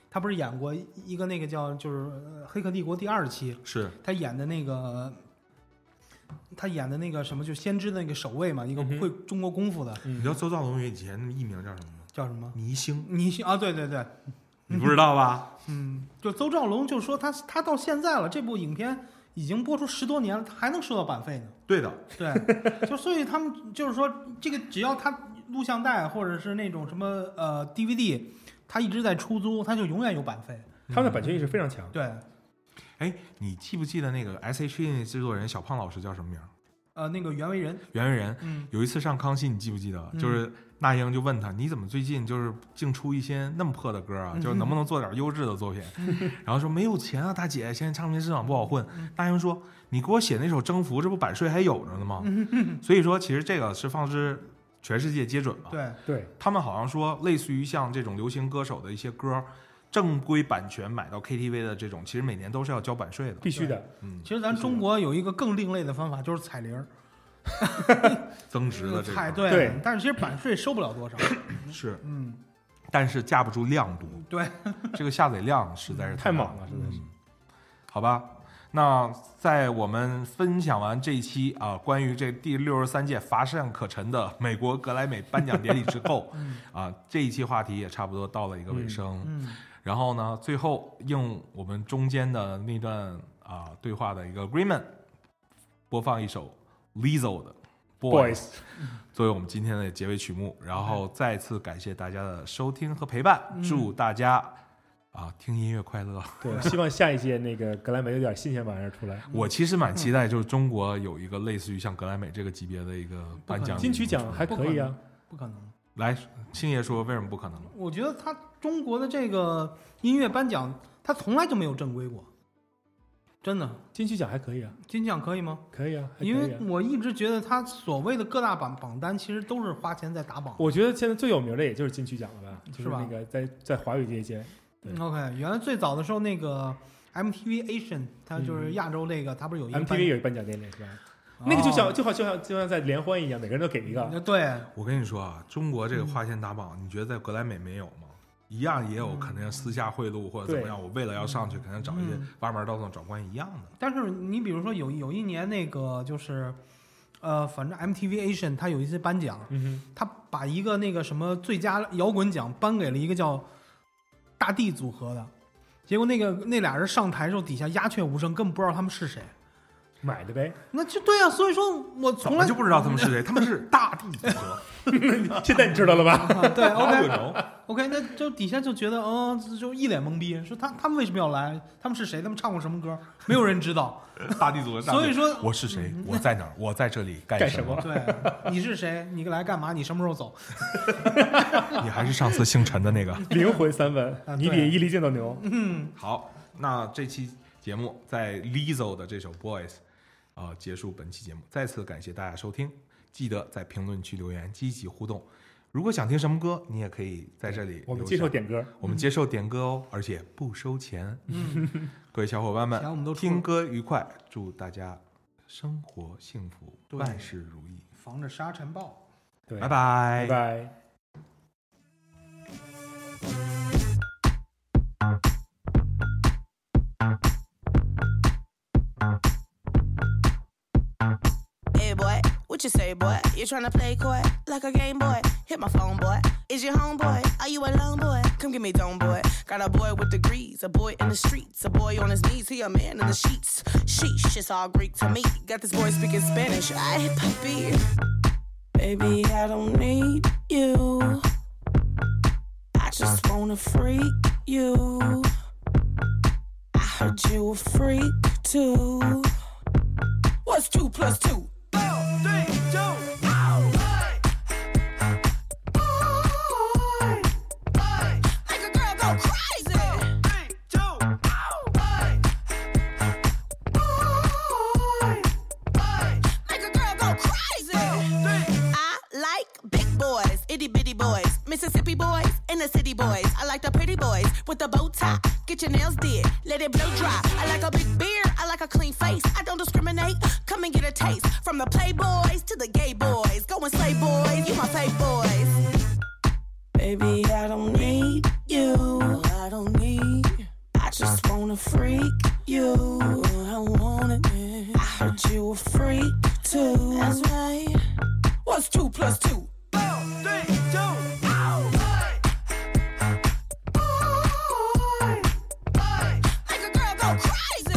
Speaker 4: 他不是演过一一个那个叫就是呃《黑客帝国》第二期，
Speaker 3: 是
Speaker 4: 他演的那个，他演的那个什么，就先知的那个守卫嘛，一个
Speaker 5: 嗯哼
Speaker 4: 会中国功夫的，
Speaker 3: 你知道周兆龙以前艺名叫什么吗？
Speaker 4: 嗯叫什么？
Speaker 3: 倪星，
Speaker 4: 你啊，对对对，
Speaker 3: 你不知道吧？
Speaker 4: 嗯，就邹兆龙就说他他到现在了，这部影片已经播出十多年了，他还能收到版费呢。
Speaker 3: 对的，
Speaker 4: 对，就所以他们就是说，这个只要他录像带或者是那种什么呃 DVD，他一直在出租，他就永远有版费。
Speaker 5: 他们的版权意识非常强。
Speaker 4: 对，
Speaker 3: 哎，你记不记得那个 S.H.E 那制作人小胖老师叫什么名儿？
Speaker 4: 呃，那个袁惟仁，
Speaker 3: 袁惟仁。
Speaker 4: 嗯，
Speaker 3: 有一次上康熙，你记不记得？就是那英就问他，你怎么最近就是净出一些那么破的歌啊？
Speaker 4: 嗯
Speaker 3: 就是能 不能做点优质的作品？然后说没有钱啊，大姐，现在唱片市场不好混。
Speaker 4: 嗯
Speaker 3: 那英说，你给我写那首《征服》，这不版税还有着呢
Speaker 4: 嗯
Speaker 3: 吗？所以说，其实这个是放之全世界皆准嘛。
Speaker 4: 对，
Speaker 5: 对，
Speaker 3: 他们好像说，类似于像这种流行歌手的一些歌，正规版权买到 KTV 的这种，其实每年都是要交版税的。
Speaker 5: 必须的。
Speaker 3: 嗯，
Speaker 4: 其实咱中国有一个更另类的方法，就是彩铃儿，
Speaker 3: 增值的这
Speaker 4: 彩
Speaker 3: 个
Speaker 4: 对
Speaker 5: 对
Speaker 4: 但是其实版税收不了多少。
Speaker 3: 是，
Speaker 4: 嗯，
Speaker 3: 但是架不住量多，
Speaker 4: 对，
Speaker 3: 这个下载量实在是
Speaker 5: 太
Speaker 3: 大嗯
Speaker 5: 猛了，。真的是。
Speaker 3: 好吧，那在我们分享完这一期啊，关于这第六十三届乏善可陈的美国格莱美颁奖典礼之后， 啊，这一期话题也差不多到了一个尾声。
Speaker 4: 嗯嗯
Speaker 3: 然后呢，最后用我们中间的那段啊对话的一个 agreement，播放一首 Lizzo 的 Boys。
Speaker 5: Boys，
Speaker 3: 作为我们今天的结尾曲目，然后再次感谢大家的收听和陪伴，祝大家啊听音乐快乐。
Speaker 5: 嗯对， 希望下一届那个格莱美有点新鲜玩意儿出来。
Speaker 3: 我其实蛮期待，就是中国有一个类似于像格莱美这个级别的一个颁奖
Speaker 5: 金曲奖还可以啊，
Speaker 4: 不可能。
Speaker 3: 来，星爷说为什么不可能？
Speaker 4: 我觉得他中国的这个音乐颁奖，他从来就没有正规过，真的。
Speaker 5: 金曲奖还可以啊，
Speaker 4: 金奖可以吗？
Speaker 5: 可以啊，还可
Speaker 4: 因
Speaker 5: 以
Speaker 4: 为
Speaker 5: 啊。
Speaker 4: 我一直觉得他所谓的各大榜榜单，其实都是花钱在打榜。
Speaker 5: 我觉得现在最有名的也就是金曲奖了吧，就是
Speaker 4: 是吧
Speaker 5: 那个在在华语界界，对
Speaker 4: 嗯 OK，原来最早的时候那个 MTV Asian，它就是亚洲那个，它不是有一个
Speaker 5: MTV 有一颁奖典礼是吧？那个就像就好就像就像在联欢一样，每个人都给一
Speaker 4: 有
Speaker 5: 个。
Speaker 4: 哦对
Speaker 3: 我跟你说啊，中国这个花钱打榜，你觉得在格莱美没有吗？一样也有，肯定私下贿赂或者怎么样。我为了要上去，肯定找一些
Speaker 5: 嗯
Speaker 3: 歪门道纵找关系一样的。
Speaker 4: 但是你比如说有有一年那个就是，呃，反正 MTV Asian 它有一次颁奖，
Speaker 5: 嗯
Speaker 4: 它把一个那个什么最佳摇滚奖颁给了一个叫大地组合的，结果那个那俩人上台之后底下鸦雀无声，根本不知道他们是谁。
Speaker 5: 哼，买的呗。
Speaker 4: 那就对啊，所以说我
Speaker 3: 怎
Speaker 4: 从
Speaker 3: 么
Speaker 4: 来
Speaker 3: 就不知道他们是谁？他们 是大地组合，
Speaker 5: 现在你知道了吧？
Speaker 4: 啊对
Speaker 3: I
Speaker 4: OK
Speaker 3: don't know
Speaker 4: OK，那就底下就觉得，嗯，就一脸懵逼，说他他们为什么要来？他们是谁？他们唱过什么歌？没有人知道。
Speaker 3: 大地组合。大地
Speaker 4: 所以说嗯
Speaker 3: 我是谁？我在哪儿？我在这里干
Speaker 5: 干
Speaker 3: 什
Speaker 5: 什么？
Speaker 4: 对，你是谁？你来干嘛？你什么时候走？
Speaker 3: 你还是上次姓陈的那个。
Speaker 5: 灵魂三问
Speaker 4: 啊，
Speaker 5: 你
Speaker 4: 对嗯
Speaker 5: 比伊丽静都牛。
Speaker 3: 好，那这期节目在 Lizzo 的这首 Boys 啊、呃结束本期节目，再次感谢大家收听，记得在评论区留言积极互动。如果想听什么歌，你也可以在这里。
Speaker 5: 嗯我们接受，点歌，嗯
Speaker 3: 我们接受点歌哦，而且不收钱。
Speaker 4: 嗯
Speaker 3: 各位小伙伴们
Speaker 4: 钱我们都，出
Speaker 3: 听歌愉快，祝大家生活幸福，
Speaker 4: 对
Speaker 3: 万事如意，
Speaker 4: 防着沙尘暴。
Speaker 5: 对，
Speaker 3: 拜，拜
Speaker 5: 拜拜。
Speaker 9: Hey boy, what you say, boy? You tryna play coy like a game boy? Hit my phone, boy. Is your homeboy? Are you alone, boy? Come get me dome, boy. Got a boy with degrees, a boy in the streets, a boy on his knees. He a man in the sheets. Sheesh, it's all Greek to me. Got this boy speaking Spanish. I hit puppy. Baby, I don't need you. I just wanna freak you. I heard you a freak too. What's two plus two? I like big boys, itty bitty boys, Mississippi boys, inner city boys. I like the pretty boys with the bow tie. Get your nails did, let it blow dry. I like a big beard, I like a clean face. I don't discriminate. Come and get a taste from the playboys to the gay boys. Go and slay boys, you my fave boys. Baby, I don't need you. I don't need. I just wanna freak you. I want it. I heard you a freak too. That's right. What's two plus two? Make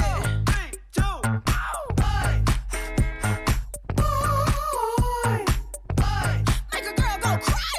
Speaker 9: a girl go crazy.